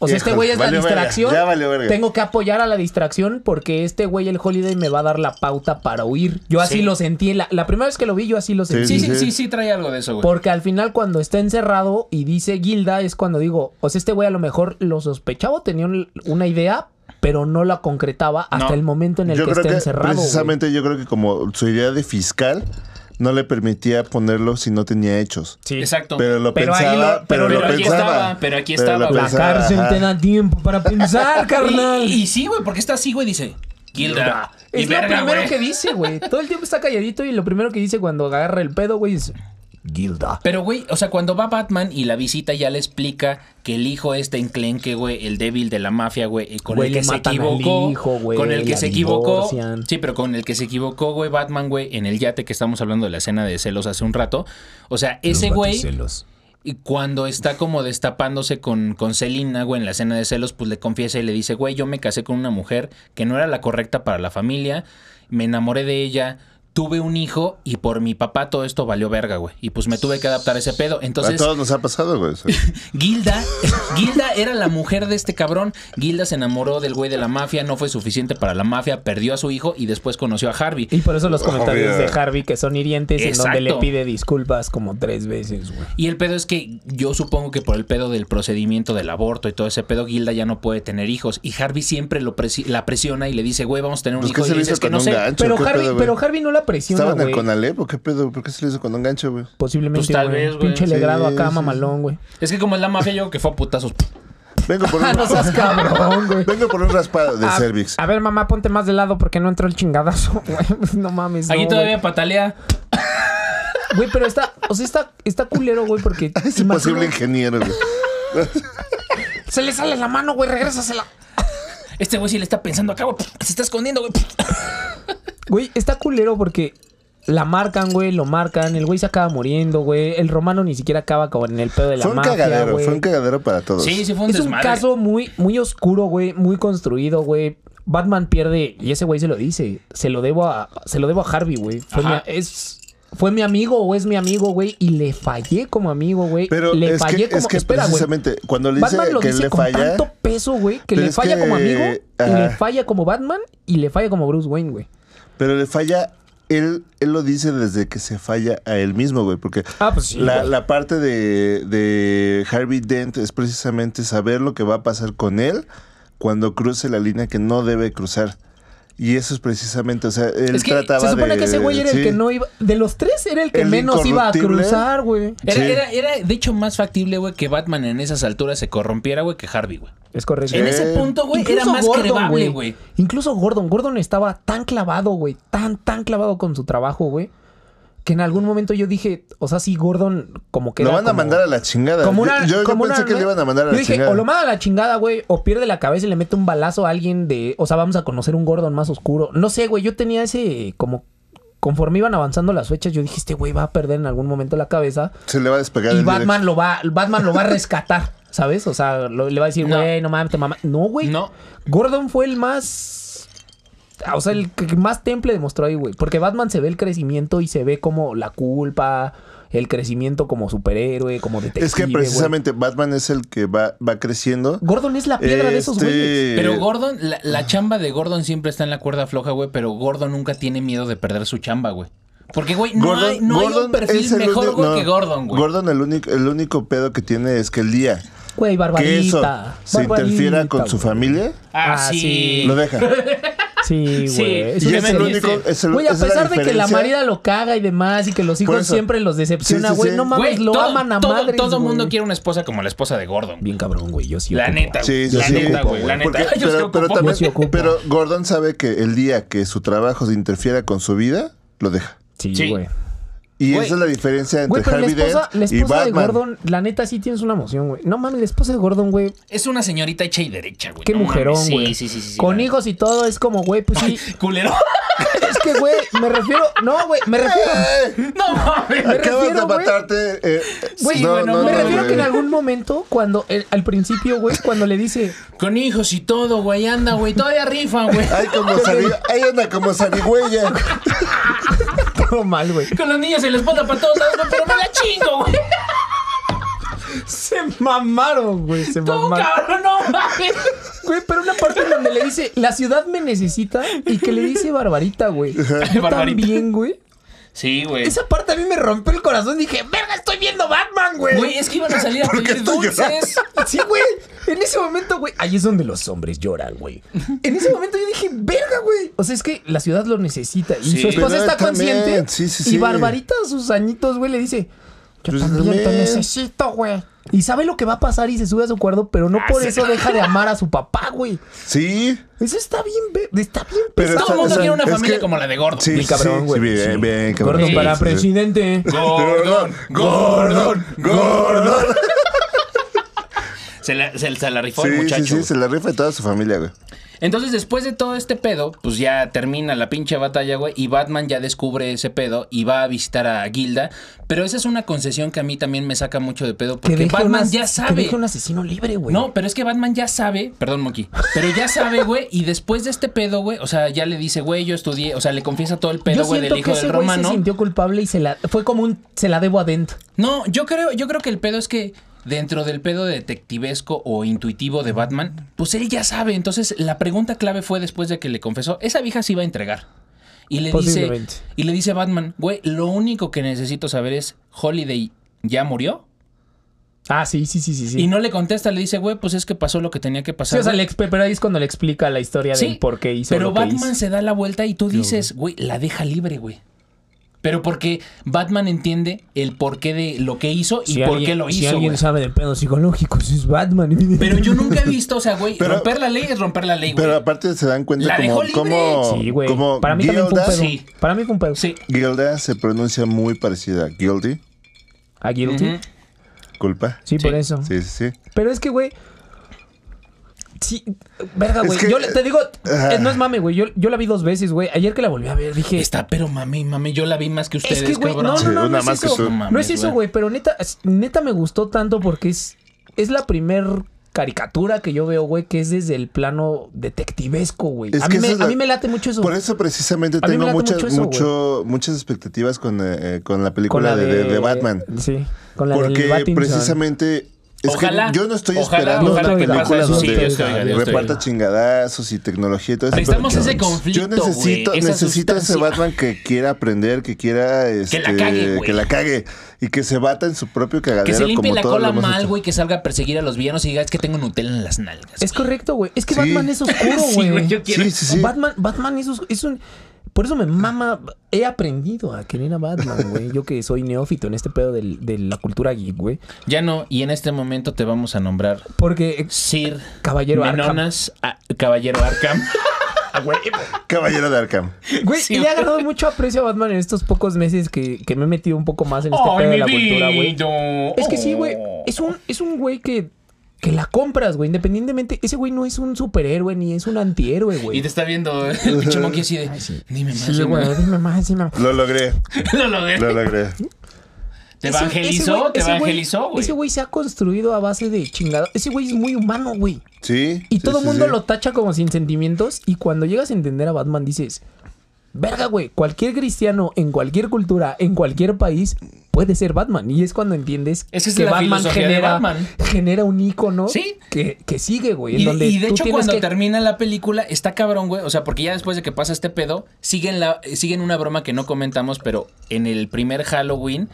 S3: O sea, este
S2: Híjole,
S3: güey es la
S2: valió verga,
S3: distracción.
S2: ya valió verga.
S3: Tengo que apoyar a la distracción porque este güey, el Holiday, me va a dar la pauta para huir. Yo así
S1: Sí.
S3: lo sentí. La, la primera vez que lo vi, yo así lo sentí.
S1: Sí,
S2: Sí,
S1: sí, sí,
S2: sí.
S1: sí, trae algo de eso, güey.
S3: Porque al final cuando está encerrado y dice Gilda es cuando digo, o sea, este güey a lo mejor lo sospechaba, o tenía un- una idea, pero no la concretaba hasta
S1: No.
S3: el momento en el
S2: yo
S3: que
S2: creo
S3: está
S2: que
S3: encerrado. güey.
S2: precisamente yo creo que como su idea de fiscal no le permitía ponerlo si no tenía hechos.
S3: Sí.
S1: Exacto.
S2: Pero lo
S3: Pero ahí
S2: pensaba,
S3: lo-
S2: pero,
S3: pero
S2: lo
S3: aquí
S2: pensaba.
S1: estaba, pero aquí estaba. La
S2: lo
S3: La
S2: pensaba,
S3: cárcel
S2: Pues, ajá.
S3: te da tiempo para pensar, carnal.
S1: Y, y sí, güey, porque está así, güey, dice, Gilda. Y
S3: es lo
S1: verga,
S3: primero
S1: güey.
S3: que dice, güey. Todo el tiempo está calladito y lo primero que dice cuando agarra el pedo, güey, es Gilda.
S1: Pero, güey, o sea, cuando va Batman y la visita ya le explica que el hijo este enclenque, güey, el débil de la mafia, güey, y con
S3: Güey,
S1: el
S3: le
S1: que se
S3: matan al
S1: equivocó.
S3: hijo, güey,
S1: con el que
S3: la
S1: se equivocó.
S3: divorcian.
S1: Sí, pero con el que se equivocó, güey, Batman, güey, en el yate que estamos hablando de la escena de celos hace un rato. O sea, ese güey,
S4: Celos.
S1: y cuando está como destapándose con, con Selina, güey, en la escena de celos, pues le confiesa y le dice, güey, yo me casé con una mujer que no era la correcta para la familia, me enamoré de ella. Tuve un hijo y por mi papá todo esto valió verga, güey. Y pues me tuve que adaptar a ese pedo. Entonces,
S2: a todos nos ha pasado, güey. eso.
S1: Gilda, Gilda era la mujer de este cabrón. Gilda se enamoró del güey de la mafia, no fue suficiente para la mafia, perdió a su hijo y después conoció a Harvey.
S3: Y por eso los comentarios
S2: Obvio.
S3: de Harvey que son hirientes en donde le
S1: Exacto.
S3: pide disculpas como tres veces, güey.
S1: Y el pedo es que yo supongo que por el pedo del procedimiento del aborto y todo ese pedo, Gilda ya no puede tener hijos. Y Harvey siempre lo presi- la presiona y le dice, güey, vamos a tener un
S2: Pues, ¿qué
S1: hijo.
S2: se
S1: Y
S2: le
S1: dice,
S2: hizo
S1: es que
S2: con
S1: no
S2: un
S1: sé.
S2: gancho?
S3: Pero
S2: ¿Qué
S3: Harvey,
S2: pedo, güey?
S3: pero Harvey no la presiona,
S2: ¿Estaban en el
S3: güey.
S2: Conalep o qué pedo? ¿Por qué se le hizo con un gancho, güey?
S3: Posiblemente,
S1: Pues tal
S3: güey.
S1: vez, güey.
S3: Pinche
S2: Sí,
S3: legrado acá,
S2: sí,
S3: mamalón, güey.
S1: Es que como es la mafia, yo creo que fue a putazos.
S2: Vengo por un,
S3: No seas cabrón, güey.
S2: Vengo por un raspado de
S3: A-
S2: cervix.
S3: A ver, mamá, ponte más de lado porque no entró el chingadazo, güey. No mames.
S1: Aquí
S3: no,
S1: todavía patalea.
S3: Güey, Güey, pero está, o sea, está, está culero, güey, porque.
S2: Es
S3: imagina-
S2: imposible ingeniero, güey.
S3: Se le sale la mano, güey, regrésasela.
S1: Este güey sí le está pensando acá, güey. Se está escondiendo, güey.
S2: Pues,
S3: Güey, está culero porque la marcan, güey, lo marcan. El güey se acaba muriendo, güey. El romano ni siquiera acaba con el pedo de la
S2: Fue un
S3: mafia,
S2: cagadero,
S3: güey.
S2: fue un cagadero para todos.
S1: Sí, sí fue un
S3: es un
S1: desmadre.
S3: caso muy, muy oscuro, güey, muy construido, güey. Batman pierde, y ese güey se lo dice, se lo debo a, se lo debo a Harvey, güey. Fue mi,
S1: Ajá.
S3: es, fue mi amigo o es mi amigo, güey, y le fallé como amigo, güey.
S2: Pero
S3: le
S2: es que,
S3: fallé como
S2: es que
S3: espera, güey.
S2: precisamente cuando le dice
S3: Batman lo
S2: que
S3: dice
S2: le
S3: con
S2: falla,
S3: tanto peso, güey, que
S2: pero
S3: le
S2: es
S3: falla
S2: que-
S3: como amigo, y le
S2: ajá.
S3: falla como Batman y le falla como Bruce Wayne, güey.
S2: pero le falla, él, él lo dice desde que se falla a él mismo, güey. Porque
S3: Ah, pues sí,
S2: la,
S3: güey.
S2: la parte de, de Harvey Dent es precisamente saber lo que va a pasar con él cuando cruce la línea que no debe cruzar. Y eso es precisamente, o sea, él
S1: Es que
S2: trataba
S3: Se supone
S2: de-
S3: que ese güey era el
S2: sí.
S3: que no iba, de los tres era el que
S2: El
S3: menos iba a
S2: incorruptible.
S3: cruzar, güey.
S1: Era,
S2: Sí.
S1: era, era, de hecho, más factible, güey, que Batman en esas alturas se corrompiera, güey, que Harvey, güey.
S3: Es correcto.
S1: En
S2: Sí.
S1: ese punto, güey, era
S3: Incluso
S1: más creíble, güey.
S3: Incluso Gordon. Gordon estaba tan clavado, güey. Tan, tan clavado con su trabajo, güey. Que en algún momento yo dije, o sea, sí, Gordon como que...
S2: Lo
S3: era
S2: van a
S3: como-
S2: mandar a la chingada.
S3: Como una,
S2: yo yo
S3: como
S2: pensé
S3: una-
S2: que le iban a mandar a
S3: Yo
S2: la
S3: dije,
S2: chingada.
S3: o lo manda a la chingada, güey, o pierde la cabeza y le mete un balazo a alguien de... O sea, vamos a conocer un Gordon más oscuro. No sé, güey, yo tenía ese como... Conforme iban avanzando las fechas, yo dije, este güey va a perder en algún momento la cabeza.
S2: Se le va a despegar
S3: Y
S2: el
S3: Batman lo va, Batman lo va a rescatar, ¿sabes? O sea, lo- le va a decir,
S1: No.
S3: güey, no. mames, te mamá. No, güey.
S1: No.
S3: Gordon fue el más. ah, O sea, el que más temple demostró ahí, güey. Porque Batman se ve el crecimiento y se ve como la culpa, el crecimiento como superhéroe, como detective.
S2: Es que
S3: güey.
S2: precisamente Batman es el que va, va creciendo.
S3: Gordon es la piedra de esos
S2: Este,
S3: güeyes.
S1: Pero Gordon, la, la chamba de Gordon siempre está en la cuerda floja, güey, pero Gordon nunca tiene miedo de perder su chamba, güey. Porque, güey, no,
S2: Gordon-
S1: hay, no hay
S2: Gordon
S1: un perfil
S2: es el
S1: mejor,
S2: único-
S1: güey,
S2: no,
S1: que Gordon, güey.
S2: Gordon, el único, el único pedo que tiene es que el día
S3: Güey, barbarita.
S2: que eso se
S3: barbarita,
S2: interfiera con su
S3: güey.
S2: familia,
S3: Ah, sí.
S2: lo deja.
S3: Sí, güey.
S1: Sí,
S3: Eso
S2: y es
S3: sí se
S2: el
S3: ve.
S1: entendiste.
S2: único. Es el,
S3: Güey, a
S2: esa es
S3: pesar de que la
S2: diferencia.
S3: marida lo caga y demás, y que los hijos
S2: Por eso.
S3: siempre los decepciona,
S2: Sí, sí,
S3: güey.
S2: sí.
S3: No mames,
S1: Güey,
S3: lo
S1: todo,
S3: aman a
S1: todo,
S3: madres,
S1: todo mundo
S3: güey.
S1: quiere una esposa como la esposa de Gordon.
S4: Bien cabrón, güey. Yo sí.
S1: La
S4: ocupo.
S1: neta,
S2: Sí,
S1: güey.
S2: sí,
S1: la
S2: sí.
S1: neta, güey. La
S2: Porque-
S1: neta. Yo sí
S2: pero, pero
S1: ocupo-
S3: Yo sí
S2: también,
S3: ocupo.
S2: pero Gordon sabe que el día que su trabajo se interfiera con su vida, lo deja.
S1: Sí.
S3: Sí, güey.
S2: Y
S1: Güey.
S2: esa es la diferencia entre
S3: Güey, pero la
S2: Harvey
S3: esposa, la
S2: Dent y
S3: esposa de
S2: Batman.
S3: Gordon, la neta sí tienes una emoción, güey. No mames, la esposa de Gordon, güey.
S1: Es una señorita hecha y derecha, güey.
S3: Qué
S1: No mames.
S3: mujerón, güey.
S1: Sí, sí, sí, sí, sí.
S3: Con
S1: la-
S3: hijos y todo, es como, güey, pues sí.
S1: Culero.
S3: es que, güey, me refiero. No, güey, me refiero.
S2: ¡Ey!
S1: No mames.
S3: Me
S2: ¡Eh! Acabas
S3: refiero,
S2: de
S3: güey.
S2: matarte. eh,
S3: Güey,
S2: no,
S1: bueno,
S2: no,
S3: me
S2: no,
S3: refiero que en
S2: güey.
S3: algún momento, cuando, el- al principio, güey, cuando le dice,
S1: Con hijos y todo, güey. Anda, güey. Todavía rifa, güey.
S2: Ay, como zarigüe- Ay, anda como zarigüeya.
S3: todo mal, güey.
S1: Con los niños se les pone para todos lados, güey, pero no la chingo, güey.
S3: Se mamaron, güey, se
S1: Tú,
S3: mamaron.
S1: cabrón, no mames.
S3: Güey, pero una parte en donde le dice, la ciudad me necesita y que le dice Barbarita, güey.
S1: Barbarita.
S3: También, güey.
S1: Sí, güey.
S3: Esa parte a mí me rompió el corazón. Dije, verga, estoy viendo Batman, güey.
S1: Güey, es que iban a salir a pedir
S2: estoy
S1: dulces.
S3: Sí, güey. En ese momento, güey. Ahí es donde los.
S4: Los hombres lloran, güey.
S3: En ese momento yo dije, verga, güey. O sea, es que la ciudad lo necesita. Y su esposa
S2: Pero
S3: está
S2: él también,
S3: consciente.
S2: sí, sí,
S3: Y
S2: sí.
S3: Barbarita, a sus añitos, güey, le dice, yo
S2: Pues
S3: también, te
S2: también.
S3: necesito, güey. Y sabe lo que va a pasar y se sube a su cuerdo, pero
S1: Ah,
S3: no por eso deja de amar a su papá, güey.
S2: Sí.
S3: Eso está bien, ve- está bien
S2: Pero
S3: pesado.
S1: Todo el mundo
S2: está- está-
S1: quiere una
S2: es
S1: familia
S2: que-
S1: como la de Gordon.
S2: Sí,
S3: Bien cabrón,
S2: sí,
S3: güey.
S2: sí, bien, bien, cabrón.
S3: Gordo
S2: Sí,
S3: para
S2: sí, sí.
S3: presidente.
S2: Gordon, Gordon, Gordon.
S1: Se la, se, se la rifó el
S2: Sí,
S1: muchacho.
S2: sí, sí,
S1: güey.
S2: se la rifa de toda su familia, güey.
S1: Entonces, después de todo este pedo, pues ya termina la pinche batalla, güey. Y Batman ya descubre ese pedo y va a visitar a Gilda. Pero esa es una concesión que a mí también me saca mucho de pedo.
S3: Que
S1: Porque
S3: deje
S1: Batman
S3: unas-
S1: ya
S3: Que
S1: sabe.
S3: deje un asesino libre, güey.
S1: No, pero es que Batman ya sabe, perdón, Monkey, pero ya sabe, güey, y después de este pedo, güey, o sea, ya le dice, güey, yo estudié, o sea, le confiesa todo el pedo,
S3: yo
S1: güey,
S3: siento
S1: del
S3: que
S1: hijo
S3: ese
S1: del
S3: güey se
S1: romano.
S3: sintió culpable y se la fue como un se la debo adentro.
S1: No, yo creo, yo creo que el pedo es que dentro del pedo detectivesco o intuitivo de Batman, pues él ya sabe. Entonces, la pregunta clave fue después de que le confesó, esa vieja se iba a entregar. Y le dice,
S3: Posiblemente.
S1: y le dice Batman, güey, lo único que necesito saber es, Holiday ya murió.
S3: Ah, sí, sí, sí, sí, sí.
S1: Y no le contesta, le dice, güey, pues es que pasó lo que tenía que pasar.
S3: Sí, o sea,
S1: güey".
S3: le exp- pero ahí es cuando le explica la historia
S1: Sí,
S3: del por qué hizo
S1: Pero
S3: lo que
S1: Batman
S3: hizo.
S1: se da la vuelta y tú dices, güey, la deja libre, güey. Pero porque Batman entiende el porqué de lo que hizo y
S3: Si
S1: por
S3: alguien-
S1: qué lo
S3: Si
S1: hizo.
S3: alguien
S1: güey.
S3: sabe de pedos psicológicos, es Batman.
S1: Pero yo nunca he visto, o sea, güey,
S2: Pero-
S1: romper la ley es romper la ley, güey.
S2: Pero aparte se dan cuenta
S1: La
S2: como,
S1: dejó libre.
S2: como,
S3: Sí, güey.
S2: como
S3: Para mí también fue un
S2: Gilda,
S3: pedo.
S1: Sí.
S3: Para mí fue un pedo.
S1: Sí.
S2: Gilda se pronuncia muy parecida a Guilty,
S3: A Guilty.
S1: Ujú.
S2: culpa.
S3: sí, por eso.
S2: Sí, sí, sí.
S3: Pero es que, güey. Sí, verga,
S2: Es
S3: güey.
S2: que-
S3: yo le- te digo,
S2: Ah.
S3: eh, no es mame, güey. Yo, yo la vi dos veces, güey. Ayer que la volví a ver, dije.
S1: Está, pero mami, mami, yo la vi más que ustedes,
S3: es que, güey, no,
S1: cabrón.
S3: no,
S2: Sí,
S3: no,
S2: una
S3: no
S2: más
S3: es
S2: que
S3: eso.
S2: tú.
S3: No es
S1: Mames,
S3: eso, güey. Pero neta, es- neta me gustó tanto porque es, es la primer caricatura que yo veo, güey, que es desde el plano detectivesco, güey.
S2: Es
S3: a,
S2: que
S3: mí me-
S2: esa es la-
S3: a mí me late mucho eso.
S2: Por eso precisamente
S3: A mí me
S2: tengo
S3: late
S2: muchas,
S3: mucho eso,
S2: mucho- muchas expectativas con, eh, eh, con la película de, de- de Batman.
S3: Sí, con la del
S2: Porque
S3: Pattinson.
S2: precisamente... Es
S1: Ojalá,
S2: que yo no estoy
S1: ojalá,
S2: esperando
S3: ojalá
S2: una
S3: que pase
S2: película
S3: eso, sí,
S2: donde
S3: yo estoy, yo
S1: estoy.
S2: reparta chingadazos y tecnología y todo eso.
S1: Necesitamos
S2: pero
S1: ese conflicto,
S2: Yo necesito,
S1: güey, esa
S2: necesito ese
S1: sustancia.
S2: Batman que quiera aprender, que quiera... este,
S1: la cague, güey.
S2: que la cague. Y que se bata en su propio cagadero
S1: Que se limpie
S2: como
S1: la
S2: todos lo
S1: cola
S2: hemos
S1: mal,
S2: hecho.
S1: güey, que salga a perseguir a los villanos y diga, es que tengo Nutella en las nalgas.
S3: Es correcto, güey. Es que
S2: Sí.
S3: Batman es oscuro,
S1: Sí,
S3: güey.
S1: güey, yo quiero-
S2: Sí, sí, sí.
S3: Batman, Batman es, os- es un... Por eso me mama... He aprendido a querer a Batman, güey. Yo que soy neófito en este pedo del- de la cultura geek, güey.
S1: Ya no, y en este momento te vamos a nombrar
S3: Porque... ex-
S1: Sir
S3: Caballero Arkham. Este
S1: Menonas, a- Caballero Arkham.
S2: Caballero de Arkham.
S3: Güey,
S1: Sí,
S3: y le ha ganado mucho aprecio a Batman en estos pocos meses que, que me he metido un poco más en este pedo de la cultura, güey. Es que sí, güey.
S1: Oh.
S3: Es un, es un güey que... Que la compras, güey. Independientemente, ese güey no es un superhéroe ni es un antihéroe, güey.
S1: Y te está viendo el pinche monkey así de. Dime más.
S3: Sí,
S1: dime
S3: güey.
S1: más".
S3: Dime más, dime más.
S2: Lo logré,
S1: Lo logré.
S2: lo logré.
S1: Te
S3: Ese- ese
S1: evangelizó,
S3: güey-
S1: te
S3: ese güey-
S1: evangelizó, güey.
S3: Ese güey se ha construido a base de chingado. Ese güey es muy humano, güey.
S2: Sí.
S3: Y
S2: sí,
S3: todo el
S2: sí,
S3: mundo
S2: sí.
S3: lo tacha como sin sentimientos. Y cuando llegas a entender a Batman, dices: Verga, güey, cualquier cristiano en cualquier cultura, en cualquier país, puede ser Batman. Y es cuando entiendes
S1: Esa es la filosofía de Batman.
S3: genera un icono
S1: Sí.
S3: que, que sigue, güey. en
S1: Y,
S3: donde
S1: y de
S3: tú
S1: hecho,
S3: tienes
S1: cuando
S3: que-
S1: termina la película, está cabrón, güey. O sea, porque ya después de que pasa este pedo, siguen, la, siguen una broma que no comentamos, pero en el primer Halloween.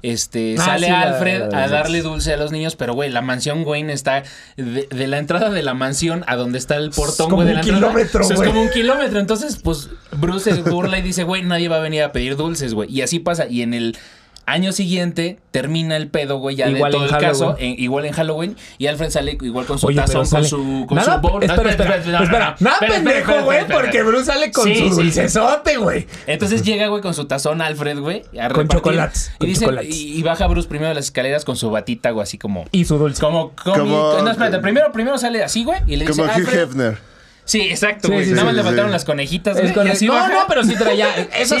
S1: Este,
S3: Ah,
S1: sale
S3: sí, la-
S1: Alfred
S3: la-
S1: a darle dulce a los niños, pero güey, la mansión Wayne está de, de la entrada de la mansión a donde está el portón,
S3: como
S1: güey, de
S3: un
S1: la entrada.
S3: kilómetro,
S1: O sea, es
S3: güey.
S1: como un kilómetro. Entonces, pues Bruce se burla y dice, güey, nadie va a venir a pedir dulces, güey. Y así pasa. Y en el año siguiente termina el pedo, güey, ya
S3: Igual
S1: de todo
S3: en
S1: el caso,
S3: Halloween.
S1: en- igual en Halloween. Y Alfred sale igual con su
S3: Oye, pero
S1: tazón, Pues con
S3: sale-
S1: su. Con
S3: nada,
S1: su bowl.
S3: espera, espera,
S1: no,
S3: espera,
S1: no,
S3: espera.
S1: no.
S3: Nada
S1: Espera, espera,
S3: pendejo,
S1: espera,
S3: güey,
S1: espera,
S3: porque
S1: espera.
S3: Bruce sale con
S1: Sí,
S3: su
S1: sí.
S3: dulcesote, güey.
S1: Entonces llega, güey, con su tazón Alfred, güey. a
S3: Con
S1: repartir.
S3: chocolates,
S1: Y,
S3: con
S1: dice-
S3: chocolates.
S1: y- y baja Bruce primero de las escaleras con su batita, güey, así como.
S3: Y su dulce.
S1: Como, como,
S2: Como-
S1: no, espérate, primero, primero sale así, güey, y le dice.
S2: Como Hugh
S1: "Alfred".
S2: Hefner.
S1: Sí, exacto,
S3: Sí,
S1: güey.
S3: sí,
S1: Nada
S3: sí,
S1: más
S2: sí,
S1: le
S2: sí.
S1: faltaron las conejitas,
S3: Es
S1: güey.
S3: con-
S1: y así
S3: no,
S1: baja.
S3: no, pero sí traía. Esas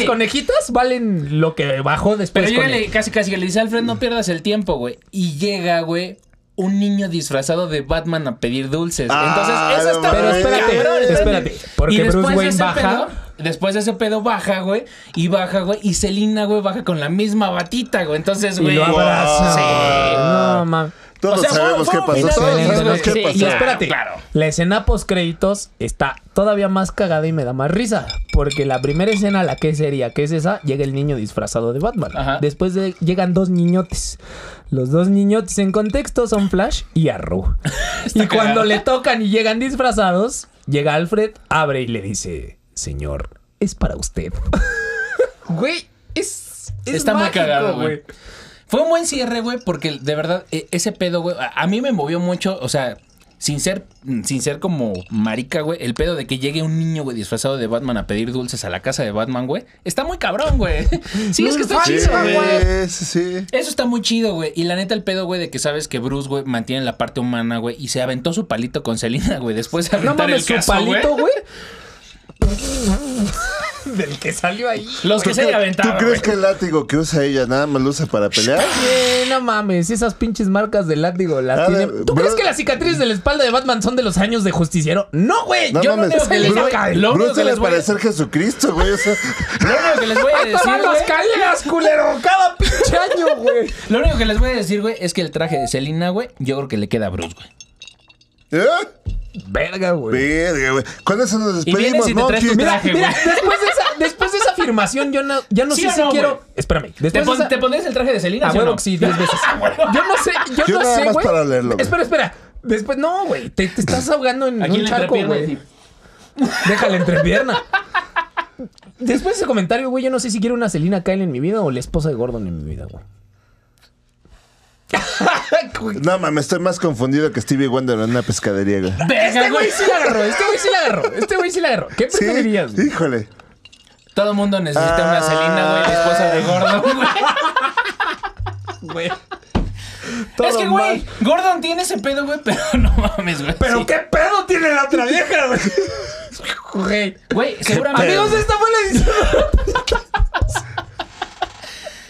S1: Sí.
S3: conejitas valen lo que bajó después.
S1: Pero
S3: con
S1: llega
S3: él.
S1: le- casi, casi que le dice, Alfred, no pierdas el tiempo, güey. Y llega, güey, un niño disfrazado de Batman a pedir dulces.
S2: Ah,
S1: Entonces, eso
S2: no
S1: está
S2: mames.
S1: muy
S2: Pero espérate,
S3: espérate, porque
S1: Y después
S3: Bruce
S1: de
S3: Wayne
S1: ese
S3: baja.
S1: pedo- después de ese pedo baja, güey, y baja, güey, y Selina, güey, baja con la misma batita, güey. Entonces,
S3: Y
S1: güey.
S3: lo abraza.
S2: Sí.
S3: No, mames.
S2: Todos
S1: O sea,
S2: sabemos
S1: fue-
S2: qué
S1: fue
S2: pasó.
S1: un
S2: Todos
S1: milagro,
S2: sabemos
S1: sí,
S2: qué
S3: Y
S2: pasó.
S1: claro,
S3: espérate,
S1: claro.
S3: la escena post créditos está todavía más cagada y me da más risa. Porque la primera escena, la que sería, que es esa, llega el niño disfrazado de Batman.
S1: Ajá.
S3: Después de- llegan dos niñotes. Los dos niñotes en contexto son Flash y Arrow. y
S1: Está
S3: cuando
S1: cagado.
S3: le tocan y llegan disfrazados, llega Alfred, abre y le dice: Señor, es para usted. Güey, es. es
S1: Está muy
S3: mágico,
S1: cagado, güey. Fue un buen cierre, güey, porque de verdad, e- ese pedo, güey, a, a mí me movió mucho, o sea, sin ser, mm, sin ser como marica, güey, el pedo de que llegue un niño, güey, disfrazado de Batman a pedir dulces a la casa de Batman, güey, está muy cabrón, güey. Sí, es que está
S2: Sí,
S1: chido, güey.
S2: sí, sí.
S1: Eso está muy chido, güey. Y la neta, el pedo, güey, de que sabes que Bruce, güey, mantiene la parte humana, güey, y se aventó su palito con Selina, güey, después de
S3: No
S1: aventar
S3: mames,
S1: el
S3: su
S1: caso,
S3: palito,
S1: güey.
S3: güey. Del que salió ahí.
S1: Los que se le
S2: ¿Tú
S1: aventaron,
S2: crees
S1: güey.
S2: que el látigo que usa ella nada más lo usa para pelear?
S3: Eh, no mames, esas pinches marcas de látigo las
S2: A
S3: tiene.
S2: ver,
S3: ¿Tú
S2: bro-
S3: crees que las cicatrices de la espalda de Batman son de los años de justiciero? No, güey.
S2: No
S3: yo
S2: mames.
S3: no que le
S2: Bruce-
S3: saca el
S1: lo único
S2: Bruce
S1: que
S2: debe
S1: les voy a-
S2: parecer Jesucristo, güey. o sea,
S1: Lo único que les voy a
S3: ¡Ahí te
S1: decir,
S3: van las
S1: güey,
S3: caleras, culero! Cada pinche año, güey.
S1: Lo único que les voy a decir, güey, es que el traje de Selina, güey, yo creo que le queda a Bruce, güey.
S2: ¿eh?
S3: Verga, güey.
S2: Verga, güey. Con eso nos
S1: Y vienes
S2: despedimos,
S1: y te traes tu
S2: Monchi.
S3: Mira,
S1: traje,
S3: mira,
S1: güey.
S3: después de, esa, después de esa afirmación, yo no, ya no
S1: ¿Sí
S3: sé
S1: o
S3: si
S1: no,
S3: quiero.
S1: güey?
S3: Espérame.
S1: ¿Te,
S3: Después de
S1: pon-
S3: esa-
S1: te pones el traje de Selena?
S3: A
S1: ¿sí o
S3: huevo
S1: no?
S3: que sí, diez veces.
S1: A huevo.
S3: Yo no sé, yo,
S2: Yo
S3: no
S2: nada
S3: sé,
S2: más
S3: güey.
S2: para leerlo, güey.
S3: Espera, espera. Después, no, güey. Te, te estás ahogando en
S1: Aquí
S3: un
S1: en la
S3: charco,
S1: entrepierna,
S3: güey. Déjale entrepierna. Después de ese comentario, güey, yo no sé si quiero una Selina Kyle en mi vida o la esposa de Gordon en mi vida, güey.
S2: No mames, estoy más confundido que Stevie Wonder en una pescadería, güey.
S3: Este güey sí la agarró, este güey sí la agarró, este güey sí la agarró. ¿Qué
S2: Sí,
S3: preferirías? güey?
S2: híjole.
S1: Todo mundo necesita una
S2: Ah.
S1: Selena, güey, la esposa de Gordon, güey.
S3: Todo
S1: es que, güey,
S3: mal.
S1: Gordon tiene ese pedo, güey, pero no mames, güey.
S3: Pero
S1: Sí.
S3: qué pedo tiene la otra vieja, güey. Güey.
S1: Güey, seguramente.
S3: Amigos, esta fue la edición.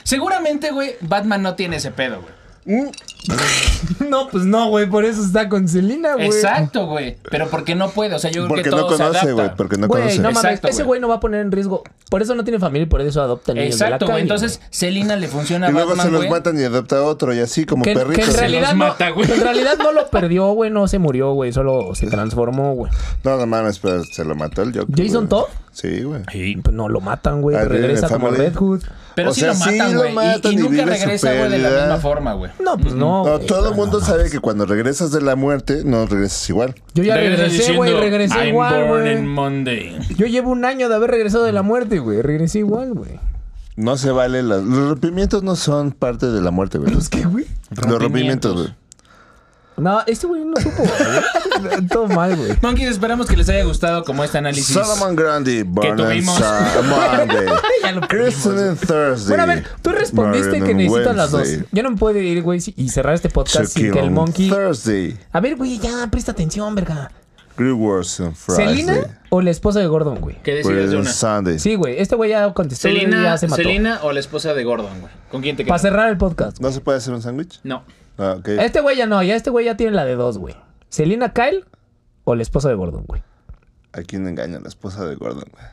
S1: Seguramente, güey, Batman no tiene ese pedo, güey.
S3: No, pues no, güey, por eso está con Selena, güey.
S1: Exacto, güey. Pero porque no puede. O sea, yo creo
S2: Porque
S1: que
S2: no
S1: todo se
S2: conoce,
S1: adapta.
S2: güey. Porque no
S3: Güey,
S2: conoce.
S3: no mames,
S1: Exacto,
S3: ese
S1: güey.
S3: güey no va a poner en riesgo. Por eso no tiene familia y por eso adopta niños
S1: Exacto,
S3: de la
S1: güey.
S3: calle.
S1: Entonces, Selina le funciona a
S2: y luego
S1: Batman,
S2: se los
S1: güey.
S2: matan y adopta a otro y así como
S3: Que, que
S2: perritos.
S3: en realidad
S1: los
S3: no,
S1: mata, güey.
S3: que en realidad no lo perdió, güey, no se murió, güey, solo se transformó, güey.
S2: No, no mames, pero se lo mató el Joker.
S3: ¿Jason
S2: güey.
S3: Todd?
S2: Sí, güey.
S3: Pues no lo matan, güey,
S2: Ah,
S3: regresa
S2: Riddler,
S3: como
S2: Family.
S3: Red Hood.
S1: Pero
S2: O
S1: sí
S2: sea,
S1: lo
S2: sí
S1: matan,
S2: lo
S1: güey. y,
S2: matan
S1: y
S2: y
S1: nunca
S2: vive su
S1: regresa, güey, de la
S2: pérdida.
S1: misma forma, güey.
S3: No, pues no.
S2: No,
S3: güey,
S2: todo el
S3: no,
S2: mundo
S3: no.
S2: sabe que cuando regresas de la muerte, no regresas igual.
S3: Yo ya
S1: Regresa
S3: regresé,
S1: diciendo,
S3: güey, regresé
S1: "I'm
S3: igual,
S1: born
S3: güey.
S1: in Monday.
S3: Yo llevo un año de haber regresado de la muerte, güey. Regresé igual, güey.
S2: No se vale. la- Los rompimientos no son parte de la muerte, Pues, güey.
S3: ¿Qué, güey?
S2: Los rompimientos, güey.
S3: No, este güey no supo, güey. Todo mal, güey.
S1: Monkeys, esperamos que les haya gustado como este análisis.
S2: Solomon Grundy, Burn and
S1: tuvimos.
S2: Sa- Monday.
S3: Ya lo perdimos,
S2: Kristen
S3: güey.
S2: and Thursday.
S3: Bueno, a ver, tú respondiste
S2: Burn
S3: que
S2: on
S3: necesitas las dos.
S2: Wednesday.
S3: Yo no me puedo ir, güey, si- y cerrar este podcast
S2: To
S3: sin
S2: Kill
S3: que el
S2: on
S3: monkey.
S2: Thursday.
S3: A ver, güey, ya, presta atención, verga.
S2: Great Wars on Friday.
S3: ¿Selina o la esposa de Gordon, güey?
S1: ¿Qué decides
S2: Wed
S1: de
S2: on
S1: una?
S2: Sunday.
S3: Sí, güey, este güey ya contestó y ya
S1: Selina,
S3: se mató.
S1: Selina o la esposa de Gordon, güey. ¿Con quién te
S3: Para
S1: quedas?
S3: cerrar el podcast.
S2: ¿No se puede hacer un sándwich?
S1: No.
S2: Ah, ok.
S3: Este güey ya no, ya este güey ya tiene la de dos, güey. ¿Selina Kyle o la esposa de Gordon, güey?
S2: ¿A quién engaña la esposa de Gordon? güey?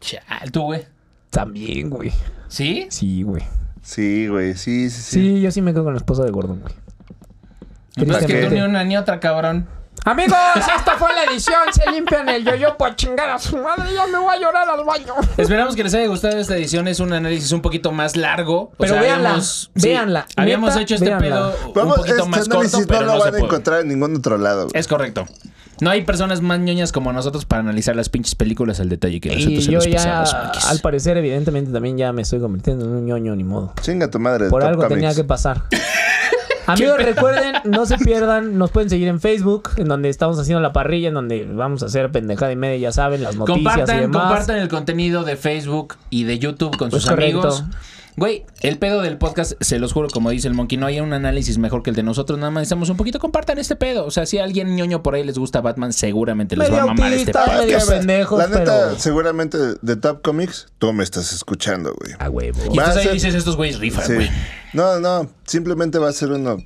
S1: Chal, tú, güey.
S3: También, güey.
S1: ¿Sí?
S3: Sí, güey.
S2: Sí, güey, sí, sí,
S3: Sí.
S2: sí.
S3: yo sí me quedo con la esposa de Gordon, güey.
S1: No es que tú
S3: Tristemente.
S1: ni una ni otra, cabrón.
S3: Amigos, esta fue la edición. Se limpian el yo-yo por chingar a su madre. Ya me voy a llorar al baño.
S1: Esperamos que les haya gustado esta edición. Es un análisis un poquito más largo. O
S3: Pero véanla,
S1: habíamos-
S3: véanla.
S1: Habíamos
S3: Neta,
S1: hecho este
S3: véanla.
S1: pedo
S2: Vamos,
S1: un poquito
S2: este
S1: más corto,
S2: análisis
S1: pero
S2: no
S1: no,
S2: lo
S1: se
S2: van a
S1: puede.
S2: encontrar en ningún otro lado. güey.
S1: Es correcto. No hay personas más ñoñas como nosotros para analizar las pinches películas al detalle que nosotros
S3: Y
S1: se
S3: yo
S1: los
S3: ya,
S1: pasamos. Mikis.
S3: al parecer, evidentemente, también ya me estoy convirtiendo en un ñoño, ni modo.
S2: Chinga tu madre.
S3: Por
S2: Top
S3: algo tenía
S2: Comics.
S3: que pasar. Amigos, recuerden, no se pierdan, nos pueden seguir en Facebook, en donde estamos haciendo la parrilla, en donde vamos a hacer pendejada y media, ya saben, las noticias y
S1: Compartan,
S3: demás.
S1: compartan el contenido de Facebook y de YouTube con
S3: Es
S1: sus
S3: correcto.
S1: amigos. Güey, el pedo del podcast, se los juro, como dice el Monkey, no hay un análisis mejor que el de nosotros. Nada más estamos un poquito, compartan este pedo. O sea, si a alguien ñoño por ahí les gusta Batman, seguramente les va
S3: Medio
S1: a mamar este
S3: autista,
S1: pedo.
S3: medio
S2: Es que,
S3: pendejos,
S2: Ah, La neta,
S3: pero-
S2: seguramente de Top Comics, tú me estás escuchando, güey.
S3: A huevo.
S1: Y
S2: Va a
S1: entonces ahí
S2: ser-
S1: dices, estos güeyes rifan,
S2: Sí.
S1: Ah, güey.
S2: No, no, simplemente va a ser uno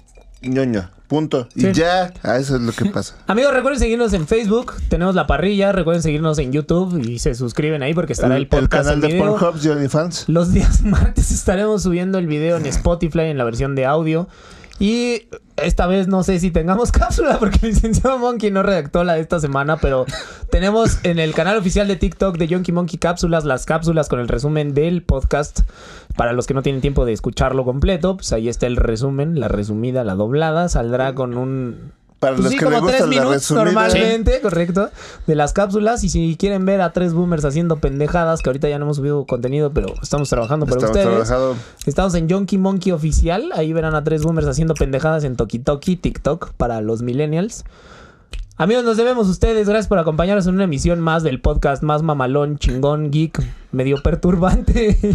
S2: ñoño. Punto. Y
S3: Sí.
S2: ya, ah, eso es lo que pasa.
S3: Amigos, recuerden seguirnos en Facebook, tenemos la parrilla, recuerden seguirnos en YouTube y se suscriben ahí porque estará el, podcast
S2: canal
S3: en
S2: de
S3: video.
S2: Pornhub, Johnny Fans.
S3: Los días martes estaremos subiendo el video en Spotify en la versión de audio. Y esta vez no sé si tengamos cápsula porque el licenciado Monkey no redactó la de esta semana, pero tenemos en el canal oficial de TikTok de Yonky Monkey Cápsulas, las cápsulas con el resumen del podcast. Para los que no tienen tiempo de escucharlo completo, pues ahí está el resumen, la resumida, la doblada, saldrá con un...
S2: Para
S3: Pues
S2: los
S3: sí,
S2: que les
S3: como tres
S2: gustan las
S3: minutos
S2: resumidas.
S3: normalmente, correcto, de las cápsulas. Y si quieren ver a tres boomers haciendo pendejadas, que ahorita ya no hemos subido contenido, pero estamos trabajando para
S2: Estamos
S3: ustedes.
S2: trabajando.
S3: Estamos en Yonky Monkey Oficial. Ahí verán a tres boomers haciendo pendejadas en Tokitoki, TikTok, para los millennials. Amigos, nos debemos ustedes. Gracias por acompañarnos en una emisión más del podcast más mamalón, chingón, geek, medio perturbante.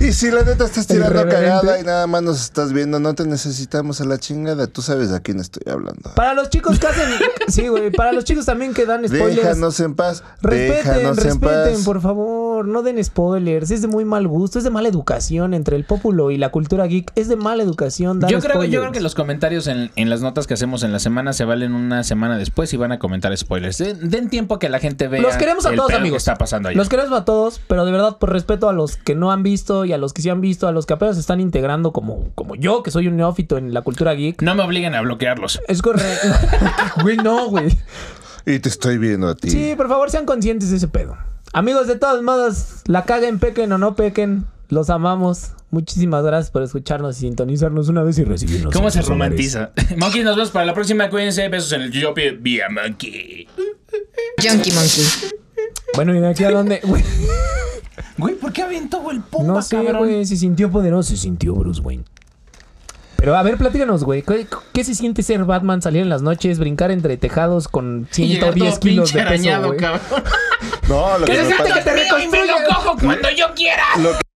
S2: Y si la neta estás tirando
S3: reverente.
S2: cagada y nada más nos estás viendo, no te necesitamos a la chingada. Tú sabes a quién estoy hablando.
S3: Para los chicos que hacen. Sí, güey. Para los chicos también que dan spoilers.
S2: Déjanos en paz.
S3: Respeten,
S2: Déjanos en paz.
S3: respeten, por favor. No den spoilers. Es de muy mal gusto, es de mala educación entre el populo y la cultura geek. Es de mala educación dar
S1: Yo creo, yo
S3: spoilers.
S1: creo que los comentarios en, en las notas que hacemos en la semana se valen una semana después y van a comentar spoilers. Den, den tiempo a que la gente vea.
S3: Los queremos a
S1: el
S3: todos,
S1: pedo que
S3: amigos.
S1: está pasando ahí.
S3: Los queremos a todos, pero de verdad, por respeto a los que no han visto y a los que sí han visto, a los que apenas se están integrando, como, como yo, que soy un neófito en la cultura geek.
S1: No me obliguen a bloquearlos.
S3: Es correcto. güey, no, güey.
S2: Y te estoy viendo a ti.
S3: Sí, por favor, sean conscientes de ese pedo. Amigos, de todos modos, la caguen, pequen o no pequen, los amamos. Muchísimas gracias por escucharnos y sintonizarnos una vez y recibirnos.
S1: ¿Cómo
S3: en
S1: se
S3: sus hogares.
S1: romantiza? Monkey, nos vemos para la próxima. Cuídense. Besos en el Yopi. Vía Monkey.
S5: Junkie Monkey.
S3: Bueno, ¿y de aquí a dónde? Güey.
S1: Güey, ¿por qué aventó güey, el pompa,
S3: No sé,
S1: cabrón?
S3: güey, se sintió poderoso.
S6: Se sintió Bruce Wayne.
S3: Pero a ver, platícanos, güey. ¿Qué, qué se siente ser Batman, salir en las noches, brincar entre tejados con
S1: Y llegar
S3: 110
S1: todo
S3: kilos
S1: pinche
S3: de peso,
S1: arañado,
S3: güey?
S1: cabrón.
S2: No, lo que,
S3: ¿Qué se
S2: me
S3: siente
S2: pasa-
S3: que te
S1: Veo y me lo
S3: reconstruyan?
S1: cojo cuando yo quiera.
S2: lo que